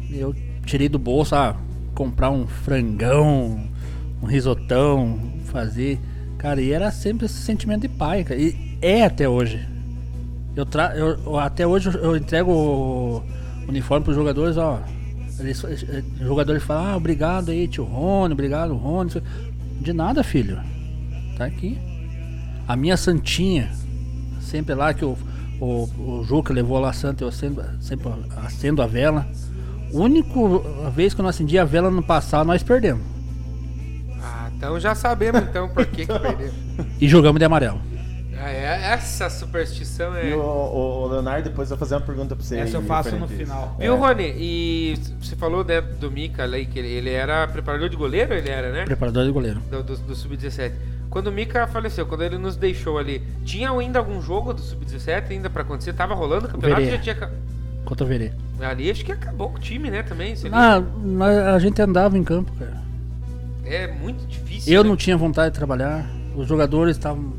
S5: Eu tirei do bolso, ah, comprar um frangão, um risotão, fazer. Cara, e era sempre esse sentimento de pai, cara. E é até hoje. Eu tra eu, eu- até hoje eu- eu entrego o uniforme pros jogadores, ó. Eles, eh, o jogador ele fala, ah, obrigado aí, tio Rony, obrigado, Rony. De nada, filho. Tá aqui. A minha santinha, sempre lá que o, o, o Juca levou lá a santa, eu acendo, sempre acendo a vela. Única vez que eu não acendi a vela no passado, nós perdemos.
S3: Ah, então já sabemos então por que, que perdeu.
S5: E jogamos de amarelo.
S3: Ah, é, essa superstição é.
S2: E o, o- o Leonardo depois vai fazer uma pergunta pra você.
S4: Essa eu
S2: aí, É.
S4: faço no
S2: referente a isso.
S4: final.
S5: É.
S3: Viu, Rony? E você falou né, do Mika ali, que ele, ele era preparador de goleiro, ele era, né?
S5: Preparador de goleiro.
S3: Do, do- do Sub-17. Quando o Mika faleceu, quando ele nos deixou ali, tinha ainda algum jogo do Sub-17 ainda pra acontecer? Tava rolando o campeonato?
S5: Verê.
S3: Já tinha... ca-
S5: Contra o Verê.
S3: Ali acho que acabou com o time, né, também. se ele-
S5: Ah, nós- a gente andava em campo, cara.
S3: É muito difícil.
S5: Eu
S3: né?
S5: não tinha vontade de trabalhar. Os jogadores estavam.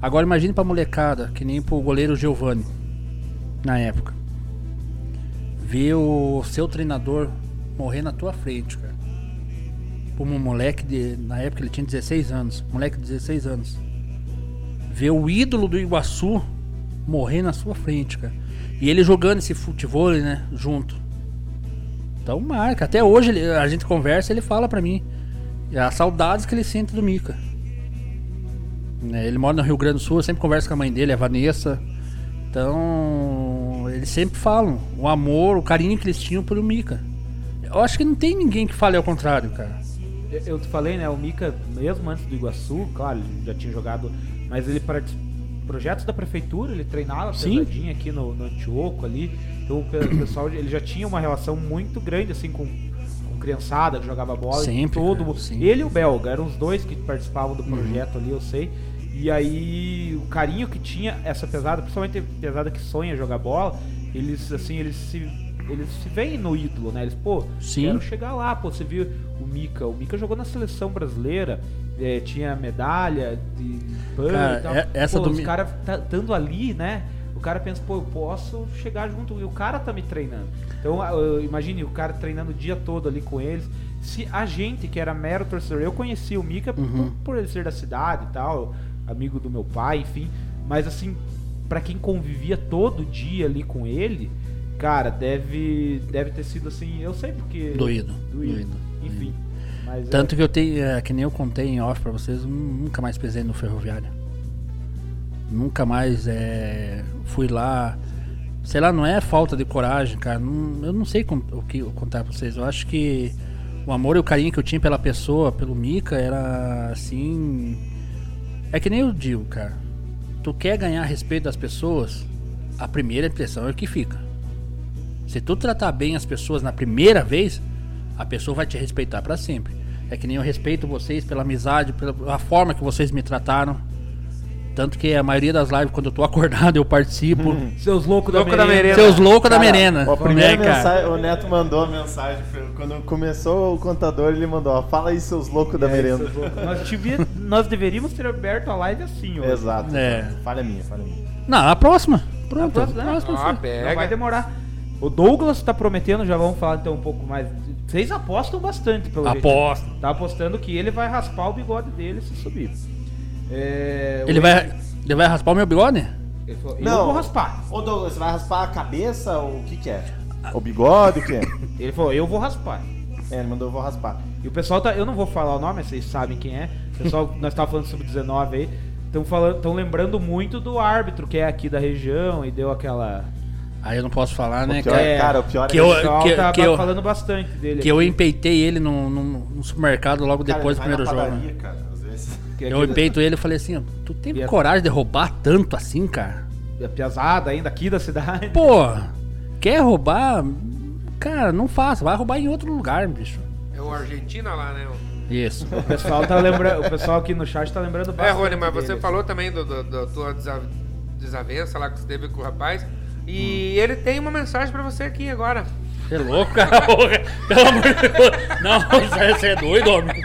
S5: Agora imagine pra molecada, que nem pro goleiro Giovani, na época. Ver o seu treinador morrer na tua frente, cara. Pra um moleque de. Na época ele tinha 16 anos. Moleque de 16 anos. Ver o ídolo do Iguaçu morrer na sua frente, cara. E ele jogando esse futebol, né? Junto. Então marca. Até hoje ele- a gente conversa ele fala pra mim. É as saudades que ele sente do Mica. Né, Ele mora no Rio Grande do Sul, eu sempre converso com a mãe dele, a Vanessa. Então, eles sempre falam o amor, o carinho que eles tinham pelo Mica. Eu acho que não tem ninguém que fale ao contrário, cara.
S4: Eu- Eu te falei, né? O Mika, mesmo antes do Iguaçu, claro, ele já tinha jogado, mas ele para projetos da prefeitura, ele treinava
S5: Sim.
S4: pesadinha aqui no, no Antioco ali. Então o pe- o pessoal, ele já tinha uma relação muito grande assim com, com criançada que jogava bola. e
S5: Sempre,
S4: todo
S5: cara,
S4: mundo.
S5: sempre.
S4: Ele e o Belga, eram os dois que participavam do
S5: Uhum.
S4: projeto ali, eu sei. E aí o carinho que tinha essa pesada, principalmente pesada que sonha jogar bola, eles assim, eles se eles se veem no ídolo, né? Eles, pô,
S5: Sim.
S4: quero chegar lá, pô, você viu o Mika, o Mika jogou na seleção brasileira, eh, tinha medalha de pano
S5: Cara,
S4: e tal.
S5: é- essa
S4: pô,
S5: do
S4: os
S5: Mi-
S4: caras tá- estando ali, né? O cara pensa, pô, eu posso chegar junto e o cara tá me treinando. Então, ah, eu- imagine o cara treinando o dia todo ali com eles. Se a gente que era mero torcedor, eu conheci o Mika por-
S5: Uhum.
S4: por ele ser da cidade e tal, amigo do meu pai, enfim, mas assim, pra quem convivia todo dia ali com ele, cara, deve deve ter sido assim, eu sei porque
S5: Doído,
S4: doído,
S5: doído,
S4: enfim. Mas é-
S5: Tanto que eu tenho, é, que nem eu contei em off pra vocês, eu nunca mais pisei no ferroviário. Nunca mais é, fui lá. Sei lá, não é falta de coragem, cara. Não- eu não sei com- o que eu contar pra vocês. Eu acho que o amor e o carinho que eu tinha pela pessoa, pelo Mika, era assim. É que nem eu digo, cara. Tu quer ganhar respeito das pessoas, a primeira impressão é o que fica. Se tu tratar bem as pessoas na primeira vez, a pessoa vai te respeitar pra sempre. É que nem eu respeito vocês pela amizade, pela a forma que vocês me trataram. Tanto que a maioria das lives, quando eu tô acordado, eu participo.
S4: seus loucos da,
S3: Louco da
S4: merenda.
S3: merenda.
S5: Seus loucos da
S2: Hum. Cara,
S5: merena.
S2: ó, a primeira
S5: né, cara?
S2: mensagem- o Neto mandou a mensagem. pra eu- Quando começou o contador, ele mandou: ó, fala aí, seus loucos da merenda.
S4: Seus loucos. É Nós, tive- nós deveríamos ter aberto a live assim, ó.
S2: Exato.
S5: É.
S2: Falha minha, falha minha.
S5: Não, a próxima. Pronto. A
S4: próxima,
S5: próxima,
S4: né?
S3: Ah,
S5: foi.
S3: pega.
S4: Não vai demorar. O Douglas tá prometendo, já vamos falar então um pouco mais. Vocês apostam bastante pelo jeito.
S5: Aposto.
S4: Tá apostando que ele vai raspar o bigode dele se subir. É,
S5: Ele
S4: o-
S5: vai, ele vai raspar o meu bigode?
S4: ele falou, Eu
S2: Não.
S4: vou raspar.
S2: Ô Douglas, você vai raspar a cabeça ou o que que é? O bigode, o que é?
S4: Ele falou, eu vou raspar.
S2: É, ele mandou, eu vou raspar.
S4: E o pessoal tá. Eu não vou falar o nome, mas vocês sabem quem é. O pessoal, nós tava falando sobre 19 aí. Estão falando, tão lembrando muito do árbitro que é aqui da região e deu aquela.
S5: Aí eu não posso falar, né,
S2: o pior,
S5: cara?
S2: é, cara, o pior
S5: que
S2: é
S5: eu-
S4: O pessoal
S5: que-
S4: tá
S5: que eu-
S4: falando bastante dele.
S5: Que eu
S4: aqui.
S5: empeitei ele num, num- num supermercado logo
S2: Cara,
S5: depois do
S2: ele vai
S5: primeiro
S2: na
S5: jogo. né?
S2: padaria, cara, às vezes.
S4: Que é
S5: Eu
S4: aqui-
S5: empeito ele e falei assim, ó, tu teve
S4: E é- a-
S5: coragem de roubar tanto assim, cara?
S4: É piazada ainda aqui da cidade.
S5: Pô, quer roubar? Cara, não faça, vai roubar em outro lugar, bicho.
S3: É o Argentina lá, né? o-
S5: Isso.
S4: O pessoal, tá lembra... o pessoal aqui no chat tá lembrando bastante.
S3: É, Rony, mas você
S4: dele.
S3: falou também do- do- da tua desa- desavença lá que você teve com o rapaz.
S5: Hum.
S3: E ele tem uma mensagem pra você aqui agora.
S5: Você é louco, cara? Porra, Pelo amor de Deus. Não, você- você é doido, homem.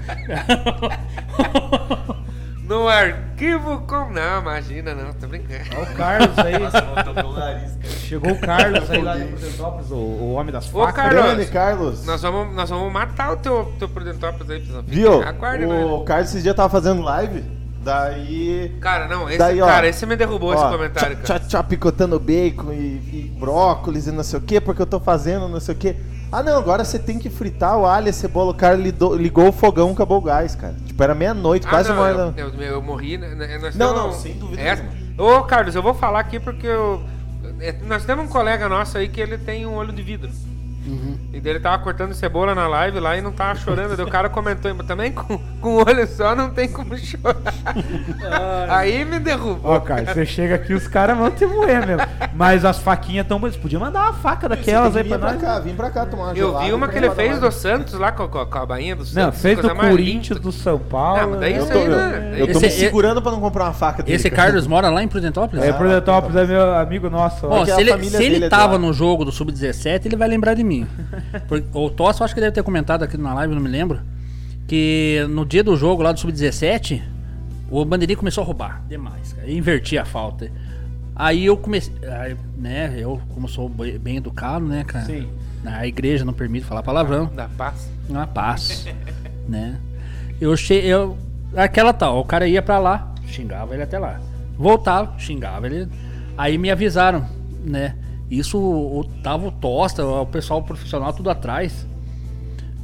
S3: No arquivo com. Não, imagina, não, tô brincando.
S4: Ó, o Carlos
S2: Nossa,
S4: aí.
S2: voltou pelo nariz, cara.
S4: Chegou o Carlos aí lá em Prudentópolis, o, o homem das
S3: Ô,
S4: facas. né?
S3: Carlos.
S2: Grande, Carlos.
S3: Nós vamos, nós vamos matar o teu, teu Prudentópolis aí, pessoal.
S2: Viu?
S3: Aguarde,
S2: o
S3: velho.
S2: Carlos esse dia tava fazendo live, daí...
S3: Cara, não, esse,
S2: daí, ó,
S3: cara, esse me derrubou esse
S2: ó,
S3: comentário,
S2: tchá,
S3: cara.
S2: Tchá, tchá, picotando bacon e, e brócolis e não sei o que, porque eu tô fazendo não sei o que. Ah, não, agora você tem que fritar o alho, a cebola. O cara lido- ligou o fogão, acabou o gás, cara. Tipo, era meia-noite,
S3: Ah,
S2: quase
S3: não,
S2: uma hora. da-
S3: eu, eu, eu morri. né, né, nós
S2: Não,
S3: temos-
S2: não, sem dúvida
S3: é- Ô, Carlos, eu vou falar aqui porque eu. é, nós temos um colega nosso aí que ele tem um olho de vidro.
S2: Uhum.
S3: E daí ele tava cortando cebola na live lá e não tava chorando. daí o cara comentou, mas também com, com um olho só não tem como chorar. aí me derrubou.
S4: Ó, cara, você chega aqui, os caras vão te moer mesmo. Mas as faquinhas tão bonitas. Podia mandar uma faca daquelas aí
S2: Vim
S4: pra
S2: pra
S4: nós.
S2: cá, vim pra cá tomar uma
S3: Eu
S2: gelada
S3: vi uma
S2: e
S3: que ele
S2: tomar
S3: fez
S2: uma-
S3: do Santos lá com, com a- com a bainha do Santos.
S4: Não, fez do
S3: coisa mais
S4: Corinthians,
S3: linda.
S4: do São Paulo.
S3: Ah, mas daí
S2: Eu
S4: né?
S3: isso
S2: tô,
S3: aí,
S2: eu,
S3: né?
S2: eu tô
S5: Esse- é-
S2: me segurando pra não comprar uma faca dele.
S5: Esse
S2: cara.
S5: Carlos mora lá em Prudentópolis?
S4: É, Prudentópolis é meu amigo nosso. ó.
S5: Bom,
S2: que
S5: se
S2: a
S5: ele,
S2: família
S5: se ele
S2: dele é
S5: tava
S2: de lá.
S5: no jogo do Sub-17, ele vai lembrar de mim. Porque, o Tosso, acho que deve ter comentado aqui na live, não me lembro. Que no dia do jogo lá do Sub-17, o Bandeirinha começou a roubar demais, cara. Invertia a falta. Aí eu comecei. aí, né, eu, como sou be- bem educado, né, cara?
S4: Sim.
S5: A igreja não permite falar palavrão.
S3: Da paz.
S5: Uma é paz. né? Eu che... eu Aquela tal, o cara ia pra lá, xingava ele até lá. Voltava, xingava ele. Aí me avisaram, né? Isso o, tava o Tosta, o pessoal profissional tudo atrás.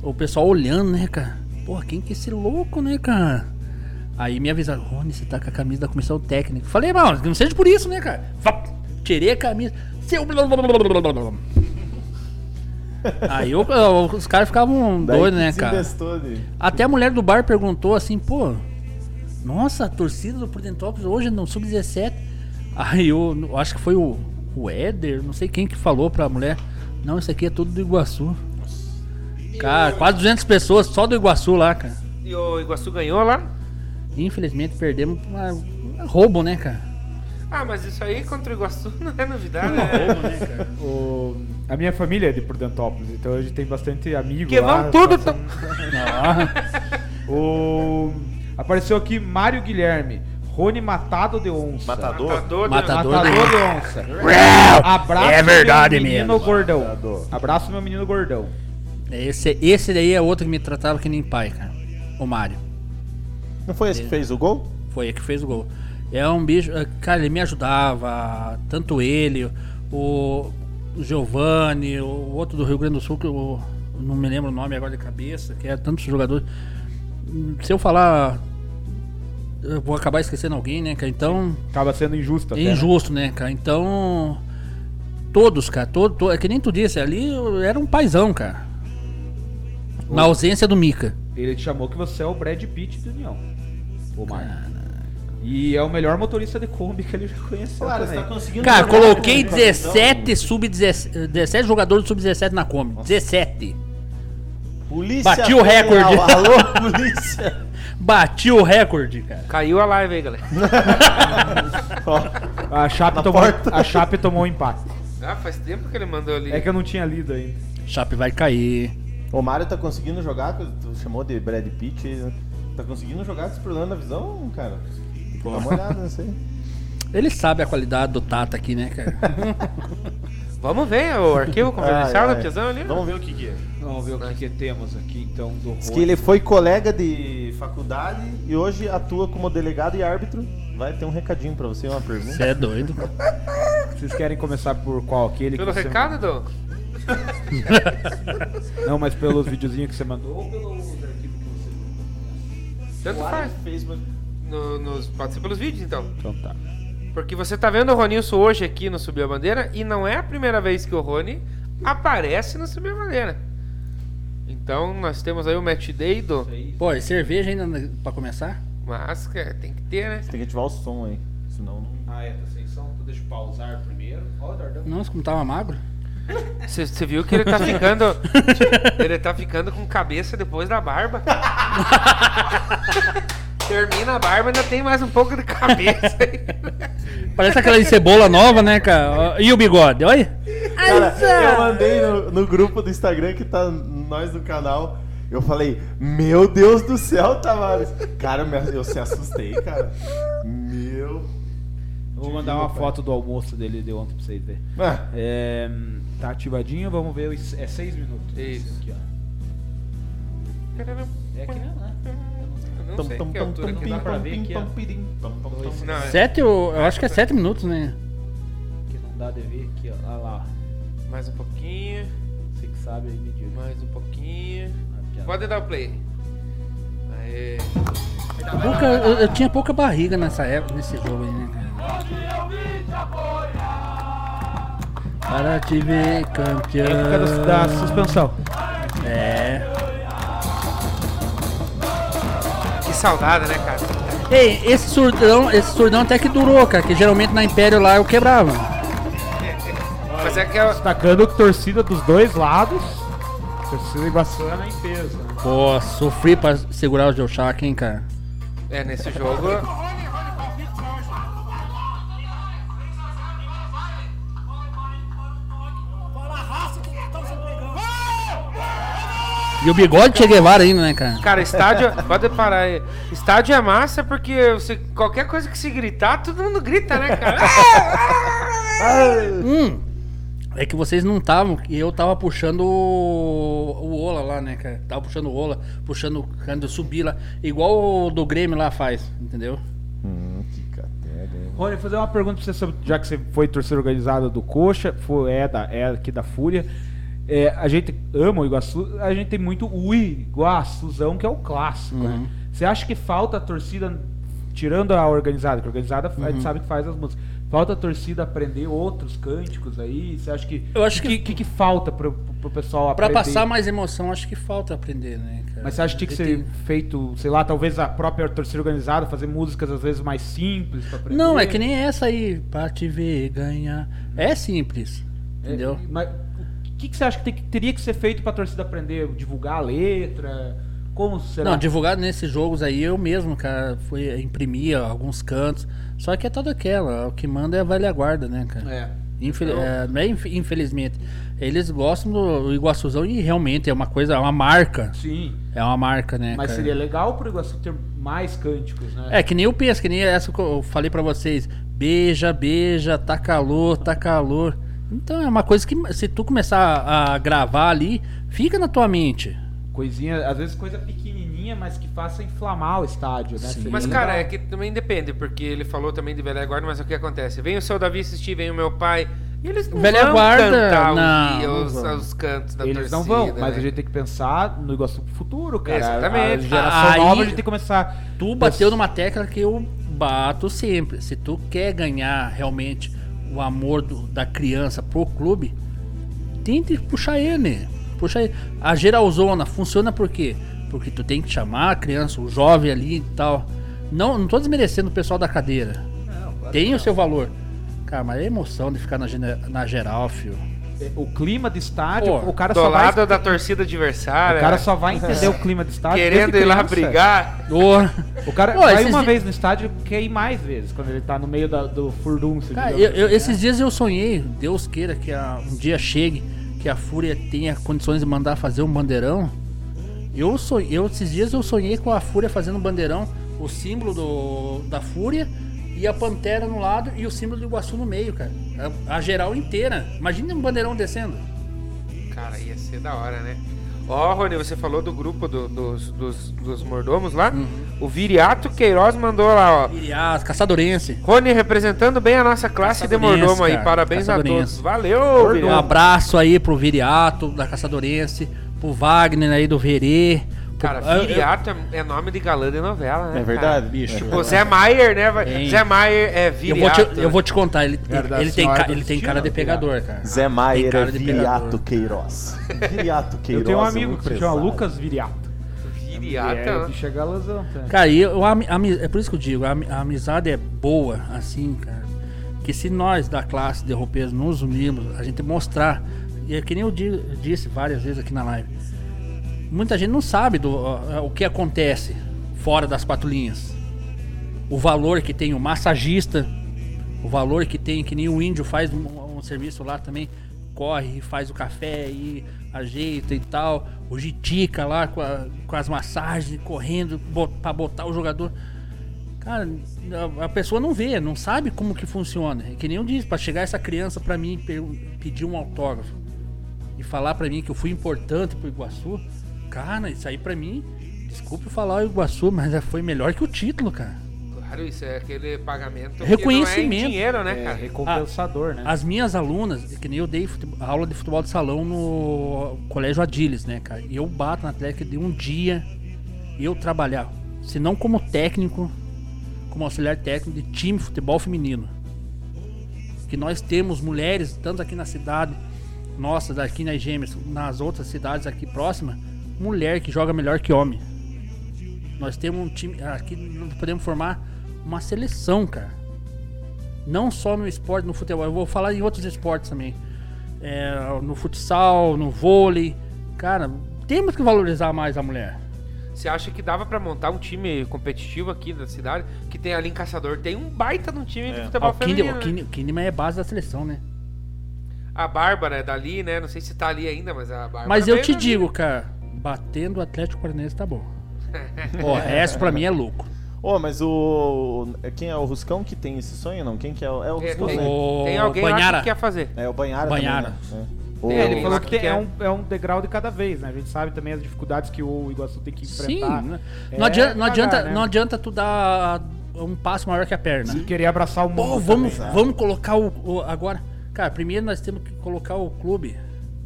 S5: O pessoal olhando, né, cara? Porra, quem que é esse louco, né, cara? Aí me avisaram, Rony, você tá com a camisa da comissão técnica. Falei, mano, não seja por isso, né, cara? Vap, tirei a camisa. Seu. Aí eu- eu- os caras ficavam
S2: Daí
S5: doidos, né,
S2: se
S5: cara?
S2: investou de-
S5: Até a mulher do bar perguntou assim, pô, nossa, a torcida do Prudentópolis hoje no Sub-17. Aí eu, eu acho que foi o, o Éder, não sei quem que falou pra mulher, não, isso aqui é tudo do Iguaçu. Cara, quase 200 pessoas só do Iguaçu lá, cara.
S3: E o Iguaçu ganhou lá?
S5: Infelizmente perdemos pra uma- um roubo, né, cara?
S3: Ah, mas isso aí contra o Iguaçu não é novidade. né?
S5: Roubo, né, cara?
S4: O- A minha família é de Prudentópolis, então hoje tem bastante amigo
S3: Porque
S4: lá.
S3: vão tudo.
S4: passa- O... Apareceu aqui Mário Guilherme. Rony Matado de Onça.
S2: Matador?
S3: Matador, né?
S5: Matador.
S4: Matador
S5: de
S4: de Onça. Abraço
S5: É verdade
S4: meu menino
S5: mesmo.
S4: gordão.
S2: Matador.
S4: Abraço meu menino gordão.
S5: Esse, esse daí é outro que me tratava que nem pai, cara. O Mário.
S2: Não foi esse que fez o gol?
S5: Foi ele que fez o gol. É um bicho. eh, Cara, ele me ajudava. Tanto ele, o o Giovanni, o outro do Rio Grande do Sul, que eu não me lembro o nome agora de cabeça, que é tantos jogadores. Hum, Se eu falar. Eu vou acabar esquecendo alguém, né, cara? Então.
S4: Acaba sendo injusto
S5: É
S4: até. né?
S5: injusto, né, cara? Então. Todos, cara. Todo, todo, é que nem tu disse, ali eu era um paizão, cara. Na ausência do Mika.
S4: Ele te chamou que você é o Brad Pitt do União. O Mário. E é o melhor motorista de Kombi que ele já conheceu também.
S2: tá
S5: tá
S2: conseguindo.
S5: Cara, coloquei 17 sub-17 17 jogadores do sub-17 na Kombi. 17.
S2: Polícia.
S5: Bati o
S2: Federal.
S5: recorde.
S2: Alô, polícia.
S5: Bati o recorde, cara.
S3: Caiu a live aí, galera.
S2: Ó,
S4: A Chape,
S2: Na
S4: tomou,
S2: porta.
S4: a Chape tomou um impacto.
S3: Ah, faz tempo que ele mandou ali.
S4: É que eu não tinha lido ainda.
S5: Chape vai cair.
S2: o Mário tá conseguindo jogar, que tu chamou de Brad Pitt. aí, né? Tá conseguindo jogar com esse problema na visão, cara? Dá uma olhada, não sei.
S5: Ele sabe a qualidade do Tata aqui, né, cara?
S3: Vamos ver o arquivo confidencial
S2: Ai,
S3: da
S2: ai.
S3: Piazão ali. né?
S2: Vamos ver o que, que é.
S4: Vamos ver o que, que temos aqui então do
S2: Diz que
S4: Rony.
S2: ele foi colega de faculdade e hoje atua como delegado e árbitro. Vai ter um recadinho pra você, uma pergunta.
S5: Você é doido.
S4: Vocês querem começar por qual? Aquele
S3: Pelo
S4: que você...
S3: recado, Dom?
S4: Não, mas pelos videozinhos que você mandou. Ou pelos arquivos que você mandou.
S3: Tanto
S2: O
S3: faz.
S2: árbitro fez, mas-
S3: No- nos, pode ser pelos vídeos, então.
S4: Então tá.
S3: Porque você tá vendo o Ronilson hoje aqui no Subiu a Bandeira e não é a primeira vez que o Rony aparece no Subiu a Bandeira. Então, nós temos aí o match day do...
S5: Pô, e cerveja ainda na- pra começar?
S3: Mas, cara, tem que ter, né?
S2: Tem que ativar o som aí. Senão não.
S4: Ah, é, tá sem som. Então deixa eu pausar primeiro. Ó, o Dardão.
S5: Nossa, como tava magro.
S3: Você viu que ele tá ficando... ele tá ficando com cabeça depois da barba. Termina a barba, ainda tem mais um pouco de cabeça.
S5: Parece aquela de cebola nova, né, cara? Ó, E o bigode, olha.
S2: Cara, eu mandei no, no grupo do Instagram que tá nós do canal. Eu falei, meu Deus do céu, Tavares. Cara, eu, me, eu se assustei, cara. Meu.
S4: Vou mandar uma foto do almoço dele de ontem pra vocês verem.
S2: Ah,
S4: É, tá ativadinho, vamos ver. os- É seis minutos.
S3: Isso.
S4: Aqui, ó. É aqui mesmo, né?
S3: Eu Não
S2: tum,
S3: sei
S2: tum,
S3: que
S2: tum,
S3: altura
S2: tum,
S3: que
S2: pim,
S3: dá pra
S2: pum,
S4: ver
S2: pim,
S4: aqui,
S2: pum,
S4: ó.
S2: pirim, pum, pum, pum.
S3: Não, é-
S5: Sete, eu, eu acho que é sete minutos, né?
S4: Que não dá de ver aqui, ó. Olha lá.
S3: Mais um pouquinho.
S4: ó. Six sabe, aí me diga.
S3: Mais um pouquinho.
S4: Aqui, ó.
S3: Pode dar o play. Aê.
S5: Pouca- eu, eu tinha pouca barriga nessa época, nesse jogo aí, né, cara? Para te ver campeão.
S4: É Época da, da suspensão.
S5: É.
S3: Que saudade, né, cara?
S5: Ei, esse surdão, esse surdão até que durou, cara, que geralmente na Império lá eu quebrava.
S3: Mas é que é.
S4: Destacando torcida dos dois lados. Torcida embaçana em peso.
S5: Pô, sofri pra segurar o Geoshack, hein, cara.
S3: É, nesse jogo.
S5: E o bigode de Che Guevara ainda, né, cara?
S3: Cara, estádio. Pode parar aí. Estádio é massa porque você, qualquer coisa que se gritar, todo mundo grita, né, cara?
S5: Hum, é que vocês não estavam, e eu tava puxando o, o Ola lá, né, cara? Tava puxando o Ola, puxando quando eu subi lá, igual o do Grêmio lá faz, entendeu?
S2: Hum, que catega, hein?
S4: Rony, vou fazer uma pergunta pra você sobre. Já que você foi torcida organizada do Coxa, foi, é, da, é aqui da Fúria. É, a gente ama o Iguaçu, a gente tem muito o Iguaçuzão, que é o clássico,
S5: Uhum.
S4: né? Você acha que falta a torcida, tirando a organizada, que a organizada a
S5: Uhum.
S4: gente sabe que faz as músicas. Falta a torcida aprender outros cânticos aí? Você acha que.
S5: Eu acho
S4: que.
S5: que-
S4: O que, que falta pro, pro pessoal
S5: Pra
S4: aprender?
S5: passar mais emoção, acho que falta aprender, né, cara?
S4: Mas você acha que tinha que ser feito, sei lá, talvez a própria torcida organizada, fazer músicas às vezes mais simples pra aprender?
S5: Não, é que nem essa aí, pra te ver ganhar. É simples, entendeu?
S4: É, mas o que, que você acha que, tem que- teria que ser feito pra torcida aprender? Divulgar a letra? Como será?
S5: Não, divulgado nesses jogos aí, eu mesmo, cara, fui imprimir alguns cantos. Só que é toda aquela, o que manda é a velha guarda, né, cara?
S4: É.
S5: Infel-
S4: Então-
S5: é, não é inf- infelizmente. Eles gostam do Iguaçuzão e realmente é uma coisa, é uma marca.
S4: Sim.
S5: É uma marca, né,
S4: Mas
S5: cara?
S4: seria legal pro Iguaçu ter mais cânticos, né?
S5: É, que nem o Pesca, que nem essa que eu falei pra vocês. Beija, beija, tá calor, tá calor. Então é uma coisa que se tu começar a a gravar ali, fica na tua mente.
S4: Coisinha, às vezes coisa pequenininha, mas que faça inflamar o estádio, né? Seria
S3: Mas, cara,
S4: legal.
S3: é que também depende, porque ele falou também de Velha Guarda, mas o que acontece? Vem o seu Davi assistir, vem o meu pai. E eles não
S5: Velha
S3: vão
S5: Guarda,
S3: cantar os-
S5: não,
S3: os,
S5: não vão.
S3: os cantos da
S4: Eles
S3: torcida.
S4: não vão, mas
S3: né?
S4: a gente tem que pensar no Iguaçu pro futuro, cara.
S3: Exatamente.
S4: A geração
S5: Ah, Aí-
S4: nova a gente tem que começar.
S5: Tu bateu numa tecla que eu bato sempre. Se tu quer ganhar realmente o amor do- da criança pro clube, tente puxar ele. Puxa ele. A geralzona funciona por quê? Porque tu tem que chamar a criança, o jovem ali e tal. Não, não tô desmerecendo o pessoal da cadeira. tem o seu valor. Cara, mas é emoção de ficar na, gene- na geral, fio.
S4: é, O clima do estádio,
S5: Pô,
S4: o cara
S3: Do
S4: só vai.
S3: lado da torcida adversária. né?
S4: O cara só vai entender o clima do estádio.
S3: Querendo
S4: desde
S3: ir lá
S4: criança.
S3: brigar.
S5: Ô.
S4: O cara
S5: Pô,
S4: vai
S5: esses
S4: uma
S5: di-
S4: vez no estádio quer ir mais vezes, quando ele tá no meio da- do furdunço.
S5: Cara,
S4: digamos
S5: eu-
S4: assim,
S5: eu-
S4: né?
S3: é.
S5: esses dias eu sonhei, Deus queira que a- um dia chegue, que a Fúria tenha condições de mandar fazer um bandeirão. Eu sonhei, eu, esses dias eu sonhei com a Fúria fazendo um bandeirão, o símbolo do- da Fúria e a Pantera no lado e o símbolo do Iguaçu no meio, cara. A, a geral inteira. Imagina um bandeirão descendo.
S3: Cara, ia ser da hora, né? Ó, Rony, você falou do grupo do- dos, dos, dos mordomos lá.
S4: Uhum.
S3: O Viriato Queiroz mandou lá, ó.
S5: Iriás, Caçadorense.
S3: Rony representando bem a nossa classe de
S5: Caçadorense,
S3: mordomo aí.
S5: cara,
S3: Parabéns a
S5: caçadorense.
S3: todos. Valeu,
S5: Um
S3: Viriato.
S5: abraço aí pro Viriato da Caçadorense, pro Wagner aí do Verê. pro-
S3: Cara,
S5: Ah, eu-
S3: Viriato é, é nome de galã de novela, né?
S2: É verdade,
S3: cara?
S2: bicho.
S3: Tipo, Zé Maier, né? vai-
S5: Hein.
S3: Zé Maier é
S5: Eu vou,
S3: Viriato.
S5: te, eu vou te contar, ele,
S4: Era da
S5: ele, tem,
S4: senhora
S5: ca-
S4: do
S5: ele tem
S4: destino,
S5: cara de
S4: né?
S5: pegador, cara.
S2: Zé
S5: Tem
S2: Maier é
S5: cara de
S2: Viriato
S5: pegador.
S2: Queiroz. Viriato Queiroz.
S4: Eu tenho um
S2: é
S4: amigo que se chama
S2: empresário.
S4: Lucas Viriato.
S3: Viriato.
S4: É,
S3: né?
S4: o bicho é galãzão, tá?
S5: Cara, e eu, a, ami- ami- é por isso que eu digo, a, ami- a amizade é boa, assim, cara. Que se nós da classe de roupeiros nos unirmos, a gente mostrar, e é que nem eu di- eu disse várias vezes aqui na live, muita gente não sabe do, ó, o que acontece fora das quatro linhas. O valor que tem o massagista, o valor que tem, que nem o índio faz um, um serviço lá também, corre, faz o café e ajeita e tal. O Jitica lá com, a- com as massagens, correndo bo- pra botar o jogador. Cara, a- a pessoa não vê, não sabe como que funciona. É que nem eu disse, pra chegar essa criança pra mim e pe- pedir um autógrafo e falar pra mim que eu fui importante pro Iguaçu, cara, isso aí pra mim, desculpe falar o Iguaçu, mas é- foi melhor que o título, cara.
S3: Claro, isso é aquele pagamento. que não é em
S5: Reconhecimento.
S3: dinheiro, né,
S4: É
S5: ah,
S3: cara?
S4: recompensador, né?
S5: As minhas alunas, que nem eu dei fute- aula de futebol de salão no Colégio Adiles, né, cara? E eu bato na tecla de um dia eu trabalhar, se não como técnico, como auxiliar técnico de time de futebol feminino. Que nós temos mulheres, tanto aqui na cidade, nossa, daqui nas gêmeas, nas outras cidades aqui próximas, mulher que joga melhor que homem. Nós temos um time, aqui nós podemos formar uma seleção, cara não só no esporte, no futebol, eu vou falar em outros esportes também. É, no futsal, no vôlei. Cara, temos que valorizar mais a mulher.
S3: Você acha que dava pra montar um time competitivo aqui na cidade? Que tem ali em Caçador, tem um baita de um time de
S5: Ah,
S3: futebol
S5: O Kindeman
S3: feminino. né?
S5: é base da seleção, né?
S3: A Bárbara é dali, né? Não sei se tá ali ainda, mas a Bárbara.
S5: Mas eu
S3: veio
S5: te
S3: dali.
S5: digo, cara, batendo o Atlético Paranaense tá bom. Ó, o resto pra mim é louco.
S2: Ô, mas o. Quem é o Ruscão que tem esse sonho, não? Quem que é? o- É o
S3: É,
S2: Ruscão,
S3: tem,
S2: né?
S3: tem
S5: O
S3: alguém lá
S5: Banhara.
S3: que quer fazer.
S2: É o Banhara,
S5: Banhara.
S2: também, né? É.
S4: É, ele
S3: Ou-
S4: falou
S3: Lá
S4: que,
S3: que
S4: tem- é,
S3: quer.
S4: um, é um degrau de cada vez, né? A gente sabe também as dificuldades que o Iguaçu tem que
S5: Sim.
S4: enfrentar.
S5: né?
S4: É
S5: Não, adianta, não,
S4: devagar,
S5: adianta,
S4: né?
S5: não adianta tu dar um passo maior que a perna.
S4: Se querer abraçar o mundo.
S5: Pô, vamos,
S4: também, né?
S5: vamos colocar o, o- Agora. Cara, primeiro nós temos que colocar o clube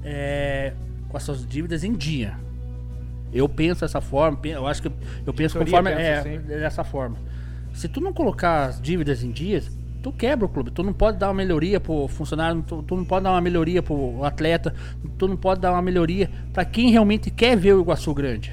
S5: é, com as suas dívidas em dia. Eu penso dessa forma, pe- eu acho que eu- eu penso
S4: Diretoria
S5: conforme.
S4: pensa
S5: é,
S4: assim.
S5: dessa forma. Se tu não colocar as dívidas em dias, tu quebra o clube. Tu não pode dar uma melhoria pro funcionário, tu, tu não pode dar uma melhoria pro atleta, tu não pode dar uma melhoria pra quem realmente quer ver o Iguaçu grande.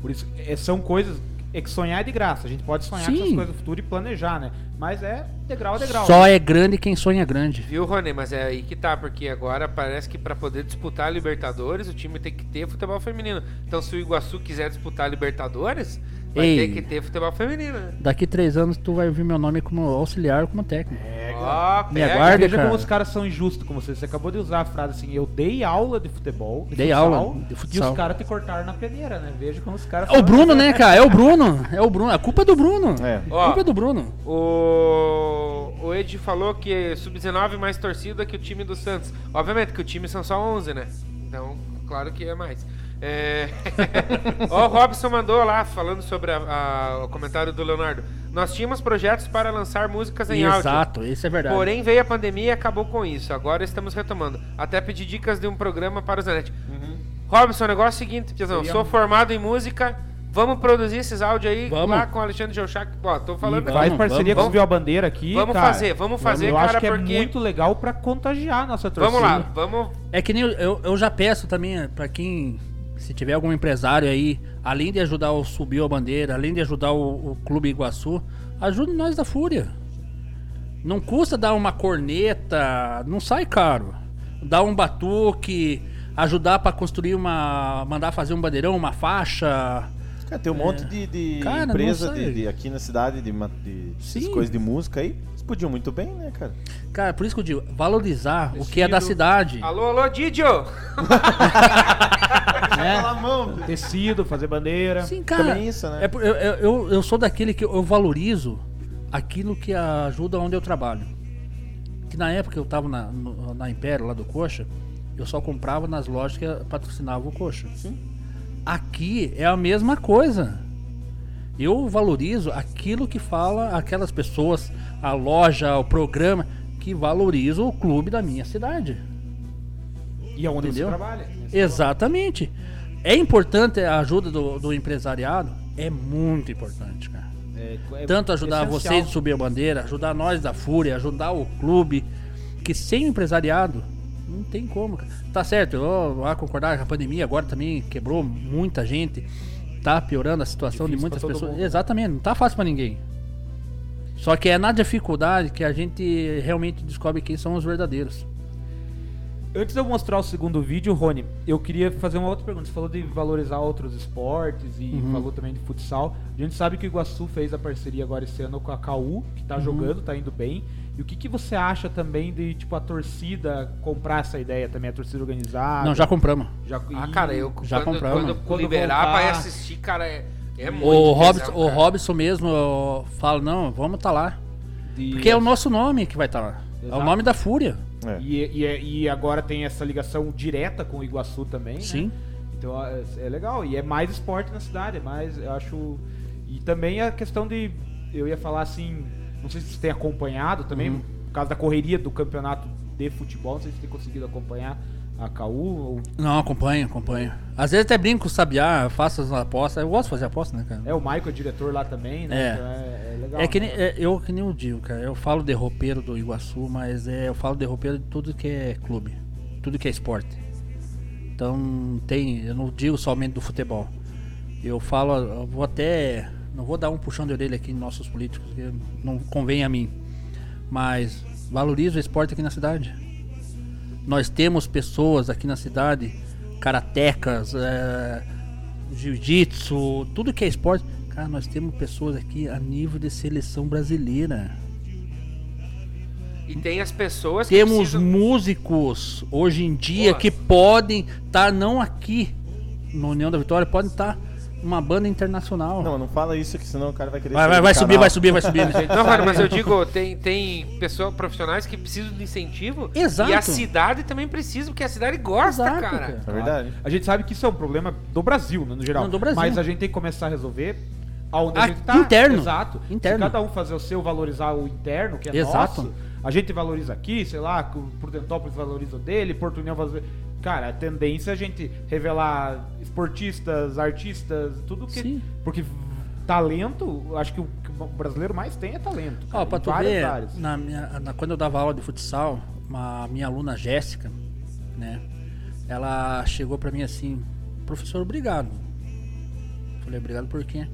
S4: Por isso, é, são coisas. É que sonhar é de graça. A gente pode sonhar com essas
S5: Sim.
S4: coisas do futuro e planejar, né? Mas é degrau a degrau.
S5: Só é grande quem sonha grande.
S3: Viu, Rony? Mas é aí que tá, porque agora parece que pra poder disputar a Libertadores, o time tem que ter futebol feminino. Então, se o Iguaçu quiser disputar a Libertadores, vai
S5: Ei.
S3: ter que ter futebol feminino. né?
S5: Daqui três anos tu vai ouvir meu nome como auxiliar ou como técnico.
S3: Ó,
S5: Me
S3: pega.
S5: aguarda.
S4: Veja
S5: cara.
S4: como os caras são injustos com você. Você acabou de usar a frase assim: eu dei aula de futebol.
S5: Dei aula de
S4: E
S5: futsal.
S4: os caras te cortaram na peneira, né? Veja como os caras.
S5: É o
S4: são-
S5: Bruno, né, cara? É o Bruno. É o Bruno. A culpa é do Bruno.
S2: É.
S5: A culpa
S3: Ó.
S5: é do Bruno.
S3: O, o Ed falou que sub-19 mais torcida que o time do Santos. Obviamente que o time são só 11, né? Então, claro que é mais. É... Ó, o Robson mandou lá, falando sobre a- a- o comentário do Leonardo. Nós tínhamos projetos para lançar músicas em áudio.
S5: Exato, isso é verdade.
S3: Porém, veio a pandemia e acabou com isso. Agora estamos retomando. Até pedi dicas de um programa para o Zanetti.
S5: Uhum.
S3: Robson, o negócio é o seguinte, tiozão. Sou
S5: um-
S3: formado em música. Vamos produzir esses áudios aí
S5: Vamos.
S3: lá com o Alexandre Geuchac. Ó, tô falando
S5: E
S3: aqui.
S4: Faz
S5: Vamos,
S4: parceria
S3: vamos.
S4: com o Viu a Bandeira aqui.
S3: Vamos
S4: cara.
S3: fazer, vamos fazer,
S4: Eu acho
S3: cara,
S4: que
S3: porque-
S4: é muito legal pra contagiar a nossa torcida.
S3: Vamos lá, vamos.
S5: É que nem eu, eu, eu já peço também eh, pra quem, se tiver algum empresário aí, além de ajudar o Subiu a Bandeira, além de ajudar o, o Clube Iguaçu, ajude nós da Fúria. Não custa dar uma corneta, não sai caro. Dar um batuque, ajudar pra construir uma. mandar fazer um bandeirão, uma faixa.
S2: Cara, tem um monte de, de
S5: É. Cara, não
S2: empresa
S5: sei.
S2: de, de- aqui na cidade de, ma- de essas
S5: Sim.
S2: coisas de música aí. Eles podiam muito bem, né, cara?
S5: Cara, por isso que eu digo, valorizar o que é da cidade.
S3: Alô, alô, Didio!
S4: né? Tecido, fazer bandeira.
S5: Sim, cara.
S2: Também isso, né?
S5: é por- eu, eu, eu- eu sou daquele que eu valorizo aquilo que ajuda onde eu trabalho. Que na época eu tava na, no- na Império, lá do Coxa, eu só comprava nas lojas que patrocinavam o Coxa. Aqui é a mesma coisa. Eu valorizo aquilo que fala aquelas pessoas, a loja, o programa, que valoriza o clube da minha cidade.
S4: E é onde
S5: Entendeu?
S4: você trabalha.
S5: Exatamente. É importante a ajuda do, do empresariado? É muito importante, cara.
S4: É- é
S5: Tanto ajudar
S4: essencial.
S5: vocês a subir a bandeira, ajudar nós da Fúria, ajudar o clube. Que sem o empresariado, não tem como, cara. Tá certo, eu vou concordar que a pandemia agora também quebrou muita gente. Tá piorando a situação
S4: Difícil
S5: de muitas
S4: pra todo
S5: pessoas.
S4: mundo. né?
S5: Exatamente, não tá fácil pra ninguém. Só que é na dificuldade que a gente realmente descobre quem são os verdadeiros.
S4: Antes de eu mostrar o segundo vídeo, Rony, eu queria fazer uma outra pergunta. Você falou de valorizar outros esportes e
S5: Uhum.
S4: falou também de futsal. A gente sabe que o Iguaçu fez a parceria agora esse ano com a KU, que
S5: Uhum.
S4: tá jogando, tá indo bem. E o que, que você acha também de, tipo, a torcida comprar essa ideia também, a torcida organizada?
S5: não, já compramos.
S4: já
S3: Ah, cara, eu
S5: Já
S3: quando,
S5: compramos.
S3: quando,
S4: Quando
S3: liberar
S4: voltar-
S3: pra ir assistir, cara, é, é muito.
S5: O Robson,
S3: tesão,
S5: o
S3: cara.
S5: Robson mesmo ó, fala, não, vamos tá lá.
S4: de-
S5: Porque é o nosso nome que vai estar lá. É
S4: Exato.
S5: o nome da Fúria.
S2: É.
S4: E, e, e agora tem essa ligação direta com o Iguaçu também, né?
S5: Sim.
S4: Então é, é legal. E é mais esporte na cidade, é mais, eu acho... E também a questão de eu ia falar assim, não sei se vocês têm acompanhado também,
S5: Uhum.
S4: por causa da correria do campeonato de futebol, não sei se vocês têm conseguido acompanhar a KU ou
S5: Não, acompanho, acompanho. Às vezes até brinco com o Sabiá, faço as apostas. Eu gosto de fazer aposta, né, cara?
S4: É, o Michael é diretor lá também, né?
S5: É.
S4: Então é, é legal.
S5: É que nem,
S4: né?
S5: é, eu que nem eu digo, cara. Eu falo de roupeiro do Iguaçu, mas é, eu falo de roupeiro de tudo que é clube, tudo que é esporte. Então tem, eu não digo somente do futebol. Eu falo, eu vou até, não vou dar um puxão de orelha aqui em nossos políticos, que não convém a mim. Mas valorizo o esporte aqui na cidade. Nós temos pessoas aqui na cidade, karatecas, é, jiu-jitsu, tudo que é esporte. Cara, nós temos pessoas aqui a nível de seleção brasileira.
S3: E tem as pessoas que
S5: Temos
S3: precisam...
S5: músicos hoje em dia
S3: Boa.
S5: que podem estar não aqui no União da Vitória, podem estar uma banda internacional.
S2: Não, não fala isso, que senão o cara vai querer.
S5: vai,
S2: sair do
S5: vai, vai subir,
S2: canal.
S5: vai subir, vai subir, né?
S3: Não, cara, mas eu digo, tem, tem pessoa, profissionais que precisam de incentivo.
S5: Exato.
S3: E a cidade também precisa, porque a cidade gosta,
S5: Exato,
S3: cara.
S5: cara.
S2: É verdade.
S4: A gente sabe que isso é um problema do Brasil, né, no geral.
S5: Não, do Brasil.
S4: Mas a gente tem que começar a resolver aonde a
S5: Ah,
S4: gente tá.
S5: interno.
S4: Exato.
S5: Interno.
S4: Se cada um fazer o seu, valorizar o interno, que é
S5: Exato.
S4: nosso. A gente valoriza aqui, sei lá, que o Prudentópolis valoriza o dele, Porto União valoriza... Cara, a tendência é a gente revelar esportistas, artistas, tudo que...
S5: Sim.
S4: Porque talento, acho que o que o brasileiro mais tem é talento.
S5: Ó,
S4: cara,
S5: pra
S4: em
S5: tu
S4: várias
S5: ver,
S4: áreas.
S5: na minha- na- quando eu dava aula de futsal, uma minha aluna Jéssica, né? Ela chegou pra mim assim, professor, obrigado. Falei, obrigado por quê?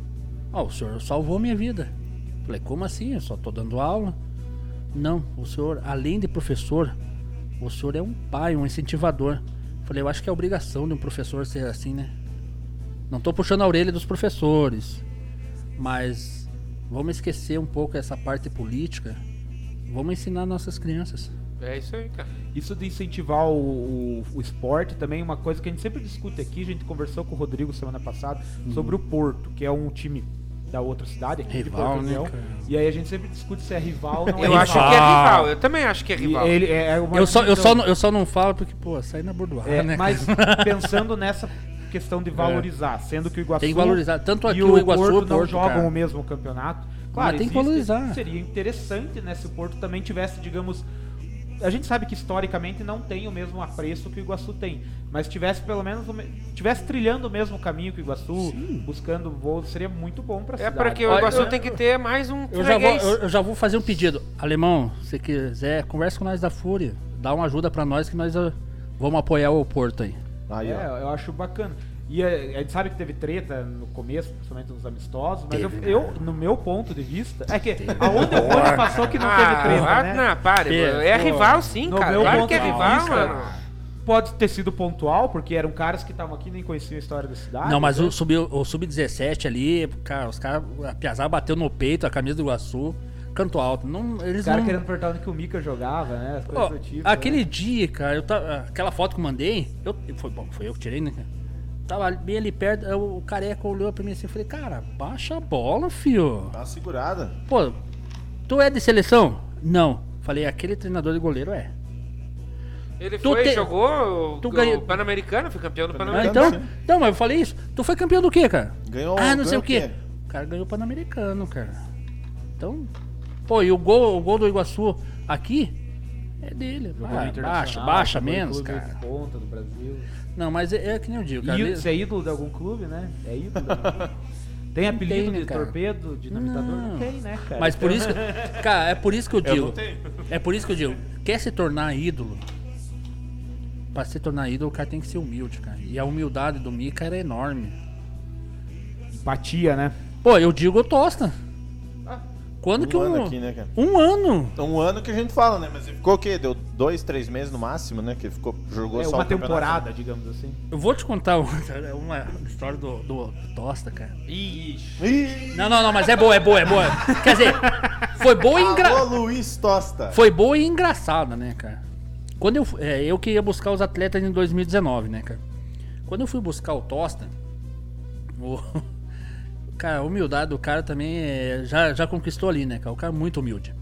S5: Ó, o senhor salvou minha vida. Falei, como assim? Eu só tô dando aula. Não, o senhor, além de professor, o senhor é um pai, um incentivador. Falei, eu acho que é obrigação de um professor ser assim, né? Não tô puxando a orelha dos professores, mas vamos esquecer um pouco essa parte política. Vamos ensinar nossas crianças.
S3: É isso aí, cara.
S4: Isso de incentivar o, o- o esporte também é uma coisa que a gente sempre discute aqui. A gente conversou com o Rodrigo semana passada
S5: Uhum.
S4: sobre o Porto, que é um time da outra cidade, aqui
S5: Rival,
S4: de Porto
S5: né,
S4: União.
S5: cara?
S4: E aí a gente sempre discute se é rival ou não é
S3: Eu
S4: rival.
S3: acho que é rival, eu também acho que é
S4: E
S3: rival.
S4: ele é uma
S5: Eu só, eu,
S4: divisão.
S5: só não, eu só não falo porque, pô, sai na bordoada,
S4: É,
S5: né?
S4: Mas
S5: cara? É.
S4: pensando nessa questão de valorizar, sendo que o Iguaçu
S5: Tem que valorizar. Tanto aqui
S4: e
S5: o
S4: o
S5: Iguaçu é
S4: Porto não
S5: Porto,
S4: jogam
S5: cara.
S4: o mesmo campeonato. Claro,
S5: tem que
S4: existe-
S5: valorizar.
S4: Seria interessante né, se o Porto também tivesse, digamos. A gente sabe que historicamente não tem o mesmo apreço que o Iguaçu tem, mas tivesse pelo menos o me- tivesse trilhando o mesmo caminho que o Iguaçu, buscando voos, seria muito bom para
S3: É porque o
S5: Olha,
S3: Iguaçu
S5: eu-
S3: tem que ter mais um
S5: eu, já vou,
S3: freguês.
S5: eu, eu já vou fazer um pedido. Alemão, se quiser, conversa com nós da Fúria. Dá uma ajuda pra nós que nós ah, vamos apoiar o Porto aí.
S2: Aí,
S4: é,
S2: ó.
S4: eu acho bacana. E é, a gente sabe que teve treta no começo, principalmente nos amistosos, mas
S5: Teve,
S4: eu, eu, no meu ponto de vista, é que aonde o Rony passou que não teve
S3: Ah,
S4: treta,
S3: ah,
S4: né?
S3: Não, pare,
S5: Teve,
S3: mano. É
S5: pô.
S3: rival sim,
S4: No
S3: cara.
S4: meu
S3: Claro
S4: ponto
S3: que é
S4: de
S3: rival,
S4: vista,
S3: mano.
S4: Pode ter sido pontual, porque eram caras que estavam aqui e nem conheciam a história da cidade.
S5: não, mas
S4: então-
S5: o sub- o Sub-17 ali, cara, os caras, a Piazá bateu no peito, a camisa do Iguaçu, canto alto. Não, eles
S4: Os caras
S5: não...
S4: querendo perguntar onde que o Mika jogava, né? As coisas
S5: Ó,
S4: do tipo.
S5: aquele
S4: né?
S5: dia, cara, eu tava- aquela foto que eu mandei, eu, foi, bom, foi eu que tirei, né, cara? Tava ali- bem ali perto, aí o careca olhou pra mim assim e falei, cara, baixa a bola, fio.
S2: Dá uma segurada.
S5: Pô, tu é de seleção? Não. Falei, aquele treinador de goleiro é.
S3: Ele
S5: Tu
S3: foi,
S5: te-
S3: jogou o,
S5: tu ganhou-
S3: o Pan-Americano, foi campeão do
S5: Ah,
S3: Pan-Americano.
S5: então,
S2: sim.
S5: então, mas eu falei isso. Tu foi campeão do quê, cara?
S2: Ganhou-
S5: Ah, não
S2: ganhou
S5: sei o
S2: o
S5: quê.
S2: quê?
S5: O cara ganhou o Pan-Americano, cara. Então, pô, e o gol, o gol do Iguaçu aqui é dele.
S4: Jogou no
S5: Ah,
S4: Internacional,
S5: baixa, baixa
S4: jogou em
S5: menos,
S4: clube
S5: cara.
S4: de ponta do Brasil.
S5: Não, mas é, é que nem eu digo, cara.
S4: Ídolo-
S5: Ele-
S4: Você é ídolo de algum clube, né? É ídolo. de algum clube. Tem apelido
S5: né,
S4: de
S5: cara?
S4: torpedo, dinamitador? Não.
S5: Não.
S4: tem, né, cara?
S5: Mas por
S4: Então-
S5: isso, que- cara, é por isso que eu digo.
S2: não tenho.
S5: É por isso que eu digo. Quer se tornar ídolo? Pra se tornar ídolo, o cara tem que ser humilde, cara. E a humildade do Mika era enorme.
S4: Empatia, né?
S5: Pô, eu digo eu tosta. Quando
S2: um
S5: que um
S2: ano aqui, né, cara?
S5: Um ano.
S2: Um ano que a gente fala, né? Mas ele ficou o quê? Deu dois, três meses no máximo, né? Que ele ficou, jogou
S4: É
S2: só
S4: uma
S2: o campeonato.
S4: temporada, digamos assim.
S5: Eu vou te contar uma, uma história do, do Tosta, cara.
S3: Ixi.
S2: Ih,
S5: Não, não, não, mas é boa, é boa, é boa. Quer dizer, foi boa e engraçada.
S2: Ô, Luiz Tosta.
S5: Foi boa e engraçada, né, cara? Quando eu, fu- é, eu que ia buscar os atletas em 2019, né, cara? Quando eu fui buscar o Tosta, o, cara, a humildade do cara também é, já, já conquistou ali, né, cara? O cara é muito humilde.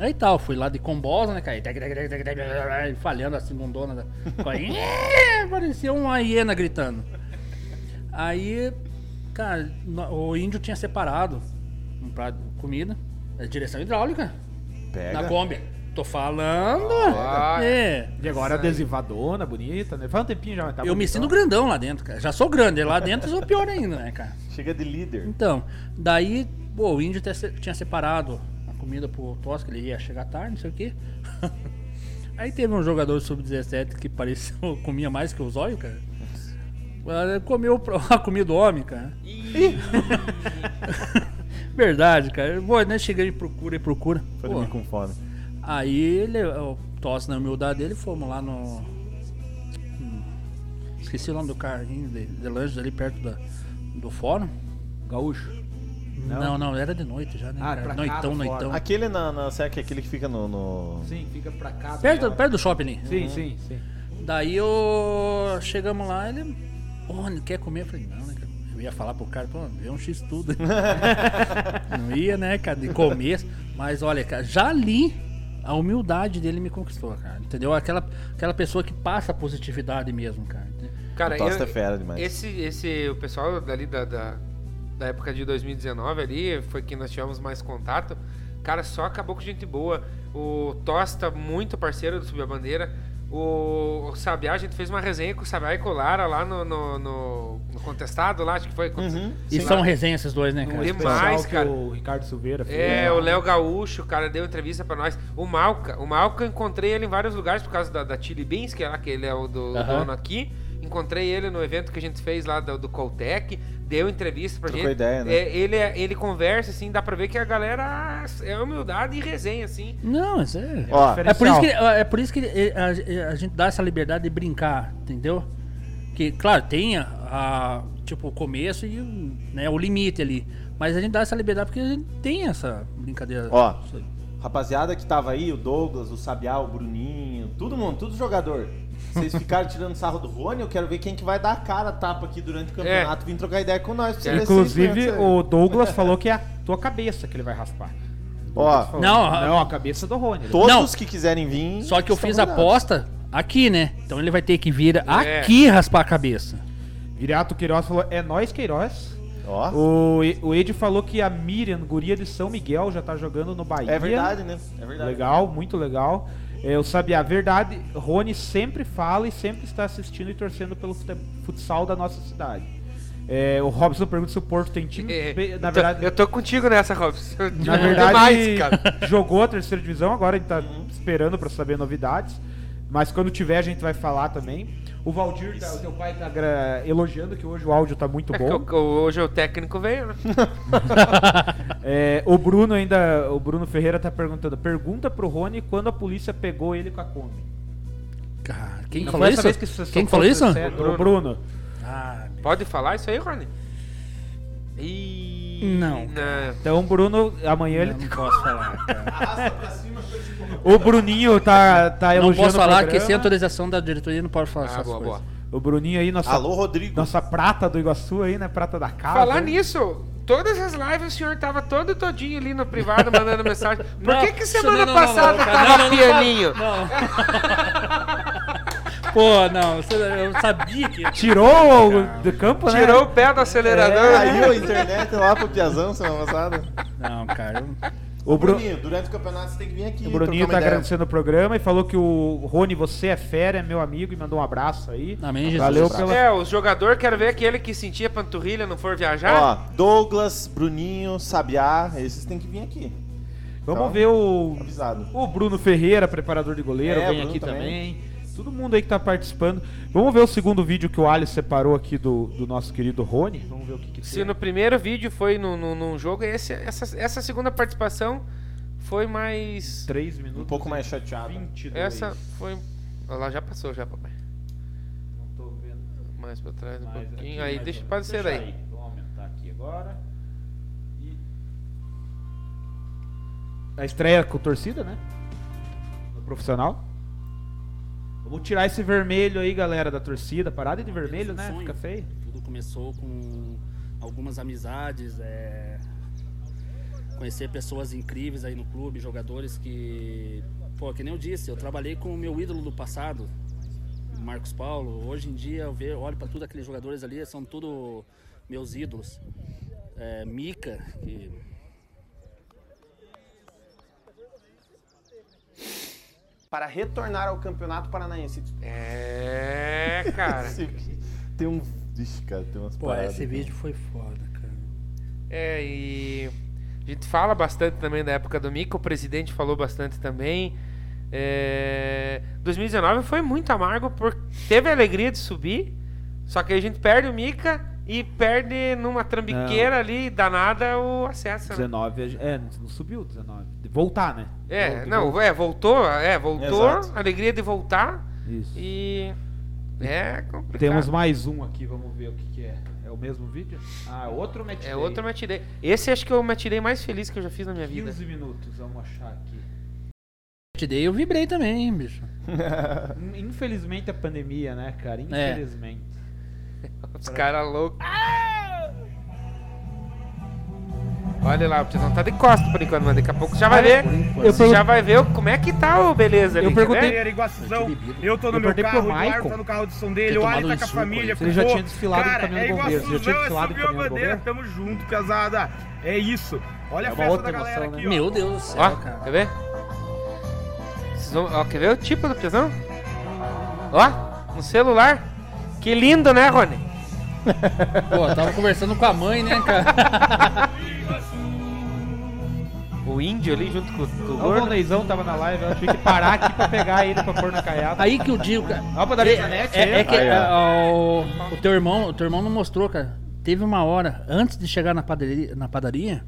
S5: Aí tal, fui lá de combosa, né, cara? E tec, tec, tec, tec, tec, tec, Falhando a segundona. da- Parecia uma hiena gritando. Aí, cara, no- o índio tinha separado. um prato de comida. É direção hidráulica.
S2: Pega. Tá
S5: Na Kombi. Tô falando.
S3: Ah,
S5: é.
S4: E agora
S3: Isso aí.
S4: adesivadona, bonita, né? Faz um tempinho já, mas tá
S5: Eu me
S4: bonitona.
S5: sinto grandão lá dentro, cara. Já sou grande. Lá dentro eu sou pior ainda, né, cara?
S2: Chega de líder.
S5: Então, daí, pô, o índio te- tinha separado a comida pro Tosca, ele ia chegar tarde, não sei o quê. Aí teve um jogador sub-17 que parecia comia mais que o zóio, cara. Ah, Comeu pro- a comida do homem, cara. Verdade, cara. Eu Vou, né, cheguei e procura e procura.
S2: Foi
S5: Pô,
S2: dormir com fome.
S5: Aí ele, o Tosse na humildade dele, fomos lá no. no- Esqueci o nome do carrinho de, de lanches ali perto da, do fórum.
S4: Gaúcho. Não?
S5: Não. não, era de noite já, né?
S4: Ah,
S5: cara?
S4: pra cá
S5: noitão,
S4: do
S5: noitão.
S4: fórum.
S2: Aquele na, na será que é aquele que fica no. no-
S4: Sim, fica pra cá.
S5: Perto, perto do shopping ali.
S4: é Sim, sim, sim.
S5: Daí eu. Chegamos lá, ele. Ô, não quer comer? Eu falei, não, né, cara? Eu ia falar pro cara, pô, vê um X tudo. não ia, né, cara, de começo. Mas olha, cara, já ali a humildade dele me conquistou, cara. Entendeu? Aquela, aquela pessoa que passa positividade mesmo, cara.
S3: Cara,
S2: O Tosta
S3: eu,
S2: é fera demais.
S3: Esse, esse, o pessoal dali da, da, da época de 2019 ali, foi que nós tivemos mais contato. Cara, só acabou com gente boa. O Tosta, muito parceiro do Subir a Bandeira. O, o Sabiá, a gente fez uma resenha com o Sabiá e Colara lá no, no, no- no Contestado, lá, acho que foi.
S2: Uhum.
S5: E
S3: Sim.
S5: são resenhas esses dois, né, cara?
S3: Demais,
S4: Pessoal que
S3: cara.
S4: O Ricardo Silveira fez.
S3: É, o Léo Gaúcho, o cara deu entrevista pra nós. O Malca, o Malca eu encontrei ele em vários lugares por causa da, da Chili Beans, que é lá que ele é o do,
S5: Aham.
S3: dono aqui. Encontrei ele no evento que a gente fez lá do, do Coltec, deu entrevista pra
S2: Trocou
S3: gente.
S2: ideia, né?
S3: É, ele, é- ele conversa, assim, dá pra ver que a galera é humildade e resenha, assim.
S5: Não, isso é.
S2: Ó,
S5: É por isso que,
S4: Diferencial.
S5: é por isso que eh, a, a gente dá essa liberdade de brincar, entendeu? Que, claro, tem a, a, tipo, o começo e o- né, o limite ali. Mas a gente dá essa liberdade porque a gente tem essa brincadeira.
S2: Ó. Rapaziada que tava aí, o Douglas, o Sabiá, o Bruninho, todo mundo, tudo jogador. Vocês ficaram tirando sarro do Rony, eu quero ver quem que vai dar a cara a tapa aqui durante o campeonato, vim trocar ideia com nós. pra você ver se vocês
S4: É. Inclusive,
S2: pensam.
S4: o Douglas falou que é a tua cabeça que ele vai raspar.
S2: Ó,
S4: Falou,
S5: Não,
S4: não, a cabeça do Rony. Ele-
S2: todos
S5: Não.
S2: que quiserem vir.
S5: Só que
S4: tá
S5: eu
S2: estão
S5: fiz a
S2: convidados.
S5: aposta aqui, né? Então ele vai ter que vir
S3: É.
S5: aqui raspar a cabeça.
S4: Viriato Queiroz falou, é nós Queiroz.
S2: Ó,
S4: O, E- o Ed falou que a Miriam, guria de São Miguel, já tá jogando no Bahia.
S2: é verdade, né? É verdade.
S4: Legal, muito legal. É, Eu sabia a verdade, Rony sempre fala e sempre está assistindo e torcendo pelo fute- futsal da nossa cidade. É, o Robson pergunta se o Porto tem time. Bem,
S3: É,
S4: Na
S3: eu tô-
S4: verdade,
S3: eu tô contigo nessa, Robson.
S4: na verdade
S3: Demais, cara.
S4: jogou a terceira divisão, agora a gente tá esperando para saber novidades. Mas quando tiver, a gente vai falar também. O Valdir, tá- o teu pai, tá gra- elogiando que hoje o áudio tá muito
S3: É que
S4: bom.
S3: o- o- hoje o técnico veio, né?
S4: É, o Bruno ainda, o Bruno Ferreira tá perguntando, pergunta pro Rony quando a polícia pegou ele com a Kombi.
S5: Cara, quem
S4: Não
S5: falou
S4: foi essa vez
S5: isso?
S4: que você é
S5: quem
S4: soltou
S5: falou isso?
S4: o sucesso? O Bruno.
S5: Ah,
S3: Pode falar isso aí, Rony? Ih,
S5: Não,
S4: Então, o Bruno, amanhã
S5: eu
S4: ele.
S5: não posso falar, cara.
S4: O Bruninho tá, tá
S5: não
S4: elogiando
S5: posso
S4: o
S5: falar
S4: programa.
S5: que sem autorização da diretoria não pode falar
S3: Ah,
S5: essas
S3: boa,
S5: coisas.
S3: boa.
S4: O Bruninho aí, nossa,
S2: Alô, Rodrigo.
S4: nossa prata do Iguaçu aí, né? Prata da
S5: Ah,
S4: casa.
S3: Falar nisso, todas as lives o senhor tava todo todinho ali no privado mandando mensagem. Por
S5: Não,
S3: que que
S5: isso
S3: semana
S5: não, não, não,
S3: passada
S5: não, cara.
S3: tava
S5: Não, não, não,
S3: pianinho?
S5: Não. Pô, não, você- eu sabia que.
S4: Tirou o, do campo, né?
S3: Tirou o pé do acelerador.
S2: É,
S5: É,
S2: Caiu a internet lá pro Piazão semana passada.
S5: Não, cara. eu-
S4: O, Bru-
S2: Bruninho, durante o campeonato você tem que vir aqui.
S4: o Bruninho
S2: trocar
S4: tá
S2: uma ideia.
S4: agradecendo o programa e falou que o Rony, você é fera, é meu amigo, e mandou um abraço aí.
S5: Amém, Jesus.
S4: Valeu
S2: Abraço.
S4: pela.
S3: É, o jogador, quero ver aquele que sentia panturrilha não for viajar.
S2: Ó, Douglas, Bruninho, Sabiá, esses tem que vir aqui.
S4: Vamos
S2: Então,
S4: ver o.
S2: Avisado.
S4: O Bruno Ferreira, preparador de goleiro,
S2: É, o
S4: vem
S2: Bruno
S4: aqui também.
S2: também.
S4: Todo mundo aí que tá participando. Vamos ver o segundo vídeo que o Alice separou aqui do, do nosso querido Rony. Vamos ver o que, que
S3: Se
S4: tem.
S3: no primeiro vídeo foi no- no- num jogo, esse- essa, essa segunda participação foi mais...
S4: Três minutos.
S2: Um pouco mais chateado.
S4: 22.
S3: Essa foi... Ela já passou, já, papai.
S4: Não tô vendo
S3: Mais pra trás um
S4: mais aqui,
S3: pouquinho. aí,
S4: mais
S3: deixa,
S4: ou menos.
S3: pode ser
S4: Deixa
S3: daí.
S4: Vamos aumentar aqui agora. E- A estreia com torcida, né? No profissional. Vamos tirar esse vermelho aí, galera, da torcida. Parada de vermelho, né?
S5: é um Sonho.
S4: Fica feio.
S5: Tudo começou com algumas amizades, é, conhecer pessoas incríveis aí no clube, jogadores que, pô, que nem eu disse, eu trabalhei com o meu ídolo do passado, Marcos Paulo. Hoje em dia eu vejo, olho para tudo aqueles jogadores ali, são tudo meus ídolos. É, Mica, que
S1: para retornar ao Campeonato Paranaense.
S3: É, cara.
S2: Esse- Tem um. Ixi, cara, tem umas
S5: Pô,
S2: paradas
S5: esse
S2: aqui.
S5: vídeo foi foda, cara.
S3: É, e a gente fala bastante também da época do Mico, o presidente falou bastante também. É, 2019 foi muito amargo, porque teve a alegria de subir, só que a gente perde o Mica e perde numa trambiqueira ali danada o acesso. né?
S4: 19, a gen- é, não subiu 19. De Voltar, né?
S3: É,
S4: Voltou,
S3: não, é, voltou, é, voltou,
S2: Exato.
S3: alegria de voltar
S4: Isso.
S3: e. É complicado.
S4: Temos mais um aqui, vamos ver o que, que é. É o mesmo vídeo? Ah, outro match
S3: É
S4: day.
S3: outro match day. Esse acho que eu me atirei mais feliz que eu já fiz na minha vida.
S4: 15 minutos, vamos achar aqui.
S5: Te dei, eu vibrei também, hein, bicho.
S4: In- Infelizmente a pandemia, né, cara?
S5: É.
S4: Infelizmente.
S3: Os caras loucos. Olha lá, o Tizão tá de costas por enquanto, mas daqui a pouco já vai ver.
S5: Por enquanto.
S4: Eu
S3: Você
S4: pergun-
S3: já vai ver o- como é que tá o beleza ali.
S4: Eu
S3: quer ver?
S4: perguntei-
S6: Era iguaçuzão.
S5: Eu tinha bebido.
S6: Eu tô no
S4: Eu
S6: meu
S4: perguntei
S6: carro,
S4: pro
S6: o Eduardo
S4: Michael.
S6: tá no carro de som
S5: Tinha
S6: dele, o Ari
S5: tomado
S6: tá
S5: um
S6: com a
S5: suco aí.
S6: família.
S4: Ele já
S6: pô,
S4: tinha desfilado
S6: cara,
S4: com o caminhão
S6: é
S4: do bombeiro,
S6: Iguaçuzão,
S4: já tinha desfilado com o
S6: subiu a
S4: caminhão do
S6: bandeira,
S4: bombeiro.
S6: tamo junto, casada. É isso. Olha
S4: É
S6: a
S4: uma
S6: festa
S4: outra
S6: da galera
S4: emoção,
S6: aqui, ó.
S5: Meu Deus do céu,
S3: Ó,
S5: cara.
S3: quer ver? Vocês vão- ó, quer ver o tipo do Tizão? Ó, um celular. Que lindo, né, Rony?
S5: Pô, eu tava conversando com a mãe, né, cara?
S3: O índio ali junto com, com o
S4: Ó, O
S3: gordo.
S4: Boneizão tava na live, ela tive que parar aqui pra pegar ele pra pôr na caiada.
S5: Aí que eu digo, cara.
S4: Ó, pra dar né?
S5: é,
S4: net aí.
S5: é, é que
S2: Aí, ó.
S5: é, ó, o, o teu irmão, o teu irmão não mostrou, cara. Teve uma hora antes de chegar na padaria, na padaria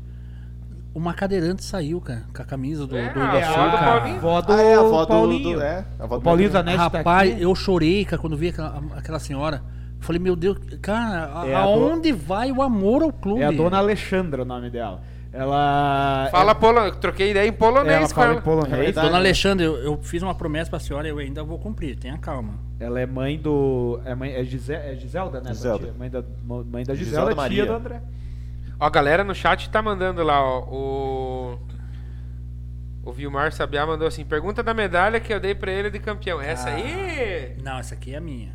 S5: uma cadeirante saiu, cara, com a camisa do,
S3: É,
S5: do
S4: Ah,
S3: é
S5: Iguaçu,
S3: a avó do
S5: cara.
S3: Paulinho. né,
S4: Vó do
S2: Ah, é a avó do-
S4: Paulinho.
S2: do- é, a avó do
S4: o Paulinho
S2: Paulinho.
S4: Zanetti
S5: Rapaz,
S4: tá aqui.
S5: eu chorei, cara, quando vi aquela, aquela senhora. Falei, meu Deus, cara, a-
S4: É a do-
S5: aonde vai o amor ao clube?
S4: É a dona Alexandra o nome dela. Ela...
S3: Fala polonês. Troquei ideia em
S4: ela, É, ela
S3: polonês com
S4: fala em
S3: ela.
S4: polonês.
S2: Verdade.
S5: Dona Alexandra, eu, eu fiz uma promessa pra senhora e eu ainda vou cumprir, tenha calma.
S4: Ela é mãe do... É, mãe, é, Gise... é Giselda, né?
S2: Giselda. É
S4: Sua tia? Mãe da, mãe da
S2: Giselda
S4: Giselda,
S2: Maria.
S4: tia do André.
S3: Ó, a galera no chat tá mandando lá, ó. O. O Vilmar Sabiá mandou assim: pergunta da medalha que eu dei pra ele de campeão. Essa aí.
S5: Não, essa aqui é a minha.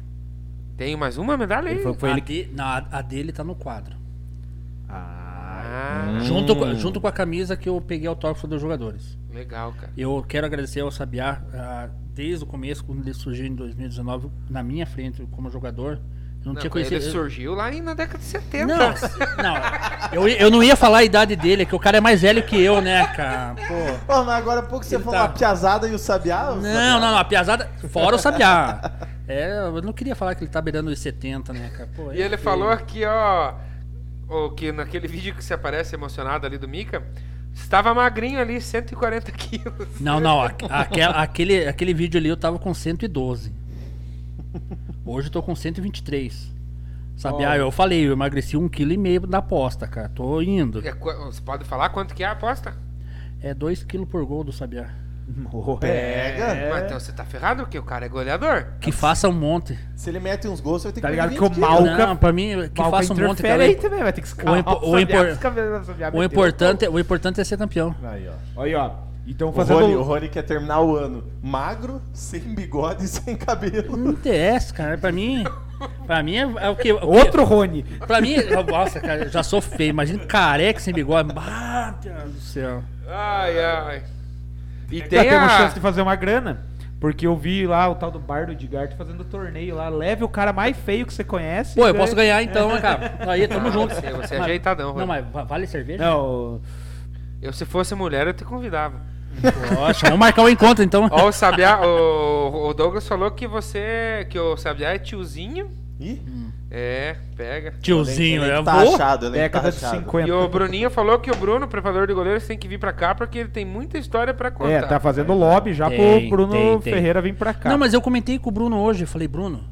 S3: Tem mais uma medalha aí?
S4: Ah,
S5: a, de- não, a- a dele tá no quadro.
S3: Ah,
S5: Junto,
S4: Hum.
S5: com, junto com a camisa que eu peguei autógrafo dos jogadores.
S3: legal, cara.
S5: Eu quero agradecer ao Sabiá, ah, desde o começo, quando ele surgiu em 2019, na minha frente como jogador. Eu não,
S3: Não,
S5: tinha
S3: quando
S5: conhecido.
S3: Ele
S5: eu-
S3: surgiu lá em- na década de 70.
S5: Não, não eu, eu não ia falar a idade dele, é que o cara é mais velho que eu, né, cara? Pô.
S2: Pô, mas agora há pouco você
S5: Ele
S2: falou
S5: tá-
S2: a piazada e o sabiá? o sabiá.
S5: Não, não, não, a piazada, fora o Sabiá. É, eu não queria falar que ele tá beirando os 70, né, cara? Pô,
S3: E
S5: é
S3: ele
S5: feio.
S3: falou aqui, ó, o que naquele vídeo que você aparece emocionado ali do Mika, estava magrinho ali, 140 quilos.
S5: Não, não, a- aquela- aquele, aquele vídeo ali eu tava com 112. Hoje eu tô com 123. Sabiá, eu falei, eu emagreci um quilo e meio da aposta, cara. Tô indo.
S3: É, qu- Você pode falar quanto que é a aposta?
S5: É 2 quilos por gol do Sabiá. É,
S4: É,
S2: Pega.
S3: Mas então você tá ferrado porque o cara é goleador.
S5: Que faça um monte.
S2: Se ele mete uns gols, você vai ter que
S4: Tá ligado
S2: comer
S4: que o
S2: 20
S4: mal-
S2: quilos.
S4: Malca-
S5: não, pra mim, que
S4: Malca
S5: faça um monte,
S4: interfere
S5: cara.
S4: aí também, vai ter que escalar.
S5: impo- o
S4: Sabiá,
S5: impor-
S4: os cabelos do Sabiá
S5: O
S4: meteu.
S5: importante, o importante é ser campeão.
S2: Aí, ó.
S4: Aí, ó. Então
S2: O
S4: fazendo...
S2: Rony, o Rony quer terminar o ano magro, sem bigode e sem cabelo.
S5: Não interessa, cara. Pra mim, pra mim é, é o que... o que-
S4: Outro Rony.
S5: Pra mim, nossa, cara, eu já sou feio. Imagina careca sem bigode. Ah, Deus do céu.
S3: Ai, ai. E
S4: Já
S3: tem
S4: É temos
S3: a...
S4: chance de fazer uma grana. Porque eu vi lá o tal do Bardo Edgard fazendo torneio lá. Leve o cara mais feio que você conhece.
S5: Pô, eu
S4: ganha.
S5: posso ganhar então, né, cara? Aí, tamo
S3: Ah,
S5: junto.
S3: Você, você é
S5: Mas-
S3: ajeitadão,
S5: Não,
S3: Rony.
S5: mas va- vale cerveja?
S4: Não,
S3: Eu se fosse mulher, eu te convidava.
S5: Poxa, vamos marcar o encontro então.
S3: Ó, o Sabiá, o, o Douglas falou que você, que o Sabiá é tiozinho.
S2: Ih,
S3: É, pega.
S5: Tiozinho, né?
S2: ele
S5: eu
S2: tá
S5: vou.
S2: achado, ele tá
S4: década de
S2: achado.
S4: 50.
S3: E o Bruninho falou que o Bruno, preparador de goleiros, tem que vir pra cá porque ele tem muita história pra contar.
S4: É, tá fazendo lobby já
S5: Tem,
S4: pro Bruno
S5: tem, tem.
S4: Ferreira vir pra cá.
S5: Não, mas eu comentei com o Bruno hoje. eu Falei, Bruno,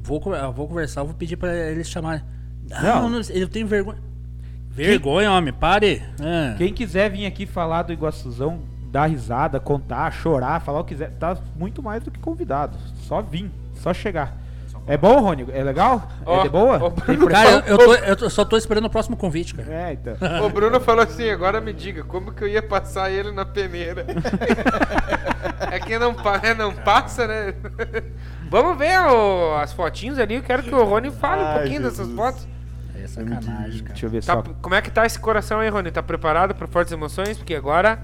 S5: vou, co- eu vou conversar, eu vou pedir pra eles chamarem. Não,
S4: Não.
S5: não, eu tenho vergonha. Vergonha, homem, pare. Ah.
S4: Quem quiser vir aqui falar do Iguaçuzão, dar risada, contar, chorar, falar o que quiser, tá muito mais do que convidado. Só vir, só chegar. É bom, Rony? É legal?
S3: Ó,
S4: é de boa?
S3: ó,
S4: Tem
S5: Cara, eu,
S4: pressão?
S5: eu tô- eu tô- só tô esperando o próximo convite, cara.
S4: É, então.
S3: O Bruno falou assim, agora me diga, como que eu ia passar ele na peneira? é que não, pa- é, não passa, né? Vamos ver ô, as fotinhos ali, eu quero que o Rony fale um
S2: Ai,
S3: pouquinho dessas
S2: Jesus.
S3: fotos.
S5: É sacanagem, cara.
S4: Deixa eu ver
S3: Tá-
S4: só.
S3: como é que tá esse coração aí, Rony? Tá preparado pra fortes emoções? Porque agora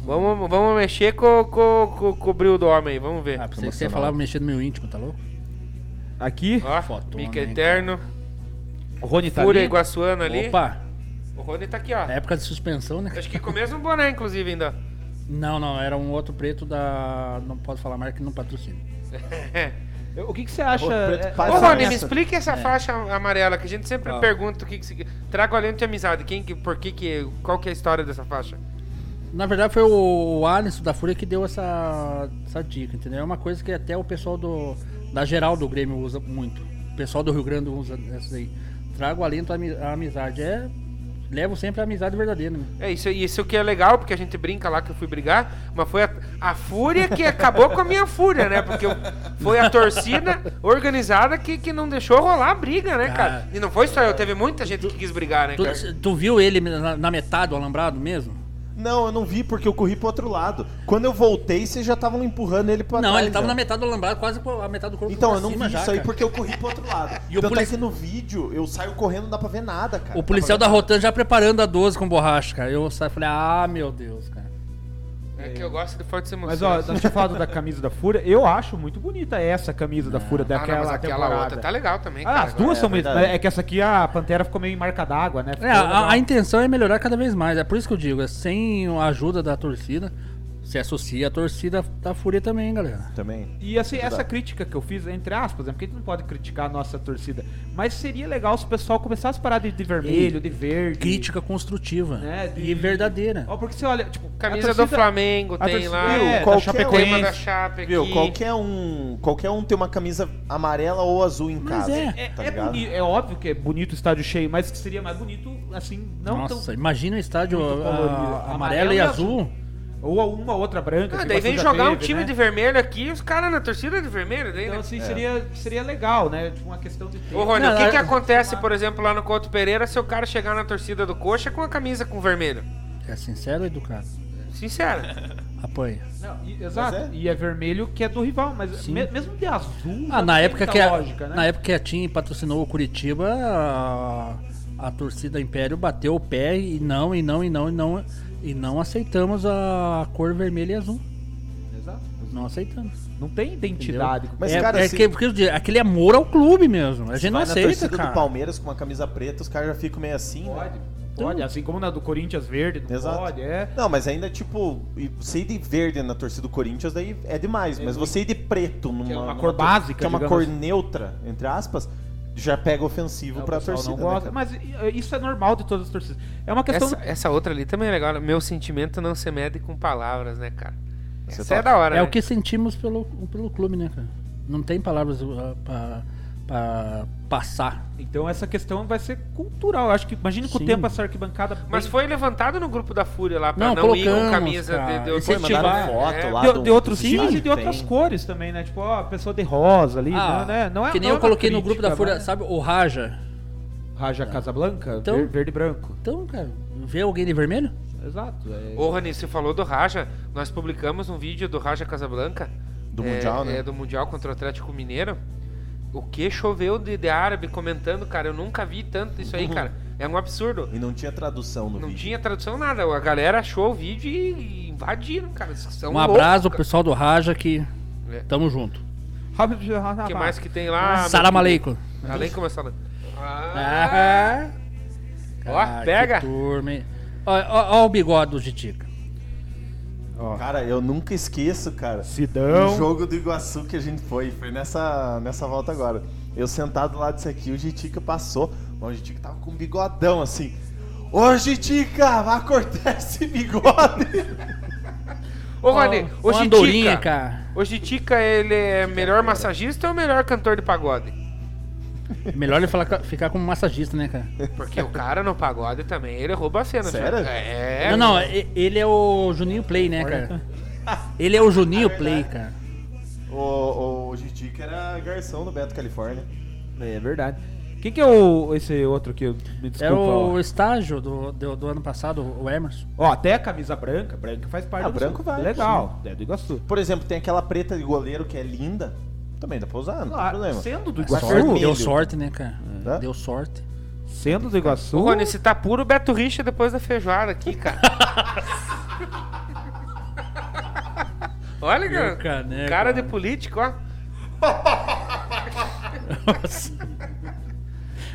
S3: Vamos, vamos mexer com, com, com, com o bril do homem aí, vamos ver.
S5: Ah, pensei que você ia falar mexer no meu íntimo, tá louco?
S4: Aqui,
S3: Ó,
S5: fotona,
S3: Mica
S5: hein,
S3: Eterno,
S4: o Rony tá
S3: Fúria
S4: ali.
S3: Iguaçuana ali.
S5: Opa, É.
S3: O Rony tá aqui, ó.
S5: época de suspensão, né?
S3: Acho que com o mesmo boné, inclusive, ainda.
S5: Não, não, era um outro preto da. Não posso falar a marca que não patrocina.
S4: O que, que você acha?
S2: Ô, preto,
S4: é,
S2: passa-
S3: Ô,
S2: Essa-
S3: Rony, me
S2: essa-
S3: explique essa faixa amarela, que a gente sempre
S5: É. Ó.
S3: pergunta o que que significa. Traga o aliento de amizade, quem, que, por que que, qual que é a história dessa faixa?
S5: Na verdade foi o Alisson da Fúria que deu essa, essa dica, entendeu? É uma coisa que até o pessoal do, da geral do Grêmio usa muito. O pessoal do Rio Grande usa essa daí. Trago alento à ami- à amizade. É. Levo sempre a amizade verdadeira, né?
S3: É isso, isso que é legal, porque a gente brinca lá que eu fui brigar, mas foi a, a fúria que acabou com a minha fúria, né? Porque eu- foi a torcida organizada que, que não deixou rolar a briga, né, cara?
S5: Cara.
S3: E não foi só eu, teve muita gente que quis brigar, né,
S5: Tu,
S2: É.
S3: cara?
S5: tu viu ele na, na metade do alambrado mesmo?
S2: Não, eu não vi porque eu corri pro outro lado. Quando eu voltei, vocês já estavam empurrando ele pra
S5: não,
S2: trás.
S5: ele tava
S2: já.
S5: na metade do alambrado, quase com a metade do corpo
S2: Então,
S5: pra
S2: eu não vi
S5: cima
S2: isso
S5: já,
S2: aí
S5: cara.
S2: porque eu corri pro outro lado.
S5: E o
S2: Tanto é
S5: polici-
S2: que no vídeo eu saio correndo, não dá pra ver nada, cara.
S5: O policial
S2: Dá
S5: da
S2: pra ver
S5: Rotan já preparando a 12 com borracha, cara. Eu saí e falei, ah, meu Deus, cara.
S3: É que eu gosto de fortes emoções.
S4: Mas ó, nós tínhamos falado da camisa da Fúria. Eu acho muito bonita essa camisa da Fúria
S3: Ah, não,
S4: daquela
S3: mas aquela
S4: temporada.
S3: outra tá legal também,
S4: Ah,
S3: cara.
S4: as duas
S2: é
S4: são bonitas.
S2: verdade.
S4: mas É que essa aqui a Pantera ficou meio em marca d'água, né? Ficou
S5: É, a,
S4: legal.
S5: a intenção é melhorar cada vez mais. É por isso que eu digo, é sem a ajuda da torcida, se associa a torcida da Fúria também, galera.
S2: Também.
S4: E assim,
S5: é
S4: essa crítica que eu fiz, entre aspas, né? porque a gente não pode criticar a nossa torcida, mas seria legal se o pessoal começasse a parar de, de vermelho, de verde.
S5: Crítica construtiva
S4: Né, de-
S5: e verdadeira.
S4: Ó, porque você olha, tipo, a
S3: Camisa do
S4: torcida-
S3: Flamengo
S4: a
S3: tem
S4: torcida-
S3: lá.
S4: Viu?
S3: É,
S4: da
S2: qualquer
S4: Chapecoense.
S3: tema da Chape aqui.
S2: Viu,
S4: é?
S2: qualquer um, qualquer um tem uma camisa amarela ou azul em
S5: Mas
S2: casa.
S5: é.
S4: É,
S2: tá
S4: é
S2: ligado?
S4: boni- é óbvio que é bonito o estádio cheio, mas que seria mais bonito, assim, não
S5: Nossa,
S4: tão.
S5: imagina o estádio
S4: Muito
S5: ah,
S4: colorido.
S5: amarelo,
S4: Amarelo
S5: e
S4: e
S5: azul.
S4: Ou uma outra branca.
S3: Ah,
S4: que
S3: daí
S4: você
S3: vem
S4: já
S3: jogar um
S4: teve,
S3: time
S4: né?
S3: de vermelho aqui e os caras na torcida de vermelho, daí,
S4: Então,
S3: né?
S5: É.
S4: assim, é seria, seria legal, né? Tipo, uma questão de tempo.
S3: Ô, Rony,
S5: Não,
S3: o que,
S5: eu-
S3: que acontece, por exemplo, lá no Couto Pereira se o cara chegar na torcida do Coxa com a camisa com vermelho?
S5: É sincero, educado.
S3: Sincero.
S5: Apoia.
S4: Não, e- exato.
S2: Mas é.
S4: E é vermelho que é do rival, mas
S5: Sim.
S4: me- mesmo de azul.
S5: Ah,
S4: não
S5: na
S4: tem
S5: época
S4: muita
S5: que a,
S4: lógica, né?
S5: na época que a TIM patrocinou o Curitiba, a, a torcida Império bateu o pé e não, e não, e não, e não, e não aceitamos a cor vermelha e azul.
S4: Exato.
S5: Não aceitamos.
S4: Não tem identidade.
S2: Mas,
S5: é,
S2: cara,
S5: é
S2: se-
S5: que- porque eu digo, aquele amor ao clube mesmo. A gente não
S2: Vai na
S5: aceita,
S2: torcida
S5: cara.
S2: do Palmeiras com uma camisa preta, os caras já ficam meio assim, né?
S4: Pode,
S5: Então-
S4: pode. Assim como na do Corinthians verde, não
S2: Exato.
S4: pode, é.
S2: Não, mas ainda tipo, e você ir de verde na torcida do Corinthians daí é demais, mas você ir de preto numa
S4: é uma
S2: numa
S4: cor
S2: tor-
S4: básica,
S2: que é uma
S4: digamos
S2: cor
S4: assim. É,
S2: neutra, entre aspas, já pega ofensivo
S4: O
S2: pra
S4: pessoal
S2: torcida.
S4: não
S2: né,
S4: gosta,
S2: cara?
S4: mas i- isso é normal de todas as torcidas. É uma questão.
S3: Essa, essa outra ali também é legal. né? Meu sentimento não se mede com palavras, né, cara?
S2: Você tá-
S3: Isso é
S2: toca.
S3: da hora,
S5: É
S3: né?
S5: o que sentimos pelo, pelo clube, né, cara? Não tem palavras uh, pra, pra passar.
S4: Então essa questão vai ser cultural. Eu acho que imagina com o
S5: Sim.
S4: tempo essa arquibancada.
S3: Mas
S4: bem-
S3: foi levantado no grupo da Fúria lá pra não,
S5: Não,
S3: ir com
S5: colocamos,
S3: camisa
S5: cara.
S3: de, de
S2: Foi,
S5: Esse
S2: mandaram
S5: tipo-
S2: foto
S3: é.
S2: lá
S4: de,
S2: do-
S4: de outros
S2: do
S4: times
S2: estádio,
S4: e de outras
S2: tem.
S4: cores também, né? Tipo, ó, a pessoa de rosa ali,
S5: Ah,
S4: né? Não é
S5: que
S4: não
S5: nem
S4: é
S5: eu
S4: uma
S5: coloquei no grupo
S4: crítica, né?
S5: da Folha,
S4: mas-
S5: sabe? O Raja.
S4: Raja Casablanca,
S5: Então-
S4: ver- verde e branco.
S5: Então, cara, vê alguém de vermelho?
S4: Exato. é-
S3: Ô, Rony, você falou do Raja. Nós publicamos um vídeo do Raja Casablanca.
S2: Do
S3: É,
S2: Mundial, né?
S3: É, do Mundial contra o Atlético Mineiro. O que choveu de, de árabe comentando, cara? Eu nunca vi tanto isso aí,
S5: Uhum.
S3: cara. É um absurdo.
S2: E não tinha tradução no
S3: Não
S2: vídeo.
S3: tinha tradução, nada. A galera achou o vídeo e invadiram, cara. Vocês São
S5: um abraço
S3: loucos,
S5: pro pessoal do Raja que
S3: É.
S5: tamo junto.
S3: cara. O que mais que tem lá? meu
S5: Salam
S3: filho?
S5: aleikum.
S3: Além começando.
S5: Ah,
S3: Ó, pega.
S5: Que turma, hein? Ó, ó, ó o bigode do Titica.
S2: Cara, eu nunca esqueço, cara.
S4: Sidão.
S2: O jogo do Iguaçu que a gente foi, foi nessa, nessa volta agora. Eu sentado lá disso aqui, o Jitica passou, mas o Jitica tava com um bigodão assim. Ô Jitica, vai cortar esse bigode!
S3: Ô, Rony,
S5: Ó,
S3: hoje
S5: uma
S3: Tica.
S5: andorinha, cara.
S3: Hoje Tica, ele é melhor massagista ou melhor cantor de pagode?
S5: Melhor ele falar- ficar como massagista, né, cara?
S3: Porque o cara no pagode também, ele rouba a cena.
S2: Sério?
S3: filho. É.
S5: Não, não, e- ele é o Juninho Play, né, cara? Ele é o Juninho Play, cara.
S2: o, o Jitica era garçom do Beto Califórnia.
S4: É verdade. Quem que é o, esse outro aqui? Me desculpa.
S5: Era É o
S4: ó.
S5: estágio do, do, do ano passado, o Emerson.
S4: Ó, até a camisa branca. Branca faz parte
S2: Ah,
S4: do
S2: branco
S4: Sul.
S2: vai,
S4: Legal. É do Iguaçu.
S2: Por exemplo, tem aquela preta de goleiro que é linda. Também dá pra usar, não tem
S4: Claro,
S2: problema.
S4: sendo do
S2: Mas
S4: Iguaçu.
S2: vermelho.
S5: Deu sorte, né, cara?
S2: Tá?
S5: Deu sorte.
S4: Sendo do Iguaçu.
S5: Uh.
S3: Ô, Rony, você tá puro Beto Richa depois da feijoada aqui, cara. Olha, cara.
S5: Meu caneco,
S3: cara de
S5: mano.
S3: político, ó.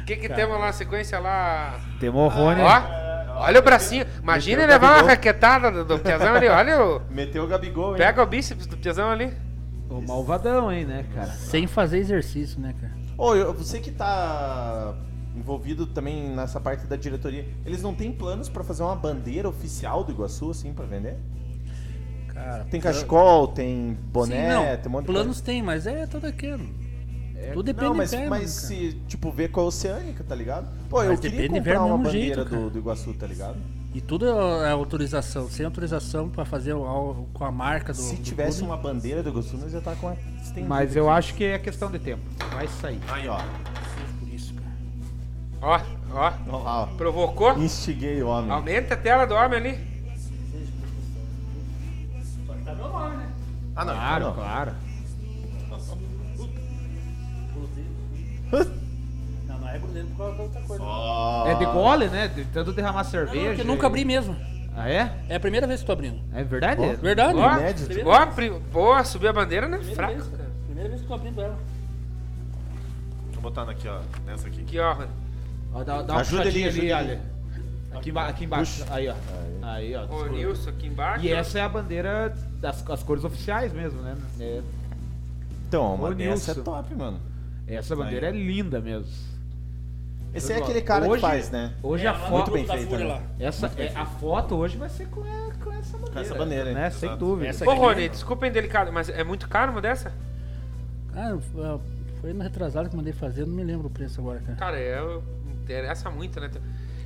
S3: O que que temos lá, a sequência lá?
S4: Temos o um Rony.
S5: Ah,
S3: Ó, olha o bracinho. Imagina
S2: Meteu o
S3: levar uma
S2: Gabigol.
S3: raquetada do, do Piazão ali. Olha o...
S2: Meteu o Gabigol, hein?
S3: Pega o bíceps do Piazão ali.
S4: O malvadão, hein, né, cara?
S5: Sem fazer exercício, né, cara?
S2: Ô, eu- você que tá envolvido também nessa parte da diretoria, eles não têm planos pra fazer uma bandeira oficial do Iguaçu, assim, pra vender?
S5: Cara,
S2: Tem cachecol, tem boné,
S5: Sim, não.
S2: tem um monte
S5: Planos
S2: de
S5: tem, mas é tudo aquilo.
S2: coisa.
S5: tudo depende
S2: Não, mas,
S5: de verba,
S2: mas
S5: cara.
S2: se, tipo, ver com a Oceânica, tá ligado? Pô, eu
S5: Mas
S2: queria
S5: depende de
S2: comprar
S5: verba
S2: uma
S5: mesmo
S2: bandeira
S5: um jeito, cara.
S2: do, do Iguaçu, tá ligado?
S5: E tudo é autorização. Sem autorização pra fazer o- ao- com a marca do.
S2: se
S5: do
S2: tivesse
S5: clube.
S2: uma bandeira do Iguaçu, nós ia estar com a estendida.
S4: Mas eu acho que é questão de tempo. Vai sair.
S2: Aí, ó.
S3: Ó, ó.
S2: Ó lá, ó.
S3: Provocou.
S2: Instiguei o homem.
S3: Aumenta a tela do homem ali.
S2: Ah, não.
S4: Claro,
S2: então não.
S4: claro.
S5: Não, não é grudento por causa da outra coisa.
S2: Ó.
S4: É de gole, né? De tanto derramar cerveja.
S5: eu nunca abri mesmo.
S4: Ah, é?
S5: É a primeira vez que tô abrindo.
S4: É verdade?
S5: Verdade?
S3: Ó,
S2: Inédito.
S3: ó, pri- pô, subir a bandeira não é fraco.
S5: cara. Primeira vez que tô abrindo ela.
S7: Tô botando aqui, ó. Nessa aqui.
S3: Aqui, ó.
S4: Ó, dá, dá uma
S2: Ajuda ele,
S4: puxadinha
S2: ajuda
S4: ali,
S2: ele.
S4: olha. Aqui, emba- aqui embaixo. Aí, ó. Aí, ó.
S3: O
S4: desculpa.
S3: Nilson aqui embaixo.
S4: E essa é a bandeira das as cores oficiais mesmo, né? É,
S2: Então, uma
S4: Ô,
S2: dessa é
S4: Nilson.
S2: top, mano.
S4: essa bandeira é linda mesmo.
S2: Esse é
S4: Eu gosto.
S2: aquele cara que
S4: Hoje-
S2: faz, né?
S5: É,
S4: Hoje a
S2: Muito
S4: foto.
S2: bem feita, né?
S4: Essa, é, a foto hoje vai ser com, é- com essa bandeira.
S2: essa bandeira, hein?
S4: né? Sem dúvida.
S5: Essa
S3: Ô,
S5: aqui. é
S3: Rony, desculpa indelicado, mas é muito caro uma dessa?
S5: Ah, foi- foi no retrasado que mandei fazer, eu não me lembro o preço agora, cara.
S3: Cara, é, interessa muito, né?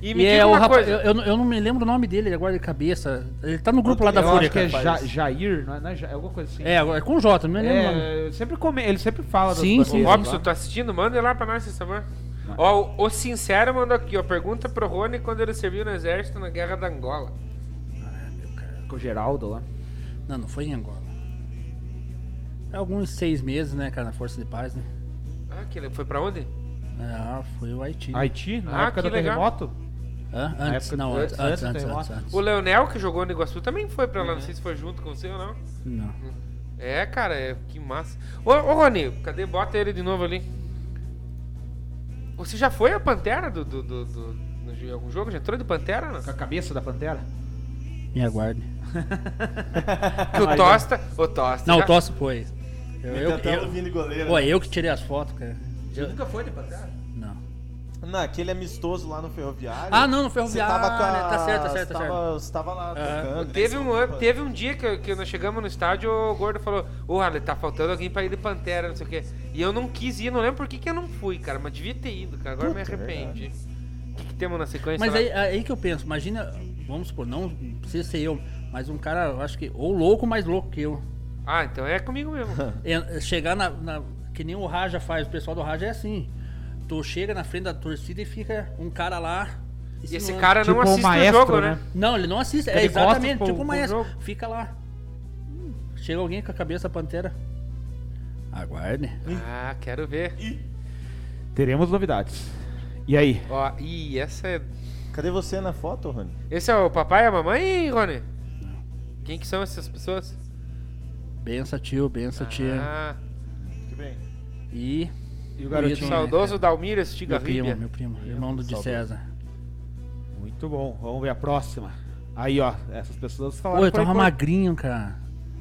S3: E
S5: E
S3: me
S5: é
S3: diga
S5: o
S3: uma
S5: rapaz,
S3: coisa.
S5: eu, eu não- eu não me lembro o nome dele agora de cabeça. Ele tá no grupo lá da
S4: Eu
S5: Fúria,
S4: acho que é
S5: cara.
S4: Ja- Jair, não é, não é, Ja- é alguma coisa assim.
S5: É, agora é com o Jota, não me lembro o nome.
S4: É, eu sempre come, ele sempre fala das
S3: Ô,
S5: Sim, sim,
S4: bandeiras
S5: sim.
S3: Robson, tá assistindo? Manda lá pra nós, por favor. Ó, o, o Sincero mandou aqui, ó. Pergunta pro Rony quando ele serviu no exército na guerra da Angola.
S4: lá, com o Geraldo lá.
S5: Não, não foi em Angola. É alguns seis meses, né, cara, na Força de Paz, né?
S3: Ah, que ele foi pra onde?
S5: Ah, foi o Haiti.
S4: Haiti, na
S3: Ah,
S4: época
S3: que
S4: do
S3: legal.
S4: terremoto?
S5: Hã? Antes,
S4: época
S5: não,
S4: do-
S5: antes, antes, antes,
S4: antes,
S5: antes,
S4: antes.
S3: O Leonel, que jogou no Iguaçu, também foi pra
S4: Uhum.
S3: lá. Não sei se foi junto com você ou não.
S5: Não.
S3: É, cara, é, que massa. Ô, ô, Rony, cadê? Bota ele de novo ali. Você já foi a Pantera do, do, do, do- no, em algum jogo? Já entrou de Pantera? Não?
S4: Com a cabeça da pantera?
S5: Me aguarde.
S3: Que o Tosta... O Tosta...
S5: Não,
S3: já-
S5: o Tosso foi. Eu, eu, eu,
S2: Vini Goleiro.
S5: pô, eu tá que tirei as fotos, cara. Eu-
S4: nunca foi de pantera?
S5: não.
S2: Naquele amistoso lá no Ferroviário.
S5: Ah, não, no
S2: Você
S5: Ferroviário.
S2: tava com a...
S5: Tá certo, tá certo,
S2: você
S5: tá
S2: tava,
S5: certo.
S2: Você tava
S4: Ah,
S2: lá tocando. né?
S3: Teve um, ano- teve um dia que, que nós chegamos no estádio, o gordo falou: Ô, Ale, tá faltando alguém pra ir de Pantera, não sei o quê. E eu não quis ir, não lembro por que, que eu não fui, cara, mas devia ter ido, cara. Agora eu me
S2: Puta,
S3: arrependi. O que, que temos na sequência?
S5: é Mas
S3: lá?
S5: aí, aí que eu penso, imagina, vamos supor, não precisa ser eu, mas um cara, eu acho que, ou louco, mais louco que eu.
S3: Ah, então é comigo mesmo.
S5: É, chegar na, na- Que nem o Raja faz, o pessoal do Raja é assim. Tu chega na frente da torcida e fica um cara lá.
S3: e esse
S5: insinuando.
S3: cara não
S4: Tipo um
S3: assiste
S4: maestro,
S3: o jogo, né?
S4: né?
S5: Não, ele não assiste. É
S4: Ele gosta
S5: exatamente,
S4: pro-
S5: tipo
S4: pro
S5: o maestro.
S4: jogo.
S5: Fica lá. Hum, Chega alguém com a cabeça pantera. Aguarde.
S3: Ah, quero ver.
S4: Teremos novidades. E aí?
S3: Ó, e essa é.
S2: Cadê você na foto, Rony?
S3: Esse é o papai e a mamãe, Rony? Quem que são essas pessoas?
S5: Bença, tio, bença, tia.
S3: Ah,
S2: Tudo bem.
S5: E.
S4: E o
S5: garotinho,
S4: garotinho?
S5: Sim, né,
S3: saudoso Dalmiro Estiga
S5: Meu primo,
S3: Ribia.
S5: meu primo, irmão do de César.
S4: Muito bom, vamos ver a próxima. Aí, ó, essas pessoas falaram.
S5: Pô, eu
S4: pra
S5: tava
S4: ele-
S5: magrinho, cara.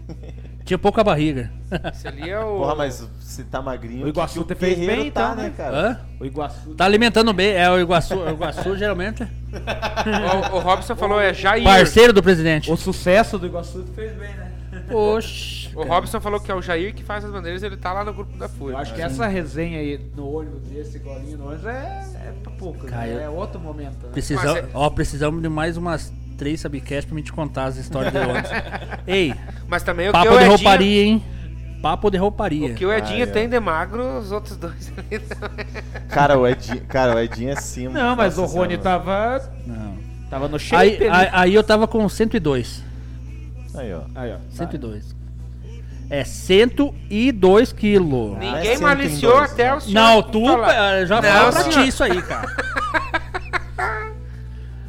S5: Tinha pouca barriga.
S3: Esse ali é o.
S2: Porra, mas se tá magrinho.
S4: O Iguaçu
S2: que que
S4: te fez
S2: Guerreiro
S4: bem,
S2: tá,
S4: então,
S2: né,
S4: né?
S2: cara?
S5: Hã?
S4: O Iguaçu.
S5: Tá alimentando bem. É o Iguaçu, o Iguaçu geralmente. é
S3: O, o Robson falou: é Jair.
S5: Parceiro do presidente.
S4: O sucesso do Iguaçu fez bem, né?
S5: Oxi.
S3: O Robson falou que é o Jair que faz as bandeiras, ele tá lá no grupo da
S4: Eu
S3: Fúria.
S5: é
S4: acho que essa resenha aí no ônibus, esse golinho no ônibus, é, é pra pouco, né?
S5: Caiu.
S4: É outro momento, né?
S5: Precisamos,
S3: Mas é-
S5: ó, precisamos de mais umas três subcasts pra me te contar as histórias de ônibus. Ei,
S3: Mas também o que
S5: papo
S3: o
S5: de
S3: Edinho,
S5: rouparia, hein? Papo de rouparia.
S3: o que o Edinho
S2: Ah, é.
S3: tem de magro, os outros dois ali também.
S2: Cara, o Edinho, cara, o Edinho é cima.
S4: Não, mas o
S2: Nossa
S4: Rony
S2: Senhora.
S4: tava.
S5: Não.
S4: Tava no shape
S5: Aí,
S4: ali.
S5: aí, aí eu tava com 102.
S2: né? Aí, ó.
S4: tá-
S2: Tá.
S4: Aí, ó.
S5: 102. É 102 quilos.
S2: Ah,
S3: Ninguém
S2: é
S3: maliciou
S2: 102,
S3: até o
S2: né?
S3: senhor.
S5: Não, tu
S3: falar.
S5: eh, já
S3: Não,
S5: fala pra
S3: senhor.
S5: ti isso aí, cara.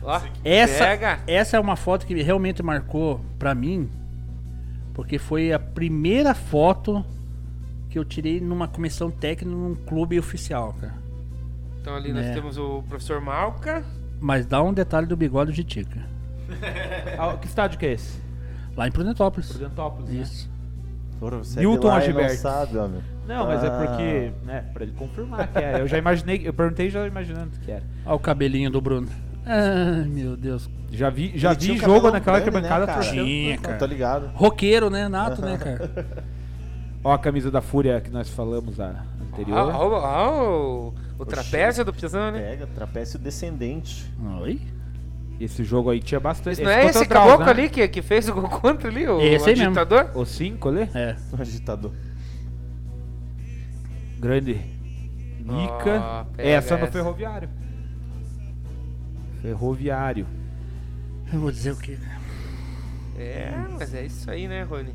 S3: Ó,
S5: Essa,
S3: Pega.
S5: essa é uma foto que realmente marcou pra mim. Porque foi a primeira foto que eu tirei numa comissão técnica num clube oficial, cara.
S3: Então ali nós
S5: É.
S3: temos o professor Malca.
S5: Mas dá um detalhe do bigode de Tica.
S4: Ah, que estádio que é esse?
S5: Lá em Prudentópolis.
S4: Prudentópolis, né?
S5: Isso.
S2: Porra, você
S4: Newton
S2: é de lá e não
S4: Agiberti.
S2: sabe, homem.
S4: Não, mas
S2: Ah.
S4: é porque, né, pra ele confirmar que era. Eu já imaginei, eu perguntei já imaginando que era.
S5: Olha o cabelinho do Bruno. Ai, meu Deus.
S4: Já vi, já
S2: Ele tinha
S4: vi
S2: um
S4: jogo
S2: cabelão
S4: naquela
S2: grande, né,
S4: arquibancada
S2: cara?
S4: torcendo.
S5: Tinha, cara.
S2: Não, tô ligado.
S5: Roqueiro, né? Nato, né, cara?
S4: Ó a camisa da Fúria que nós falamos a anterior.
S3: Ah, Ó, ó, ó, o, o trapézio do Pisano, né?
S2: Pega, trapécio descendente.
S5: Oi?
S4: Esse jogo aí tinha bastante.
S3: Não é esse
S4: contra o Drauzio,
S3: caboclo
S4: né?
S3: ali que, que fez o gol contra ali, o
S5: Esse aí mesmo.
S3: ditador?
S4: O 5 ali?
S5: É.
S2: O agitador.
S4: Grande. Mica.
S3: Ó, pega
S4: essa no
S3: essa.
S4: ferroviário. Ferroviário.
S5: Eu vou dizer o quê?
S3: É, mas é isso aí, né, Rony?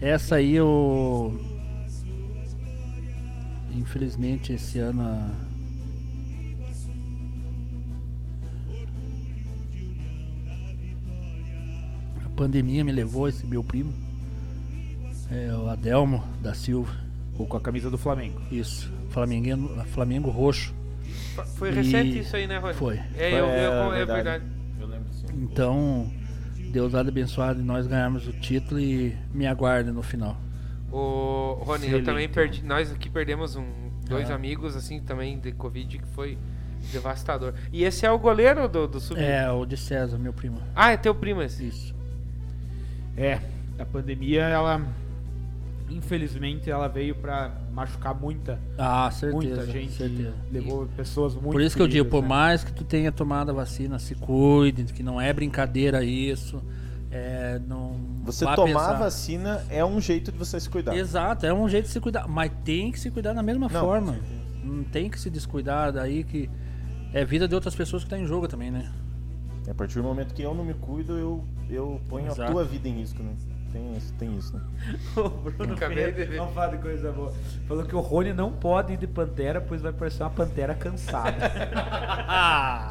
S5: Essa aí eu. Infelizmente esse ano. a- A pandemia me levou esse meu primo. É o Adelmo da Silva.
S4: Ou com a camisa do Flamengo.
S5: Isso. Flamengueno, Flamengo Roxo.
S3: Fa- Foi
S5: E-
S3: recente isso aí, né, Rony?
S5: foi.
S3: É, eu, eu,
S2: É,
S3: eu- é
S2: verdade.
S3: verdade.
S7: Eu lembro sim.
S5: Então, Deus há de abençoar de nós ganharmos o título e me aguarde no final.
S3: O Rony, eu
S5: Excelente. né? É.
S3: também perdi. Nós aqui perdemos um, dois amigos, assim, também de Covid, que foi devastador. E esse é o goleiro do, do sub.
S5: É, o de César, meu primo.
S3: Ah, é teu primo esse.
S5: Isso.
S4: É, a pandemia, ela. Infelizmente, ela veio pra machucar muita,
S5: Ah, certeza.
S4: muita gente.
S5: certeza.
S4: Levou pessoas muito.
S5: Por isso que eu digo,
S4: queridas,
S5: por
S4: né?
S5: mais que tu tenha tomado a vacina, se cuide, que não é brincadeira isso. É, não
S2: Você
S5: vá
S2: tomar
S5: pensar.
S2: a vacina é um jeito de você se cuidar.
S5: Exato, é um jeito de se cuidar, mas tem que se cuidar da mesma
S2: Não,
S5: forma. Não tem que se descuidar daí que é vida de outras pessoas que tá em jogo também, né?
S2: A partir do momento que eu não me cuido, eu, eu ponho a
S5: Exato.
S2: tua vida em risco, né? Tem isso, tem isso, né?
S4: O Bruno
S3: Acabei de
S4: Ferreira
S3: ver.
S4: não fala de coisa boa. Falou que o Rony não pode ir de pantera, pois vai parecer uma pantera cansada.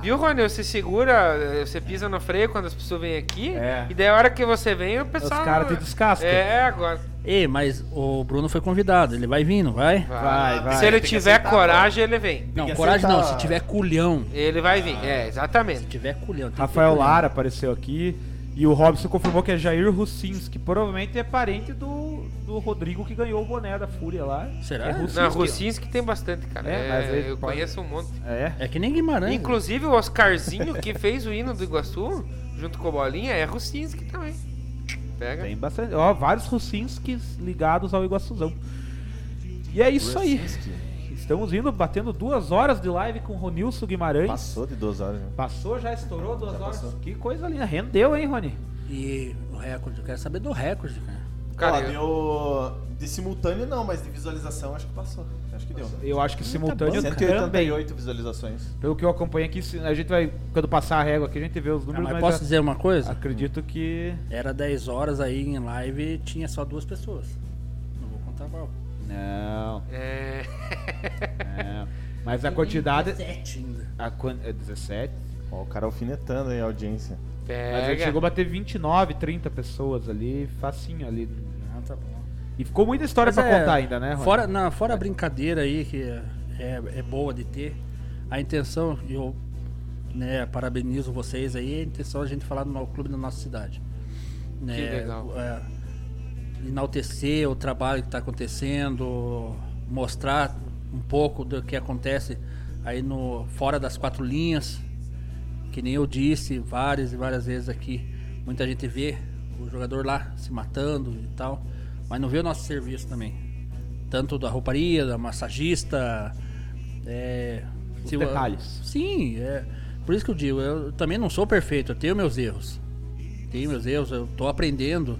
S3: Viu, Rony? Você segura, você pisa no freio quando as pessoas vêm aqui.
S4: É.
S3: E daí a hora que você vem, o pessoal.
S4: caras te descascam.
S3: É, agora.
S5: Ei, mas o Bruno foi convidado, ele vai vir, não vai?
S4: Vai, vai.
S3: Se ele
S7: Tem que
S3: tiver
S7: aceitar,
S3: coragem, ele vem.
S5: Não,
S2: que
S5: coragem não,
S2: aceitar.
S5: se tiver culhão.
S3: Ele vai vir. É,
S5: Se
S3: exatamente.
S5: tiver culhão. tem que ter
S4: Rafael
S5: culhão.
S4: Lara apareceu aqui. E o Robson confirmou que é Jair Russinski, que provavelmente é parente do, do Rodrigo que ganhou o boné da Fúria lá.
S5: Será?
S4: É, Russo.
S3: Na Rocinski tem bastante, cara.
S4: É,
S3: É,
S4: mas ele
S3: eu
S4: pode-
S3: conheço um monte.
S4: É.
S5: É que nem Guimarães.
S3: Inclusive o Oscarzinho que fez o hino do Iguaçu, junto com a bolinha, é Rocinski também. Pega.
S4: Tem bastante. Ó, vários Russinskis ligados ao Iguaçuzão. E é isso aí. Estamos indo, batendo duas horas de live com o Ronilson Guimarães.
S2: Passou de duas horas, né?
S4: Passou, já estourou duas horas. Que coisa linda. Rendeu, hein, Rony?
S5: E o recorde, eu quero saber do recorde, cara.
S3: Cara,
S2: Ó,
S3: eu-
S2: deu... De simultâneo não, mas de visualização acho que passou. Acho que deu.
S4: Eu acho que simultâneo também.
S2: 188 visualizações.
S4: Pelo que eu acompanho aqui, se- a gente vai, quando passar a régua aqui, a gente vê os
S5: Ah,
S4: números,
S5: mas
S4: mas,
S5: posso
S4: eu
S5: dizer uma coisa?
S4: acredito que...
S5: Era 10 horas aí em live tinha só duas pessoas. Não vou contar mal.
S4: Não,
S3: é...
S4: não. É. Mas a quantidade...
S5: 17 ainda.
S4: A quan- é 17?
S2: Ó, o cara alfinetando aí a audiência.
S4: Mas a gente
S3: Pega.
S4: chegou a bater 29, 30 pessoas ali, facinho ali.
S5: Ah, tá bom.
S4: E ficou muita história
S5: Mas
S4: pra
S5: é,
S4: contar ainda, né, Rony?
S5: Fora, não, fora a brincadeira aí, que é, é boa de ter, a intenção, e eu né, parabenizo vocês aí, a intenção é a gente falar do novo clube da nossa cidade. Né,
S3: Que legal.
S5: é, enaltecer o trabalho que está acontecendo, mostrar um pouco do que acontece aí no fora das quatro linhas, que nem eu disse várias e várias vezes aqui, muita gente vê o jogador lá se matando e tal, mas não vê o nosso serviço também. Tanto da rouparia, da massagista, é,
S4: Os
S5: se o-
S4: detalhes.
S5: Sim, é. Por isso que eu digo, eu também não sou perfeito, eu tenho meus erros. Tenho meus erros, eu tô aprendendo.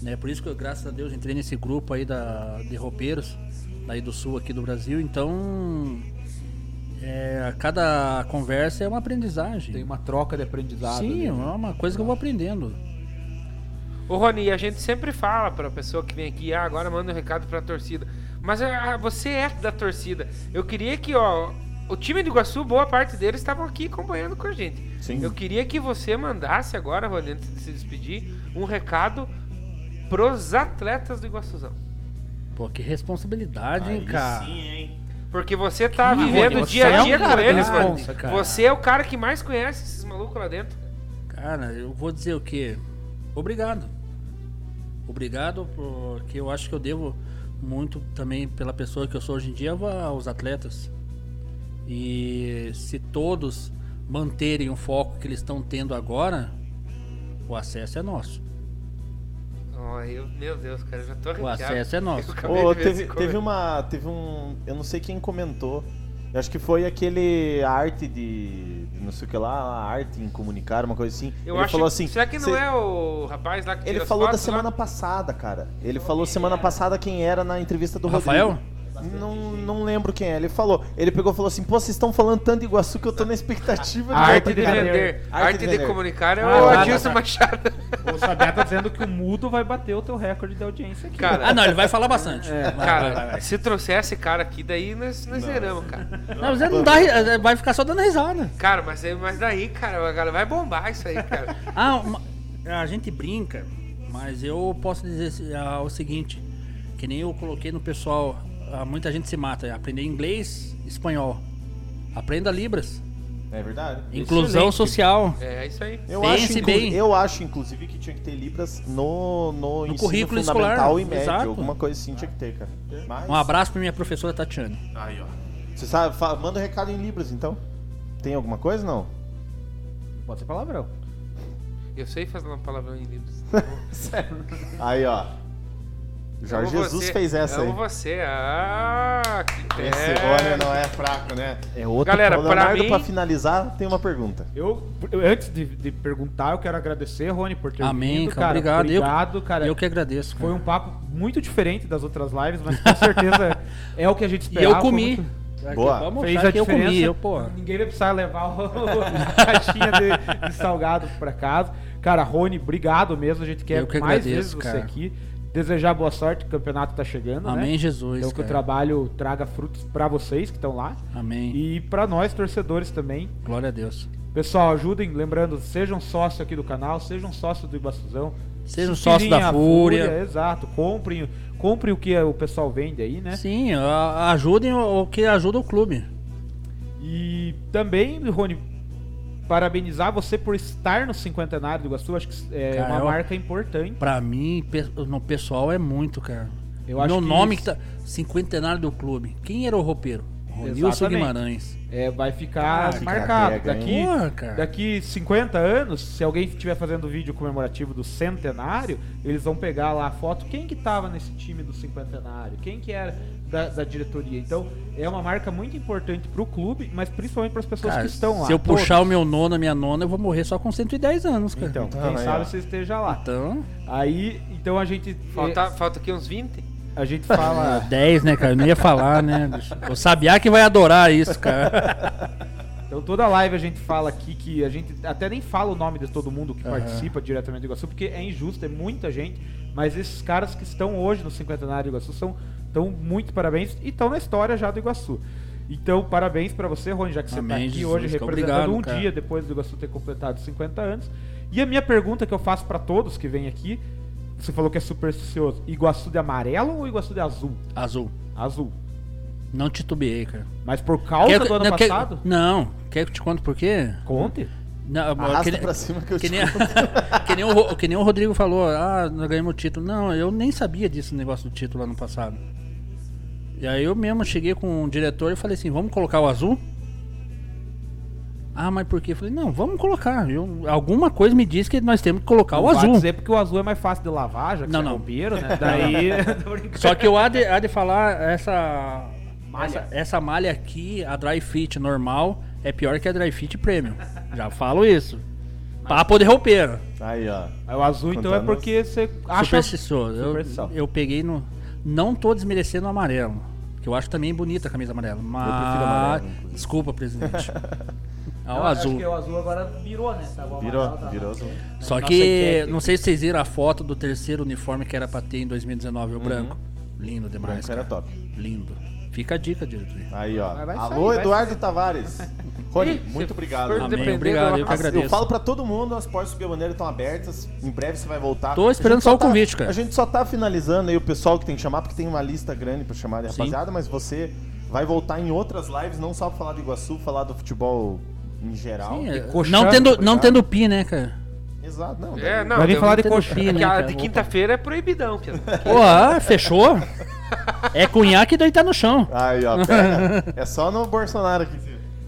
S5: Né? Por isso que eu, graças a Deus, entrei nesse grupo aí da, de roupeiros, daí do sul aqui do Brasil. Então, é, a cada conversa é uma aprendizagem.
S4: Tem uma troca de aprendizado.
S5: Sim,
S4: ali.
S5: é uma coisa que eu vou aprendendo.
S3: Ô Rony, a gente sempre fala pra pessoa que vem aqui, ah, agora manda um recado pra torcida. Mas ah, você é da torcida. Eu queria que, ó, o time do Iguaçu, boa parte deles estavam aqui acompanhando com a gente.
S2: Sim.
S3: Eu queria que você mandasse agora, Rony, antes de se despedir, um recado pros atletas do Iguaçuzão.
S5: Pô, que responsabilidade, hein,
S2: Aí
S5: cara.
S7: Sim, hein?
S3: Porque você tá
S5: Que
S3: vivendo
S5: responsa.
S3: dia a dia
S5: Você é um
S3: com
S5: cara
S3: eles,
S5: de
S3: mano.
S5: responsa, cara.
S3: Você é o cara que mais conhece esses malucos lá dentro.
S5: Cara, eu vou dizer o quê? Obrigado. Obrigado, porque eu acho que eu devo muito também pela pessoa que eu sou hoje em dia aos atletas. E se todos manterem o foco que eles estão tendo agora, o acesso é nosso.
S3: Oh, eu, meu Deus, cara, eu já tô
S5: O
S3: arrepiado.
S5: acesso é nosso.
S3: Eu acabei
S2: Ô,
S3: de ver
S2: teve,
S3: esse
S2: teve
S3: comentário.
S2: uma. Teve um. Eu não sei quem comentou. Eu acho que foi aquele a arte de. de não sei o que lá, a arte em comunicar, uma coisa assim.
S3: Eu
S2: ele
S3: acho
S2: falou assim.
S3: Será que não
S2: "Cê-
S3: é o rapaz lá que tira
S2: Ele
S3: as
S2: falou da
S3: fotos lá?
S2: semana passada, cara. Ele falou
S3: é.
S2: semana passada quem era na entrevista do
S5: O Rafael?
S2: Rodrigo. Não, não lembro quem é. Ele falou. Ele pegou e falou assim: pô, vocês estão falando tanto de Iguaçu que eu tô na expectativa
S4: A
S2: de
S4: arte
S2: outra,
S4: de
S3: Arte
S2: cara."
S3: de vender.
S2: Arte
S3: Arte
S2: de
S3: de
S2: vender.
S3: comunicar é
S4: Ah,
S3: o
S4: nada,
S3: Adilson
S4: cara.
S3: Machado.
S4: O Sabiá tá dizendo que o mudo vai bater o teu recorde de audiência aqui. né,
S3: Cara,
S5: Ah, não, ele vai falar bastante. Vai, vai, vai,
S3: Cara,
S5: vai.
S3: se trouxer esse cara aqui, daí nós, nós zeramos, cara.
S5: Não, mas ele não dá, ri- vai ficar só dando risada.
S3: Cara, mas, aí- mas daí, cara, a galera vai bombar isso aí, cara.
S5: Ah, uma- a gente brinca, mas eu posso dizer se- ah, o seguinte, que nem eu coloquei no pessoal, ah, muita gente se mata, aprender inglês, espanhol. Aprenda Libras.
S2: É verdade.
S5: Inclusão social.
S3: É isso aí.
S2: Eu
S5: Pense
S2: acho, inclu-
S5: bem.
S2: eu acho, inclusive, que tinha que ter Libras no, no, ensino
S5: currículo
S2: fundamental
S5: escolar,
S2: e médio.
S5: exato.
S2: Alguma coisa assim tinha que ter, cara. Mas-
S5: Um abraço pra minha professora Tatiane.
S7: Aí, ó.
S2: Você sabe, fa- manda um recado em Libras, então. Tem alguma coisa, não?
S4: Pode ser palavrão.
S3: Eu sei fazer uma palavrão em livros.
S2: Aí, ó. O Jorge
S3: Amo
S2: Jesus
S3: você,
S2: fez essa aí.
S3: amo você. Ah, que
S2: Esse
S3: pena.
S2: olha não é fraco, né? É outro.
S3: Galera,
S2: o
S3: pra
S2: Leonardo,
S3: mim-
S2: pra finalizar, tem uma pergunta.
S4: Eu, eu- antes de, de perguntar, eu quero agradecer, Rony, por ter
S5: Amém,
S4: vindo,
S5: cara,
S4: cara.
S5: obrigado. Eu-
S4: Obrigado, cara.
S5: eu que agradeço. cara.
S4: Foi um papo muito diferente das outras lives, mas com certeza é o que a gente
S5: E
S4: esperava.
S5: eu
S4: Foi
S5: comi.
S4: muito-
S2: Boa.
S5: Vamos
S4: Fez
S5: achar
S4: a
S5: que eu
S4: diferença.
S5: comi, eu, pô.
S4: Ninguém vai precisar levar o, a caixinha de, de salgado pra casa. Cara, Rony, obrigado mesmo. A gente quer
S5: Eu que
S4: mais
S5: agradeço,
S4: vezes você
S5: cara.
S4: aqui. Desejar boa sorte, o campeonato tá chegando, né?
S5: Amém, Jesus,
S4: Então que o
S5: cara.
S4: trabalho traga frutos pra vocês que estão lá.
S5: Amém.
S4: E pra nós, torcedores também.
S5: Glória a Deus.
S4: Pessoal, ajudem, lembrando, sejam sócio aqui do canal, sejam sócio do Ibastuzão.
S5: Sejam sócio da Fúria.
S4: Exato, comprem, comprem o que o pessoal vende aí, né?
S5: Sim, a- ajudem o o que ajuda o clube.
S4: E também, Rony, parabenizar você por estar no cinquentenário do Iguaçu, acho que é
S5: Cara,
S4: uma
S5: eu-
S4: marca importante.
S5: Pra mim, pe- no pessoal é muito, cara.
S4: Eu acho
S5: Meu
S4: que
S5: nome
S4: isso-
S5: que tá. Cinquentenário do clube. Quem era o roupeiro? Ronilson
S4: Exatamente.
S5: Guimarães.
S4: É, vai ficar
S2: Fica
S4: marcado.
S2: pega,
S4: daqui,
S2: hein?
S5: Porra, cara.
S4: daqui 50 anos, se alguém estiver fazendo vídeo comemorativo do centenário, eles vão pegar lá a foto. Quem que tava nesse time do cinquentenário? Quem que era da, da diretoria? Então, é uma marca muito importante pro clube, mas principalmente para as pessoas
S5: Cara,
S4: que estão lá.
S5: se eu puxar
S4: Todos.
S5: o meu nono, a minha nona, eu vou morrer só com 110 anos, cara.
S4: Então,
S2: Então,
S4: quem
S2: aí, ó.
S4: sabe você esteja lá.
S5: Então,
S4: Aí, então a gente.
S3: Falta, falta aqui uns 20.
S4: A gente fala.
S5: 10, né, cara? Eu não ia falar, né? bicho? O Sabiá que vai adorar isso, cara.
S4: Então toda live a gente fala aqui que a gente até nem fala o nome de todo mundo que
S5: Aham.
S4: participa diretamente do Iguaçu, porque é injusto, é muita gente, mas esses caras que estão hoje no cinquentenário do Iguaçu são tão muito parabéns e estão na história já do Iguaçu. Então, parabéns pra você, Rony, já que você tá
S5: Amém,
S4: aqui
S5: Jesus,
S4: hoje
S5: cara,
S4: representando
S5: obrigado,
S4: um
S5: cara.
S4: dia depois do Iguaçu ter completado 50 anos. E a minha pergunta que eu faço pra todos que vêm aqui, você falou que é supersticioso, Iguaçu de amarelo ou Iguaçu de azul?
S5: Azul.
S4: Azul.
S5: Não titubeei, cara.
S4: Mas por causa
S5: Quer que-
S4: do ano
S5: não, quer-
S4: passado?
S5: não, quer que eu te conte por quê?
S4: Conte.
S5: Não,
S2: Arrasta
S5: que nem-
S2: pra cima que eu
S5: que
S2: te
S5: nem, que, nem o, Ro- que nem o Rodrigo falou, ah, nós ganhamos o título. Não, eu nem sabia disso, o negócio do título ano passado. E aí eu mesmo cheguei com o diretor e falei assim, vamos colocar o azul? Ah, mas por quê? Eu falei, não, vamos colocar. Eu- alguma coisa me diz que nós temos que colocar o
S4: Não vai
S5: azul.
S4: dizer porque o azul é mais fácil de lavar, já que
S5: Não,
S4: você é
S5: não.
S4: bombeiro, né? Daí. Tô brincando.
S5: Só que eu há de, há de falar essa
S4: Malha.
S5: Essa, essa malha aqui, a dry fit normal, é pior que a dry fit premium. Já falo isso. Papo de roupeiro.
S2: Aí, ó.
S4: Aí o azul, então, é
S2: Fantasmas.
S4: porque você
S2: é
S4: acha.
S5: Supersticioso.
S4: Superstição.
S5: Eu, eu peguei no. Não tô desmerecendo o amarelo. Que eu acho também bonita a camisa amarela. Mas.
S2: prefiro amarelo, inclusive.
S5: Desculpa, presidente. Ah, o
S8: Eu Acho
S5: azul.
S2: é
S8: que o azul agora virou, né? Tá bom,
S2: Virou,
S8: amarelo, tá
S2: virou. azul.
S5: Só
S8: Nossa
S5: que.
S8: enquete.
S5: Não sei se vocês viram a foto do terceiro uniforme que era pra ter em 2019, o branco. Lindo demais.
S2: Uhum. Branco era
S5: cara.
S2: é top.
S5: Lindo. Fica a dica, diretoria.
S2: Aí, ó.
S4: Mas vai
S2: Alô,
S4: sair, vai
S2: Eduardo Tavares. Rony,
S3: Ih,
S2: muito
S3: se
S2: obrigado.
S3: for
S5: Amém,
S3: depender
S5: obrigado,
S3: do-
S5: eu que
S2: As-
S5: agradeço.
S2: Eu falo pra todo mundo, as portas do Subir a Bandeira estão abertas. Em breve você vai voltar.
S5: Tô esperando
S2: A gente
S5: só o
S2: tá-
S5: convite, cara.
S2: A gente só tá finalizando aí o pessoal que tem que chamar, porque tem uma lista grande pra chamar, né,
S5: Sim.
S2: rapaziada. Mas você vai voltar em outras lives, não só pra falar do Iguaçu, falar do futebol em geral.
S5: Sim, é,
S4: coxão,
S5: não, tendo, não
S2: obrigado.
S5: tendo pi, né, cara?
S2: Exato, não.
S3: É,
S2: daí-
S3: não.
S4: Vai vir
S3: eu-
S4: falar de
S5: Não tendo
S4: coxinha,
S5: pi,
S3: é
S5: né,
S3: que a
S5: cara?
S3: de
S5: Vou-
S3: quinta-feira é proibidão, piada.
S5: Pô, ah, fechou? É cunhaque e deitar no chão.
S2: Aí, ó, pera. é só no Bolsonaro aqui.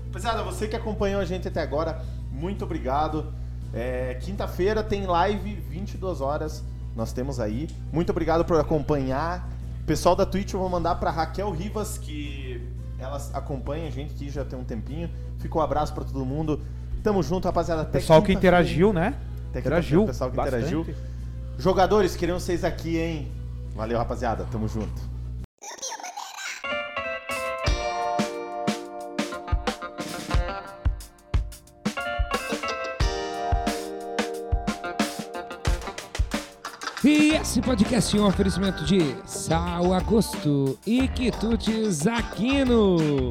S2: Rapaziada, você que acompanhou a gente até agora, muito obrigado. É, Quinta-feira tem live, 22 horas, nós temos aí. Muito obrigado por acompanhar. Pessoal da Twitch, eu vou mandar pra Raquel Rivas, que ela acompanha a gente aqui já tem um tempinho. Fica um abraço pra todo mundo. Tamo junto, rapaziada. Até
S4: Pessoal que
S2: quinta-feira.
S4: interagiu, né?
S2: Até quinta-feira,
S4: Interagiu.
S2: Pessoal que
S4: bastante.
S2: interagiu. Jogadores, queremos vocês aqui, hein? Valeu, rapaziada. Tamo junto.
S9: E esse podcast é um oferecimento de Sal Agosto e Quitutes Aquino.